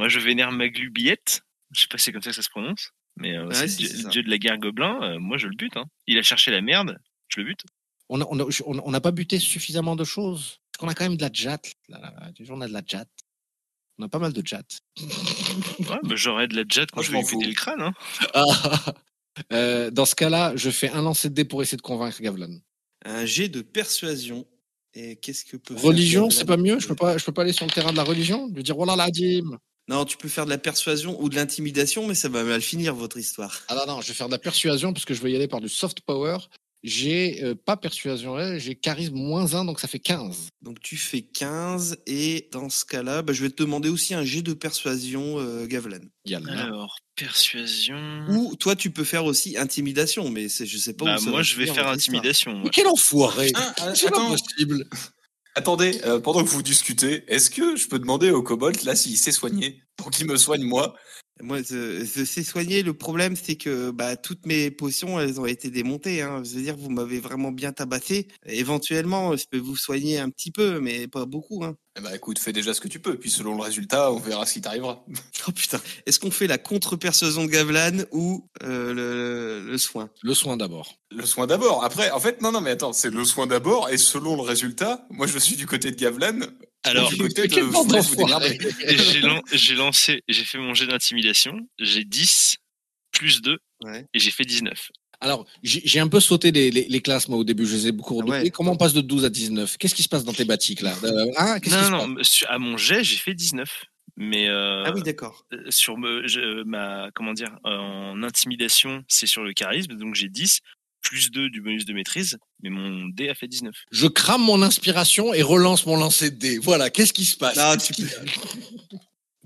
C: Moi, je vénère Maglubillette. Je sais pas si c'est comme ça que ça se prononce. Mais euh,
B: Ouais,
C: c'est
B: si,
C: le,
B: c'est
C: dieu, le
B: ça.
C: dieu de la guerre gobelin. euh, moi, je le bute. hein. Il a cherché la merde. Je le bute.
E: On n'a on a, je- on a- on a pas buté suffisamment de choses. Parce qu'on a quand même de la jatte. Là, là. Tu sais, On a de la jatte. On a pas mal de jatte.
C: Ouais, bah, j'aurais de la jet quand
D: Moi,
C: je
D: je
C: vais lui
D: m'en
C: péter
D: fous.
C: le crâne. Hein.
E: Euh, dans ce cas-là, je fais un lancer de dés pour essayer de convaincre Gavlan.
B: Un jet de persuasion. Et qu'est-ce que peut faire
E: Religion,
B: Gavelan
E: c'est pas mieux. Je peux pas, je peux pas aller sur le terrain de la religion. Lui dire oh voilà la dîme.
B: Non, tu peux faire de la persuasion ou de l'intimidation, mais ça va mal finir votre histoire.
E: Ah non non, je vais faire de la persuasion parce que je vais y aller par du soft power. J'ai euh, pas persuasion, ouais, j'ai charisme moins 1, donc ça fait 15.
B: Donc tu fais 15 et dans ce cas-là, bah, je vais te demander aussi un jet de persuasion, euh, Gavelan.
E: Yallah.
C: Alors, persuasion.
B: Ou toi, tu peux faire aussi intimidation, mais c'est- je sais pas
C: Mmh. Bah,
B: où ça
C: moi,
B: va
C: je vais
B: finir,
C: faire
B: votre histoire.
C: intimidation.
E: Mais
C: moi.
E: quel enfoiré
D: Ah, ah,
E: C'est pas
D: attends,
E: possible.
D: attendez, euh, pendant que vous discutez, est-ce que je peux demander au Cobalt, là, s'il s'est soigné Pour qu'il me soigne, moi
B: Moi, je, je sais soigner. Le problème, c'est que bah, toutes mes potions, elles ont été démontées. Hein. Je veux dire, vous m'avez vraiment bien tabassé. Éventuellement, je peux vous soigner un petit peu, mais pas beaucoup. Hein.
D: Eh ben, écoute, fais déjà ce que tu peux, puis selon le résultat, on verra ce qui t'arrivera.
B: Oh putain, est-ce qu'on fait la contre-persuasion de Gavlan ou euh, le, le soin
E: Le soin d'abord.
D: Le soin d'abord. Après, en fait, non, non, mais attends, c'est le soin d'abord, et selon le résultat, moi, je suis du côté de Gavlan.
C: Alors,
D: du côté de
E: Quel bande
D: vous laisse vous
E: d'enfoirés.
D: démerder.
C: j'ai lan- j'ai lancé, j'ai fait mon jet d'intimidation. J'ai 10 plus 2
B: Ouais.
C: et j'ai fait 19.
E: Alors, j'ai j'ai un peu sauté les, les- les classes, moi, au début. Je les ai beaucoup
B: Ah ouais.
E: redoutées. Comment on passe de 12 à 19 Qu'est-ce qui se passe dans tes batiques, là Euh, hein, qu'est-ce qui
C: Non,
E: se
C: non,
E: passe
C: non, sur- à mon jet, j'ai fait 19. Mais euh,
B: Ah oui, d'accord.
C: euh, sur me, je- euh, ma, comment dire, euh, en intimidation, c'est sur le charisme, donc j'ai 10 plus 2 du bonus de maîtrise, mais mon dé a fait 19.
E: Je crame mon inspiration et relance mon lancer de dés. Voilà, qu'est-ce qui se passe
B: Non, tu peux...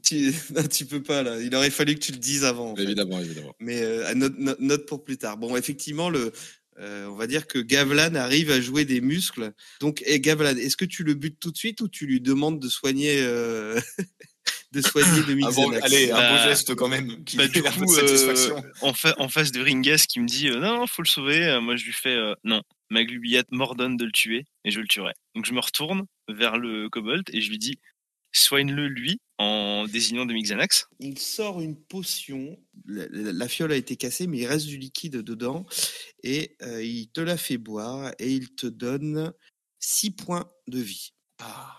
B: tu... non, tu peux pas là. Il aurait fallu que tu le dises avant. en fait.
E: Évidemment, évidemment.
B: Mais euh, à note, note- note pour plus tard. Bon, effectivement, le, euh, on va dire que Gavlan arrive à jouer des muscles. Donc, eh, Gavlan, est-ce que tu le butes tout de suite ou tu lui demandes de soigner, euh, de soigner de
D: Ah bon,
B: Mixenax
D: allez, un
C: Bah,
D: beau geste quand même, qui
C: bah,
D: fait
C: du
D: l'air de
C: coup, euh,
D: satisfaction.
C: en, fa- en face de Ringas qui me dit euh, non, non, faut le sauver. Euh, Moi, je lui fais euh, non. Maglubillate m'ordonne de le tuer et je le tuerai. Donc, je me retourne vers le kobold et je lui dis soigne-le lui en désignant des Xanax.
B: Il sort une potion. La, la- la fiole a été cassée, mais il reste du liquide dedans. Et euh, il te la fait boire et il te donne 6 points de vie.
D: Ah,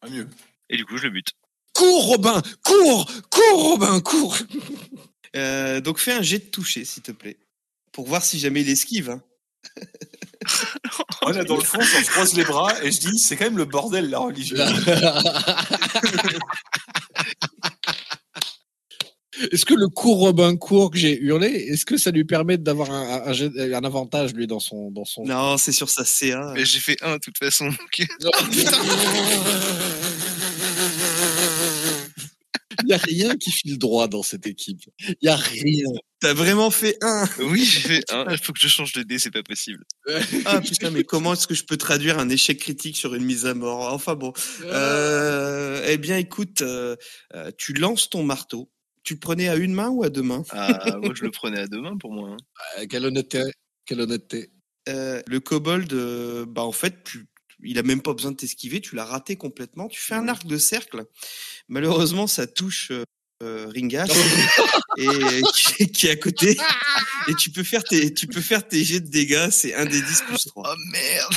D: pas mieux.
C: Et du coup, je le bute.
E: Cours, Robin Cours Cours, Robin Cours
B: Euh, donc, fais un jet de toucher, s'il te plaît. Pour voir si jamais il esquive. hein.
D: Moi, là, dans le fond, je croise les bras et je dis, c'est quand même le bordel, la religion.
C: Bah,
E: Est-ce que le cours Robin cours que j'ai hurlé, est-ce que ça lui permet d'avoir un, un- un jet- un avantage, lui, dans son... Dans son...
B: Non, c'est sur sa CA.
C: Mais J'ai fait un de toute façon. donc- euh,
E: Il n'y a rien qui file droit dans cette équipe. Il n'y a rien.
B: T'as vraiment fait un
C: oui, j'ai fait un. Il faut que je change de dé, c'est pas possible.
B: Ah putain, mais comment est-ce que je peux traduire un échec critique sur une mise à mort Enfin bon. Euh, eh bien, écoute, euh, euh, tu lances ton marteau. Tu le prenais à une main ou à deux mains
C: Ah, moi, je le prenais à deux mains pour moi. hein.
E: Euh, Quelle honnêteté. Quelle honnêteté.
B: Euh, Le kobold, euh, bah en fait, tu, il a même pas besoin de t'esquiver. Tu l'as raté complètement. Tu fais un arc de cercle. Malheureusement, ça touche euh, euh, Ringas et qui, qui est à côté. Et tu peux faire tes, tu peux faire tes jets de dégâts, c'est un des 10 plus 3.
C: Oh merde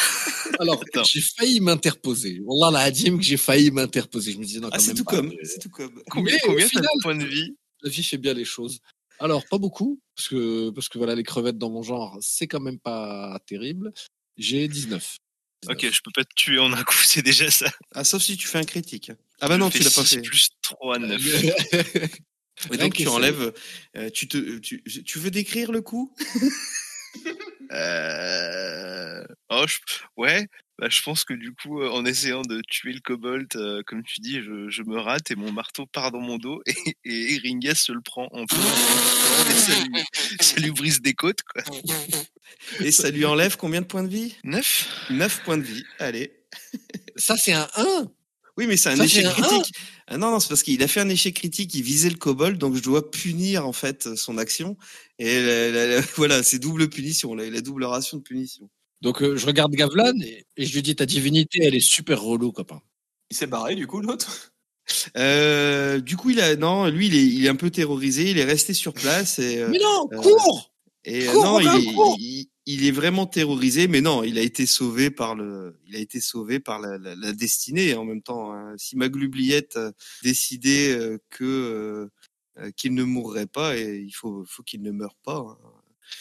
E: Alors,
C: Attends.
E: j'ai failli m'interposer. Wallah, la hadim, que j'ai failli m'interposer. Je me disais, non, quand
B: Ah, c'est
E: même
B: tout
E: pas.
B: comme, c'est tout comme.
C: Combien,
E: Mais au
C: combien t'as
E: final-
C: de points de vie
E: La vie fait bien les choses. Alors, pas beaucoup, parce que, parce que voilà, les crevettes dans mon genre, c'est quand même pas terrible. J'ai 19.
C: Ok, je peux pas te tuer en un coup, c'est déjà ça.
B: Ah, sauf si tu fais un critique. Ah bah non,
C: Je
B: tu
C: fais
B: l'as pas
C: six
B: fait.
C: plus 3, 9.
B: Et donc
E: Ok,
B: tu
E: ça-
B: enlèves, euh, tu te, tu, tu veux décrire le coup
C: Euh... Oh, je- ouais, bah, je pense que du coup, euh, en essayant de tuer le kobold, euh, comme tu dis, je, je me rate et mon marteau part dans mon dos et, et Ringas se le prend en plein et ça lui, ça lui brise des côtes, quoi.
B: Et ça lui enlève combien de points de vie
C: 9
B: 9 points de vie. Allez.
E: Ça, c'est un 1
B: Oui, mais c'est un
E: Ça,
B: échec
E: c'est un
B: critique. Ah non, non, c'est parce qu'il a fait un échec critique, il visait le kobold, donc je dois punir en fait son action. Et la- la- la- voilà, c'est double punition, la, la double ration de punition.
E: Donc, euh, je regarde Gavlan et, et je lui dis, ta divinité, elle est super relou, copain.
D: Il s'est barré du coup l'autre.
B: Euh, du coup, il a non, lui, il est, il est un peu terrorisé, il est resté sur place et, euh,
E: Mais non,
B: euh,
E: cours
B: et euh,
E: cours,
B: non,
E: Robin,
B: il, est-
E: cours
B: il- il est vraiment terrorisé, mais non, il a été sauvé par le, il a été sauvé par la, la- la destinée en même temps. hein. Si Maglubliette euh, décidait euh, que euh, euh, qu'il ne mourrait pas, et il faut, faut qu'il ne meure pas. hein.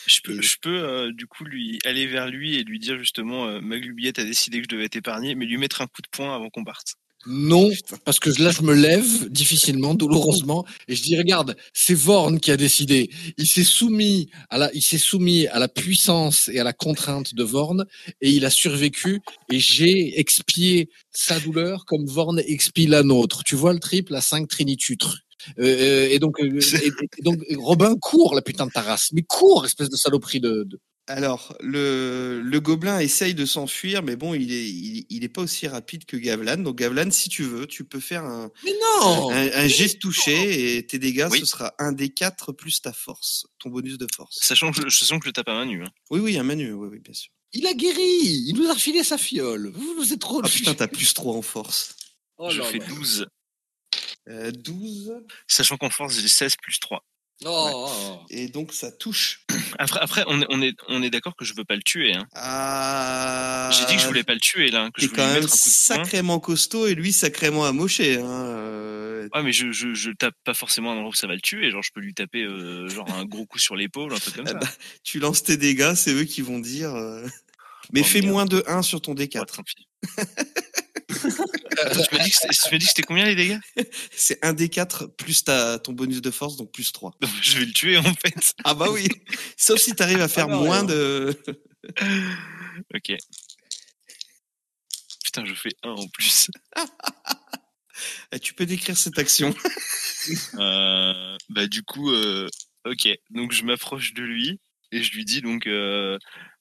C: Je peux,
B: Et-
C: je peux euh, du coup lui aller vers lui et lui dire justement euh, Maglubiette a décidé que je devais t'épargner, mais lui mettre un coup de poing avant qu'on parte.
E: Non, parce que là, je me lève difficilement, douloureusement, et je dis, regarde, c'est Vorn qui a décidé. Il s'est soumis à la, il s'est soumis à la puissance et à la contrainte de Vorn, et il a survécu, et j'ai expié sa douleur comme Vorn expie la nôtre. Tu vois le triple à 5 trinitutres. Euh, euh, et donc, euh, et- et donc, Robin court, la putain de ta race. Mais cours, espèce de saloperie de, de-
B: Alors, le, le gobelin essaye de s'enfuir, mais bon, il est, il, il est pas aussi rapide que Gavlan. Donc, Gavlan, si tu veux, tu peux faire un,
E: Mais non!
B: un, un geste touché et tes dégâts,
C: Oui.
B: ce sera un des 4 plus ta force, ton bonus de force.
C: Sachant que je, je sens que je le tape à main nue. hein.
B: Oui, oui, un manu, oui, oui, bien sûr.
E: Il a guéri! Il nous a refilé sa fiole! Vous, vous êtes trop
B: Ah putain, t'as plus 3 en force.
E: Oh
C: je
E: là
C: fais
E: là.
C: 12,
B: Euh, 12,
C: sachant qu'en force j'ai 16 plus 3.
E: Oh, oh, oh.
B: et donc ça touche.
C: Après, après on est, on est, on est d'accord que je veux pas le tuer. Hein.
B: Ah.
C: J'ai dit que je voulais pas le tuer là, hein, que
B: T'es
C: je voulais
B: quand
C: lui
B: même
C: mettre un coup de poing.
B: sacrément costaud et lui sacrément amoché. Hein. euh,
C: Ouais, mais je, je, je tape pas forcément un endroit où ça va le tuer. Genre, je peux lui taper euh, genre un gros coup sur l'épaule, un truc comme
B: Ah
C: ça.
B: bah, tu lances tes dégâts, c'est eux qui vont dire. euh, Mais
C: Oh,
B: fais
C: merde.
B: moins de 1 sur ton
C: Ouais,
B: D4.
C: tant pis. Attends, Euh, tu m'as dit que c'était- tu m'as dit que c'était combien les dégâts
B: C'est 1 D4 plus ta, ton bonus de force, donc plus 3.
C: Donc, Je vais le tuer en fait.
B: Ah bah oui Sauf si tu
C: Ah
B: arrives à faire
E: bah ouais,
B: moins
E: hein.
B: de.
C: Ok. Putain, je fais un en plus.
B: Eh, Tu peux décrire cette action.
C: Euh, bah du coup, euh, ok. Donc je m'approche de lui et je lui dis donc, euh,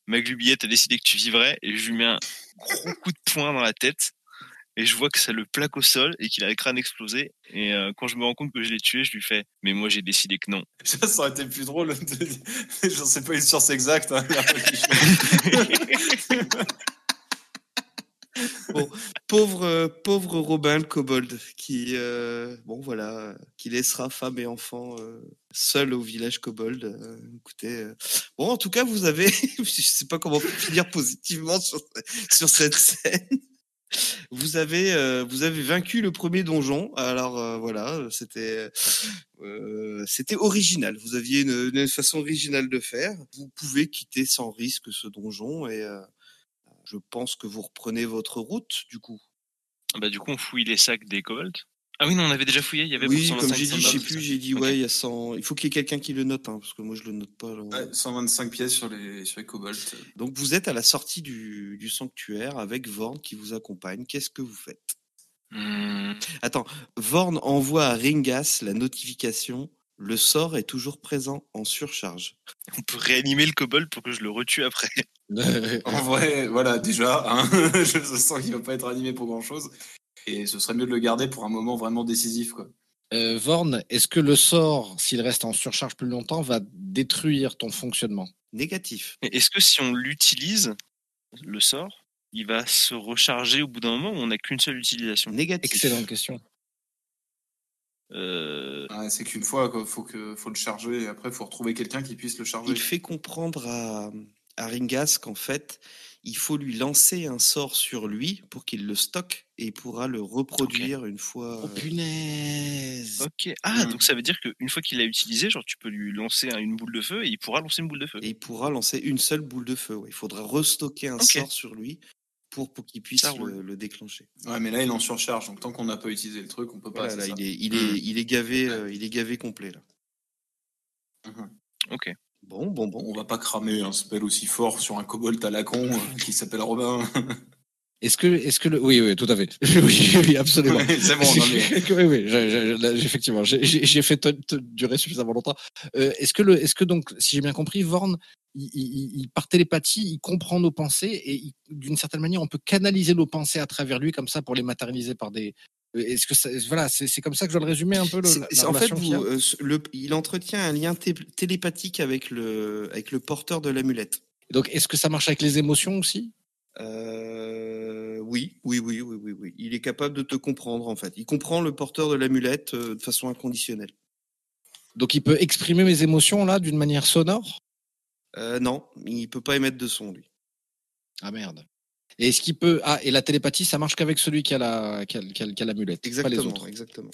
C: Maglubiette a décidé que tu vivrais et je lui mets un gros coup de poing dans la tête et je vois que ça le plaque au sol et qu'il a le crâne explosé et euh, quand je me rends compte que je l'ai tué, je lui fais, mais moi j'ai décidé que non.
D: Ça, ça aurait été plus drôle. de dire- Genre, c'est pas une science exacte. hein.
B: Pauvre, euh, pauvre Robin le kobold, qui, euh, bon, voilà, euh, qui laissera femme et enfant euh, seuls au village kobold. euh, écoutez, euh, bon, en tout cas, vous avez, je sais pas comment finir positivement sur, sur cette scène. Vous avez, euh, vous avez vaincu le premier donjon. Alors euh, voilà, c'était, euh, c'était original. Vous aviez une, une façon originale de faire. Vous pouvez quitter sans risque ce donjon et euh, je pense que vous reprenez votre route du coup.
C: Bah du coup on fouille les sacs des kobolds. Ah oui non, on avait déjà fouillé. Il y avait pour
B: Oui, comme
C: 125,
B: j'ai dit, je
C: 125,
B: sais plus, j'ai dit,
C: Ah, Ok.
B: ouais, il y a 100. Il faut qu'il y ait quelqu'un qui le note, hein, parce que moi, je le note pas. alors.
D: Ouais, 125 pièces sur les, sur les kobolds.
B: Donc, vous êtes à la sortie du, du sanctuaire avec Vorn qui vous accompagne. Qu'est-ce que vous faites
C: Hmm.
B: Attends, Vorn envoie à Ringas la notification. Le sort est toujours présent en surcharge.
C: on peut réanimer le kobold pour que je le retue après.
E: Euh,
D: En vrai, voilà, déjà, hein, je sens qu'il va pas être animé pour grand chose. Et ce serait mieux de le garder pour un moment vraiment décisif, quoi.
E: Euh, Vorn, est-ce que le sort, s'il reste en surcharge plus longtemps, va détruire ton fonctionnement
B: Négatif.
C: Mais Est-ce que si on l'utilise, le sort, il va se recharger au bout d'un moment ou on n'a qu'une seule utilisation
B: Négatif.
E: Excellente question.
C: Euh,
D: Ouais, c'est qu'une fois, quoi. Faut, que, faut le charger et après, faut retrouver quelqu'un qui puisse le charger.
B: Il fait comprendre à, à Ringas qu'en fait, il faut lui lancer un sort sur lui pour qu'il le stocke et il pourra le reproduire une fois.
E: Oh
B: euh,
E: punaise
C: ok. Ah,
D: Hmm.
C: donc ça veut dire qu'une fois qu'il l'a utilisé, genre tu peux lui lancer un- une boule de feu et il pourra lancer une boule de feu.
B: et il pourra lancer une seule boule de feu. ouais. Il faudra restocker un
C: Ok.
B: sort sur lui pour, pour qu'il puisse
C: Ça
B: le,
C: roule.
B: le déclencher.
D: Ouais, mais là, il est en surcharge. Donc, tant qu'on n'a pas utilisé le truc, on peut pas.
B: Voilà, là,
D: c'est ça.
B: il est, il est,
D: Mm.
B: il est gavé, euh, il est gavé complet là.
C: Mm-hmm. Ok.
B: Bon, bon, bon.
D: Bon, on va pas cramer un spell aussi fort sur un kobold à la con euh, qui s'appelle Robin.
E: Est-ce que, est-ce que le, oui, oui, tout à fait. oui, oui, absolument.
D: c'est bon, non, mais-
E: oui, oui, j'ai- j'ai- là, j'ai- effectivement, j'ai- j'ai j'ai fait te- te durer suffisamment longtemps. Euh, est-ce que le, est-ce que donc, si j'ai bien compris, Vorn, il, il- il- par télépathie, il comprend nos pensées et il- d'une certaine manière, on peut canaliser nos pensées à travers lui comme ça pour les matérialiser par des. Euh, Est-ce que ça, voilà, c'est c'est comme ça que je dois le résumer un peu le,
B: C'est-
E: la- la
B: c'est- en fait,
E: relation qu'il y
B: vous,
E: a
B: euh, ce- le- il entretient un lien té- télépathique avec le, avec le porteur de l'amulette.
E: Donc, est-ce que ça marche avec les émotions aussi
B: Euh, oui, oui, oui, oui, oui, oui. Il est capable de te comprendre en fait. Il comprend le porteur de l'amulette euh, de façon inconditionnelle.
E: Donc, il peut exprimer mes émotions là d'une manière sonore
B: Euh, non, il peut pas émettre de son lui.
E: Ah merde. Et est-ce qu'il peut Ah, et la télépathie, ça marche qu'avec celui qui a la, qui a, qui a- qui a l'amulette, pas les
B: Exactement,
E: autres.
B: exactement.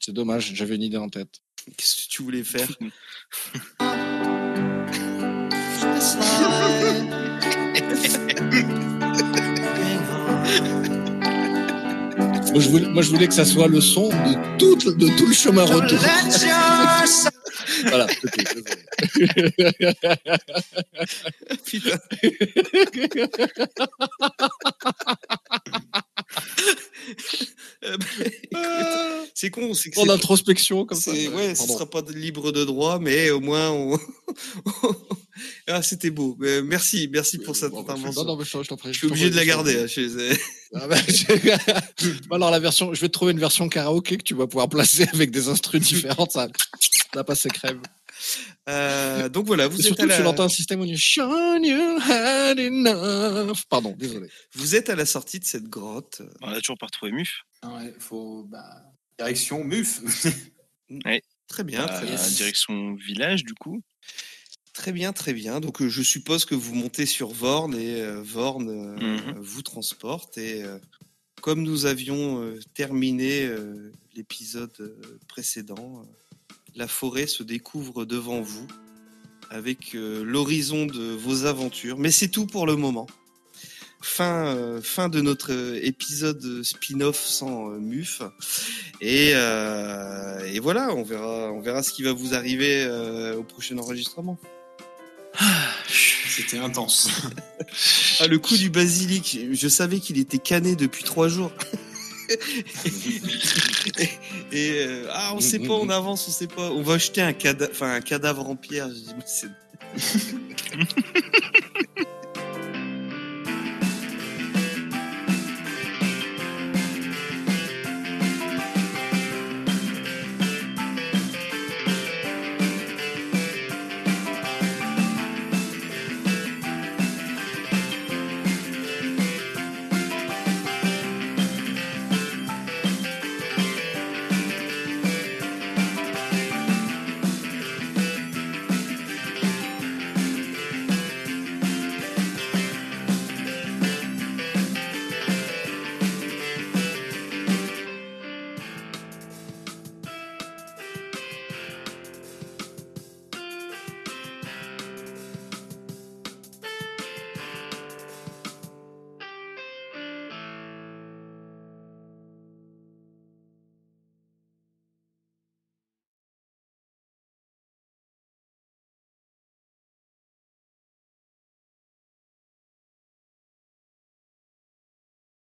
E: C'est dommage, j'avais une idée en tête.
B: Qu'est-ce que tu voulais faire
E: Moi je, voulais, moi, je voulais que ça soit le son de tout, de tout le chemin retour. voilà. c'était- désolé.
B: Putain. Euh, bah, écoute, c'est con, c'est que
E: en
B: c'est-
E: introspection, comme ça.
B: c'est- ouais, ce
E: Pardon.
B: sera pas de- libre de droit, mais au moins on. ah, c'était beau. Euh, merci, merci pour cette
E: Bon, bah,
B: intervention.
E: non, non, mais je t'en- je t'en prie,
B: je suis
E: t'en
B: obligé
E: prie,
B: de la
E: je t'en prie.
B: garder. hein, je-
E: Ah bah, je- Bon, alors la version, je vais te trouver une version karaoké que tu vas pouvoir placer avec des instruments différentes. Ça, ça passe ses crèves.
B: Euh, donc voilà, vous
E: Et
B: êtes,
E: surtout,
B: à
E: tu
B: la...
E: l'entends un système où il dit, Sean, you had enough. Pardon, désolé.
B: vous êtes à la sortie de cette grotte.
C: Bah, On a toujours pas retrouvé Muf.
D: Ouais, faut. Bah, direction MUF.
B: Très
A: Ah,
B: bien,
C: Euh,
B: très bien.
C: Direction village du coup.
B: Très bien, très bien. Donc euh, je suppose que vous montez sur Vorn et euh, Vorn euh,
C: Mhm.
B: vous transporte. Et euh, comme nous avions euh, terminé euh, l'épisode euh, précédent, euh, la forêt se découvre devant vous avec euh, l'horizon de vos aventures. Mais c'est tout pour le moment. Fin, euh, fin de notre euh, épisode spin-off sans euh, MUF. Et, euh, et voilà, on verra, on verra ce qui va vous arriver euh, au prochain enregistrement.
D: C'était intense.
B: Ah, le coup du basilic, je savais qu'il était cané depuis trois jours. et euh, ah, on sait pas, on avance, on sait pas. On va acheter un, cada- enfin, un cadavre en pierre. Je dis, mais c'est-